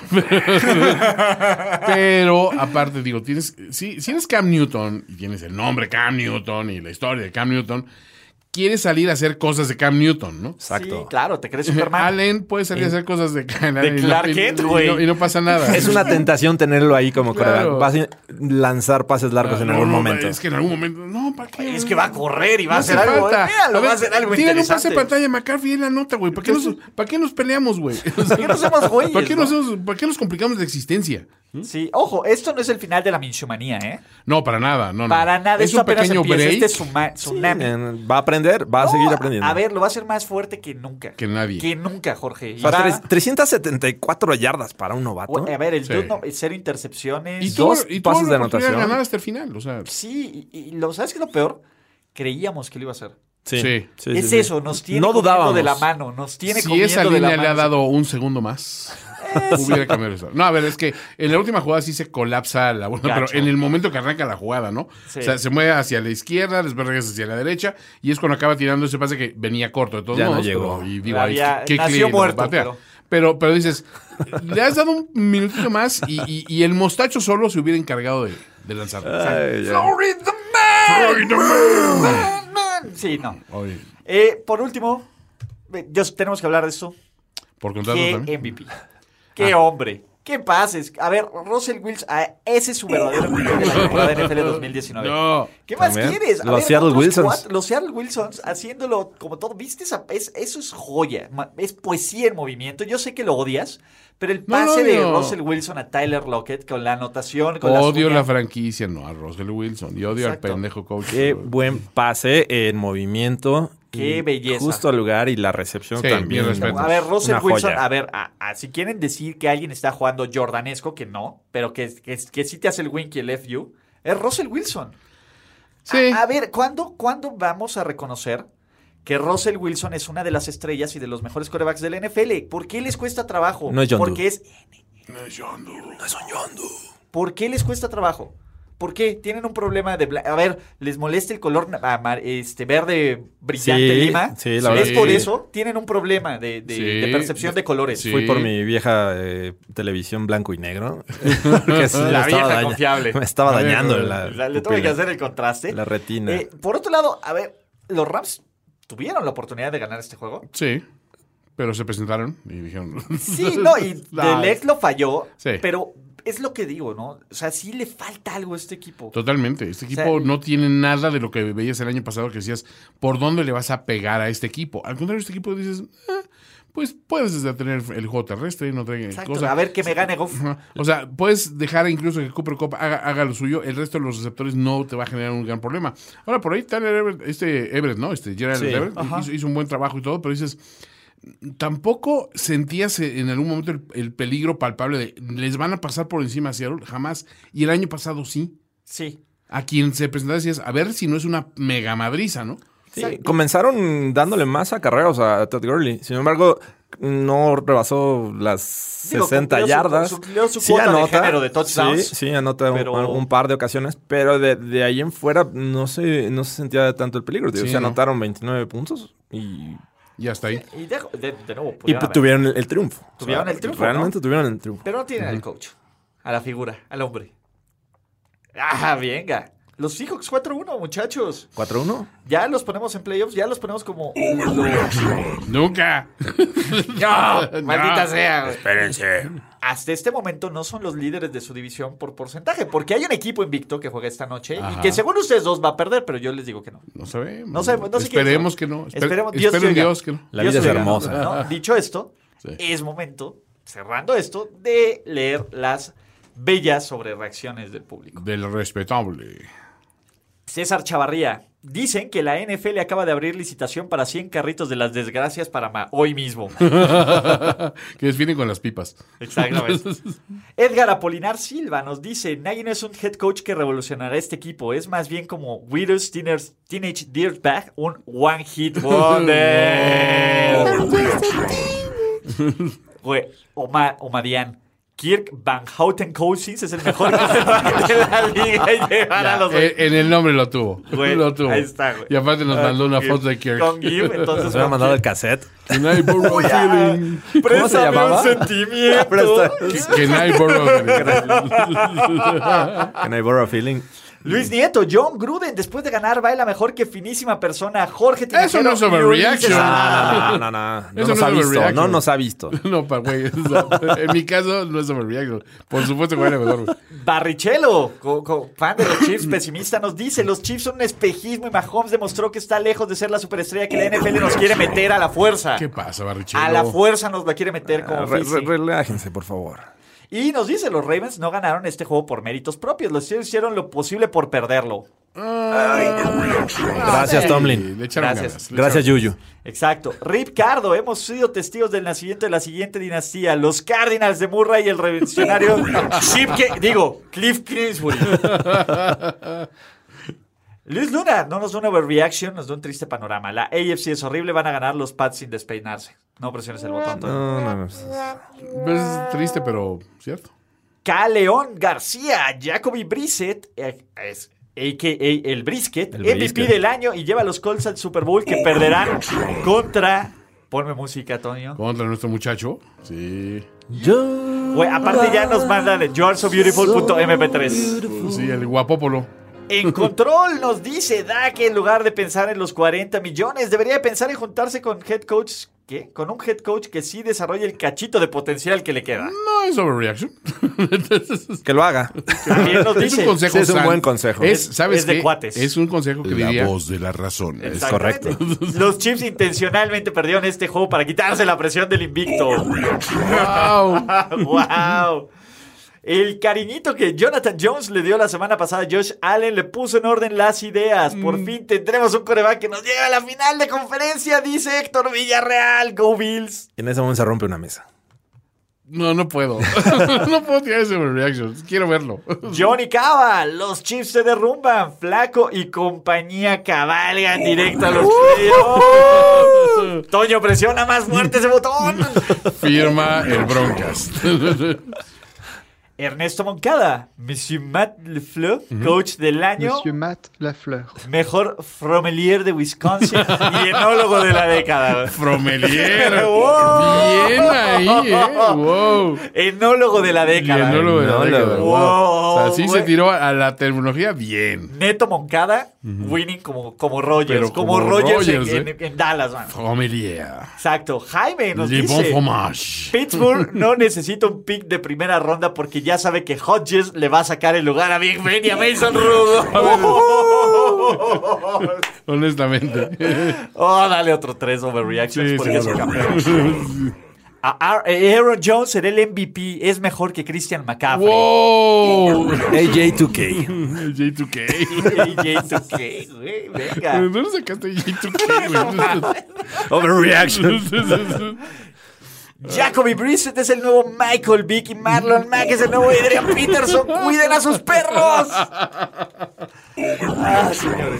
Speaker 4: Pero aparte, digo, tienes. Si, si eres Cam Newton y tienes el nombre Cam Newton y la historia de Cam Newton, quieres salir a hacer cosas de Cam Newton, ¿no?
Speaker 2: seguir.
Speaker 3: Exacto.
Speaker 2: Sí, claro, te crees Superman.
Speaker 4: Allen puede salir a hacer cosas de Cam Allen y no-
Speaker 2: Clark
Speaker 4: y-
Speaker 2: Kent,
Speaker 4: y no-
Speaker 2: güey.
Speaker 4: y, no pasa nada.
Speaker 3: Es una tentación tenerlo ahí como
Speaker 4: Claro.
Speaker 3: coreback. Vas a lanzar pases
Speaker 2: Pues
Speaker 3: largos en
Speaker 4: No,
Speaker 3: algún
Speaker 4: no,
Speaker 3: momento.
Speaker 4: Es que en algún momento. No, ¿para qué?
Speaker 2: Es que va a correr y va a
Speaker 4: hace
Speaker 2: hacer algo. ¿eh?
Speaker 4: falta.
Speaker 2: Míralo,
Speaker 4: A ver,
Speaker 2: va a hacer algo
Speaker 4: tírale un pase
Speaker 2: interesante.
Speaker 4: de pantalla a McCarthy y en la nota, güey. ¿Para qué nos, para qué nos peleamos, güey? ¿Para
Speaker 2: qué nos hacemos güeyes,
Speaker 4: ¿Para qué, nos,
Speaker 2: no?
Speaker 4: hacemos- para qué nos complicamos la existencia?
Speaker 2: Sí, ojo, esto no es el final de la Minshumanía, ¿eh?
Speaker 4: No, para nada, no, no.
Speaker 2: Para nada,
Speaker 4: Es
Speaker 2: esto
Speaker 4: un
Speaker 2: apenas
Speaker 4: pequeño
Speaker 2: empieza.
Speaker 4: break eh,
Speaker 2: Este es suma-
Speaker 3: Sí,
Speaker 2: tsunami.
Speaker 3: en- va a aprender, va a seguir
Speaker 2: No,
Speaker 3: aprendiendo.
Speaker 2: A ver, lo va a hacer más fuerte que nunca.
Speaker 4: Que nadie.
Speaker 2: Que nunca, Jorge. Y
Speaker 3: O sea,
Speaker 2: va-
Speaker 3: tres- 374 yardas para un novato.
Speaker 2: güey, a ver, el
Speaker 4: Sí.
Speaker 2: dude no- cero intercepciones.
Speaker 4: y tú,
Speaker 3: dos
Speaker 4: y tú
Speaker 3: pases
Speaker 4: la
Speaker 3: de
Speaker 4: oportunidad
Speaker 3: anotación.
Speaker 4: ganar hasta el final, o sea.
Speaker 2: Sí, y, y lo sabes que lo peor, creíamos que lo iba a hacer.
Speaker 3: Sí.
Speaker 4: Sí.
Speaker 3: Sí,
Speaker 2: es
Speaker 3: sí, sí.
Speaker 2: eso, nos tiene
Speaker 3: No
Speaker 2: comiendo
Speaker 3: dudábamos.
Speaker 2: de la mano, nos tiene
Speaker 4: Si
Speaker 2: comiendo
Speaker 4: esa
Speaker 2: de la
Speaker 4: línea
Speaker 2: mano.
Speaker 4: le ha dado un segundo más, hubiera cambiado eso. No, a ver, es que en la última jugada sí se colapsa la bola,
Speaker 2: Gacho.
Speaker 4: pero en el momento que arranca la jugada, ¿no?
Speaker 2: Sí.
Speaker 4: O sea, se mueve hacia la izquierda, después regresa hacia la derecha, y es cuando acaba tirando ese pase que venía corto. De todos
Speaker 3: Ya no
Speaker 4: modos,
Speaker 3: llegó.
Speaker 4: pero- y digo,
Speaker 2: Había-
Speaker 4: ay, qué- qué
Speaker 2: nació
Speaker 4: clean,
Speaker 2: muerto,
Speaker 4: batea.
Speaker 2: pero-
Speaker 4: pero... pero... dices, le has dado un minutito más y, y- y el mostacho solo se hubiera encargado de, de lanzar.
Speaker 3: Ay, ya.
Speaker 2: Glory the man!
Speaker 4: Ay, no mames.
Speaker 2: Man, man. Sí, no.
Speaker 4: Oye,
Speaker 2: Eh, por último, eh, ya tenemos que hablar de esto.
Speaker 4: por contrato
Speaker 2: ¿Qué
Speaker 4: también. Ah.
Speaker 2: MVP? ¿Qué hombre? ¿Qué pases? A ver, Russell Wills, ah, ese es su verdadero nivel de la temporada NFL 2019.
Speaker 4: No.
Speaker 2: ¿Qué más
Speaker 3: También.
Speaker 2: quieres? A
Speaker 3: Los Seattle
Speaker 2: otros
Speaker 3: Wilsons.
Speaker 2: cuatro- los Seattle Wilsons haciéndolo como todo. ¿Viste? esa- es- eso es joya. ma- Es poesía en movimiento. Yo sé que lo odias, pero el
Speaker 4: No lo
Speaker 2: pase de
Speaker 4: odio.
Speaker 2: Russell Wilson a Tyler Lockett con la anotación, con
Speaker 4: Odio
Speaker 2: la
Speaker 4: la
Speaker 2: suya.
Speaker 4: franquicia, no a Russell Wilson. Y odio
Speaker 2: Exacto.
Speaker 4: al pendejo coach.
Speaker 3: Qué buen pase en movimiento.
Speaker 2: Qué
Speaker 3: Y
Speaker 2: belleza.
Speaker 3: Justo al lugar y la recepción
Speaker 4: Sí,
Speaker 3: también.
Speaker 4: mis respetos.
Speaker 2: A ver, Russell
Speaker 3: Una
Speaker 2: Wilson,
Speaker 3: joya.
Speaker 2: a ver, a- a- si quieren decir que alguien está jugando jordanesco, que no, pero que, que, que sí te hace el wink y el FU, es Russell Wilson.
Speaker 4: Sí.
Speaker 2: A, a ver, ¿cuándo, ¿cuándo vamos a reconocer que Russell Wilson es una de las estrellas y de los mejores corebacks del NFL? ¿Por qué les cuesta trabajo?
Speaker 3: No es John
Speaker 2: Porque
Speaker 3: Doe.
Speaker 2: es ¿Por qué les cuesta trabajo? ¿Por qué? Tienen un problema de... bla- A ver, ¿les molesta el color na- amar- este, verde brillante
Speaker 3: Sí,
Speaker 2: lima?
Speaker 3: sí, la
Speaker 2: Si
Speaker 3: verdad
Speaker 2: ¿Es
Speaker 4: sí.
Speaker 2: por eso? Tienen un problema de, de-
Speaker 4: Sí.
Speaker 2: de percepción de colores.
Speaker 4: Sí.
Speaker 3: Fui por mi vieja eh, televisión blanco y negro. que sí, me
Speaker 2: La
Speaker 3: estaba
Speaker 2: vieja
Speaker 3: daña-
Speaker 2: confiable.
Speaker 3: Me estaba
Speaker 4: La vieja
Speaker 3: dañando
Speaker 4: confiable.
Speaker 3: la.
Speaker 2: O sea, le tuve que
Speaker 3: pupila.
Speaker 2: hacer el contraste.
Speaker 3: La retina.
Speaker 2: Eh, por otro lado, a ver, los Rams tuvieron la oportunidad de ganar este juego.
Speaker 4: Sí. Pero se presentaron y dijeron.
Speaker 2: Sí, no, y Delec lo falló,
Speaker 4: Sí.
Speaker 2: pero es lo que digo, ¿no? O sea, sí le falta algo a este equipo.
Speaker 4: Totalmente. Este equipo
Speaker 2: O sea,
Speaker 4: no tiene nada de lo que veías el año pasado que decías, ¿por dónde le vas a pegar a este equipo? Al contrario, este equipo dices, "Ah, pues puedes detener el juego terrestre, no traigan
Speaker 2: Exacto,
Speaker 4: cosas.
Speaker 2: a ver que me gane Goff.
Speaker 4: Ajá. O sea, puedes dejar incluso que Cooper Cup haga, haga lo suyo, el resto de los receptores no te va a generar un gran problema. Ahora, por ahí Tyler Everett, este Everett, ¿no? Este Gerald
Speaker 3: Sí.
Speaker 4: Everett hizo, hizo un buen trabajo y todo, pero dices, tampoco sentías en algún momento el, el peligro palpable de les van a pasar por encima a Seattle, jamás. Y el año pasado sí.
Speaker 2: Sí.
Speaker 4: A quien se presentaba decías, a ver si no es una mega madriza, ¿no?
Speaker 3: Sí, comenzaron dándole más a carreras a Todd Gurley. Sin embargo, no rebasó las
Speaker 2: Digo,
Speaker 3: 60
Speaker 2: cumplió su-
Speaker 3: yardas.
Speaker 2: cumplió su cuota de género de touchdowns,
Speaker 3: sí, sí, anota un-
Speaker 2: pero-
Speaker 3: un, par de ocasiones, pero de, de ahí en fuera no se, no se sentía tanto el peligro. tío.
Speaker 4: Sí,
Speaker 3: se
Speaker 4: ¿no?
Speaker 3: anotaron 29 puntos y,
Speaker 4: Y hasta ahí.
Speaker 2: Y dejo- de, de nuevo,
Speaker 3: y
Speaker 2: pudieron haber-
Speaker 3: tuvieron el, el triunfo.
Speaker 2: Tuvieron el triunfo,
Speaker 3: Realmente tuvieron el triunfo.
Speaker 2: Pero no tienen al coach, a la figura, al hombre. Ah, venga. Los Seahawks 4-1, muchachos.
Speaker 3: 4-1.
Speaker 2: Ya los ponemos en playoffs, ya los ponemos como...
Speaker 4: ¡Nunca!
Speaker 2: ¡No! ¡Maldita
Speaker 4: No.
Speaker 2: sea! güey.
Speaker 7: Espérense.
Speaker 2: hasta este momento no son los líderes de su división por porcentaje, porque hay un equipo invicto que juega esta noche y
Speaker 4: Ajá.
Speaker 2: que según ustedes dos va a perder, pero yo les digo que no.
Speaker 4: No sabemos.
Speaker 2: No sabemos, no sé quién
Speaker 4: Esperemos
Speaker 2: es.
Speaker 4: que no. Espe-
Speaker 2: Esperemos, Dios
Speaker 4: espero en
Speaker 2: oiga.
Speaker 4: Dios que no.
Speaker 3: La vida es
Speaker 2: oiga.
Speaker 3: hermosa.
Speaker 2: ¿No? Dicho esto,
Speaker 4: Sí.
Speaker 2: es momento, cerrando esto, de leer las bellas sobre reacciones del público.
Speaker 4: Del respetable.
Speaker 2: César Chavarría. Dicen que la NFL acaba de abrir licitación para 100 carritos de las desgracias para ma- hoy mismo.
Speaker 4: que definen con las pipas.
Speaker 2: Exactamente. Edgar Apolinar Silva nos dice: Nagy no es un head coach que revolucionará este equipo. Es más bien como Weirdos Teenage, Teenage Dirtbag, un One Hit Wonder. Güey, Oma, Omadian. Kirk Van Houten Cousins es el mejor quarterback de la liga y llevará a los.
Speaker 4: Eh, en el nombre lo tuvo.
Speaker 2: Güey,
Speaker 4: lo tuvo.
Speaker 2: ahí está, güey.
Speaker 4: Y aparte nos mandó una
Speaker 2: Con
Speaker 4: foto de
Speaker 2: GIF,
Speaker 4: Kirk.
Speaker 2: Con GIF, entonces.
Speaker 3: Nos habían
Speaker 2: con
Speaker 3: mandado el
Speaker 2: GIF.
Speaker 3: cassette.
Speaker 4: Can I borrow a feeling?
Speaker 3: ¿Cómo se
Speaker 2: Présame
Speaker 3: llamaba?
Speaker 2: un sentimiento.
Speaker 4: Can I borrow a feeling?
Speaker 3: Can I borrow a feeling?
Speaker 2: Luis Nieto, John Gruden, después de ganar, baila mejor que finísima persona. Jorge Tinajero.
Speaker 4: Eso no es
Speaker 2: y
Speaker 4: overreaction.
Speaker 2: Ulises- Ah.
Speaker 3: No, no, no, no, no. No
Speaker 4: Eso
Speaker 3: nos
Speaker 4: no
Speaker 3: ha
Speaker 4: es
Speaker 3: visto.
Speaker 4: overreaction.
Speaker 3: No nos ha visto.
Speaker 4: No, pa, güey. o sea, En mi caso, no es overreaction. Por supuesto que era mejor. güey.
Speaker 2: Barrichello, co- co- fan de los Chiefs, pesimista, nos dice: Los Chiefs son un espejismo y Mahomes demostró que está lejos de ser la superestrella que la NFL nos quiere meter a la fuerza.
Speaker 4: ¿Qué Ah, pasa, Barrichero?
Speaker 2: A la fuerza nos la quiere meter como
Speaker 3: Ah, Re-
Speaker 2: fisi.
Speaker 3: re- relájense, por favor.
Speaker 2: Y nos dice: Los Ravens no ganaron este juego por méritos propios. Los Chiefs hicieron lo posible por perderlo.
Speaker 3: Gracias, Tomlin.
Speaker 4: Le echaron
Speaker 2: Gracias.
Speaker 4: ganas. le
Speaker 3: Gracias, Yuyu.
Speaker 2: Exacto. Rip Cardo, hemos sido testigos del nacimiento de la siguiente dinastía, los Cardinals de Murray y el revolucionario Chip Ke- digo, Cliff Kingsbury. Luis Luna, no nos da una overreaction, nos da un triste panorama. La AFC es horrible, van a ganar los Pats sin despeinarse. No presiones el botón. Toño.
Speaker 3: No, no, no.
Speaker 4: echaron. Pues Es triste, pero cierto.
Speaker 2: K. León García, Jacoby Brissett, eh, es a.k.a. el Brisket,
Speaker 3: El
Speaker 2: MVP
Speaker 3: Brisket.
Speaker 2: del año y lleva a los Colts al Super Bowl que perderán contra... Ponme música, Antonio.
Speaker 4: Contra nuestro muchacho. Sí.
Speaker 2: Güey, aparte ya nos mandan el yoursobeautiful.mp3.
Speaker 4: Pues Sí, el guapópolo.
Speaker 2: En control nos dice Da que en lugar de pensar en los 40 millones, debería de pensar en juntarse con head coach ¿Qué? Con un head coach que sí desarrolle el cachito de potencial que le queda.
Speaker 4: No es overreaction.
Speaker 3: Que lo haga.
Speaker 2: También nos
Speaker 4: es
Speaker 2: dice.
Speaker 4: un consejo.
Speaker 3: Sí, es un
Speaker 4: sano.
Speaker 3: buen consejo.
Speaker 4: Es,
Speaker 2: Es-
Speaker 4: ¿sabes
Speaker 2: es de
Speaker 4: qué?
Speaker 2: cuates.
Speaker 4: Es un consejo que
Speaker 1: La
Speaker 4: diría.
Speaker 1: voz de la razón.
Speaker 2: Exactamente. Los Chiefs intencionalmente perdieron este juego para quitarse la presión del invicto.
Speaker 4: ¡Wow!
Speaker 2: ¡Wow! El cariñito que Jonathan Jones le dio la semana pasada a Josh Allen le puso en orden las ideas. Por fin tendremos un coreback que nos llega a la final de conferencia, dice Héctor Villarreal. Go Bills.
Speaker 3: Y en ese momento se rompe una mesa.
Speaker 4: No, no puedo. no puedo tirar ese overreaction. Quiero verlo.
Speaker 2: Johnny Cava, los Chiefs se derrumban. Flaco y compañía cabalgan directo a los playoffs. Toño presiona más fuerte ese botón.
Speaker 4: Firma el Broncas.
Speaker 2: Ernesto Moncada, Monsieur Matt Lefleur, coach del año.
Speaker 8: Matt Lafleur.
Speaker 2: Mejor fromelier de Wisconsin y enólogo de la década.
Speaker 4: Fromelier.
Speaker 2: Wow.
Speaker 4: Bien ahí, ¿eh? Wow.
Speaker 2: Enólogo de la
Speaker 4: Y
Speaker 2: década.
Speaker 4: el nuevo de la
Speaker 3: No, la-
Speaker 4: década.
Speaker 3: wow.
Speaker 4: O sea, sí
Speaker 2: Wow,
Speaker 4: se
Speaker 2: güey.
Speaker 4: tiró a la terminología bien.
Speaker 2: Neto Moncada, winning como, como Rogers.
Speaker 4: Pero
Speaker 2: como,
Speaker 4: como
Speaker 2: Rogers, en-
Speaker 4: Rogers,
Speaker 2: en,
Speaker 4: ¿eh?
Speaker 2: en Dallas, man.
Speaker 4: Fromelier.
Speaker 2: Exacto. Jaime nos
Speaker 4: Le bon
Speaker 2: dice.
Speaker 4: fromage.
Speaker 2: Pittsburgh no necesita un pick de primera ronda porque ya sabe que Hodges le va a sacar el lugar a Big Ben y a Mason Rudolph.
Speaker 4: Honestamente.
Speaker 2: Oh, dale otro 3 overreactions
Speaker 4: Sí,
Speaker 2: porque
Speaker 4: sí,
Speaker 2: es un campeón. A- a- eh, Aaron Jones será el MVP. Es mejor que Christian McCaffrey.
Speaker 4: wow.
Speaker 3: AJ2K.
Speaker 4: J2K.
Speaker 2: AJ2K, güey,
Speaker 4: ¿De
Speaker 2: venga.
Speaker 4: dónde sacaste J2K?
Speaker 3: Overreaction.
Speaker 4: güey?
Speaker 2: Jacoby Brissett es el nuevo Michael Vick y Marlon Mack es el nuevo Adrian Peterson. ¡Cuiden a sus perros!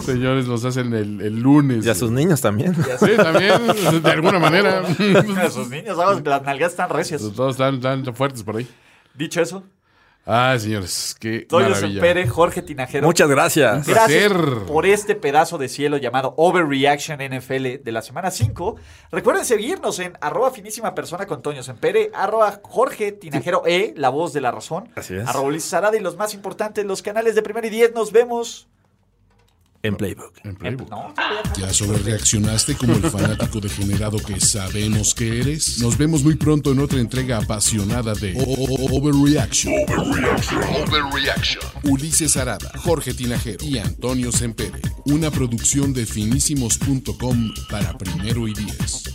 Speaker 4: Señores, los hacen el, el lunes.
Speaker 3: Y a sus niños también.
Speaker 4: Sí, también, de alguna manera.
Speaker 2: A sus niños, vamos, las nalgas están recias.
Speaker 4: Todos están tan fuertes por ahí.
Speaker 2: Dicho eso,
Speaker 4: Ah, señores, qué
Speaker 2: Toyo
Speaker 4: maravilla.
Speaker 2: Sempere, Jorge Tinajero.
Speaker 3: Muchas gracias.
Speaker 2: Gracias
Speaker 4: placer.
Speaker 2: por este pedazo de cielo llamado Overreaction NFL de la semana 5. Recuerden seguirnos en arroba finísima persona con Toño Sempere, arroba Jorge Tinajero E, la voz de la razón.
Speaker 3: Así es.
Speaker 2: Arroba Ulises Arada y los más importantes, los canales de Primero y Diez. Nos vemos.
Speaker 3: En Playbook.
Speaker 4: En
Speaker 2: en-
Speaker 4: Playbook.
Speaker 2: no, todavía no.
Speaker 1: ¿Ya sobre reaccionaste como el fanático degenerado que sabemos que eres? Nos vemos muy pronto en otra entrega apasionada de O- O- O- Overreaction. Ulises Arada, Jorge Tinajero y Antonio Sempere. Una producción de finísimos.com para primero y diez.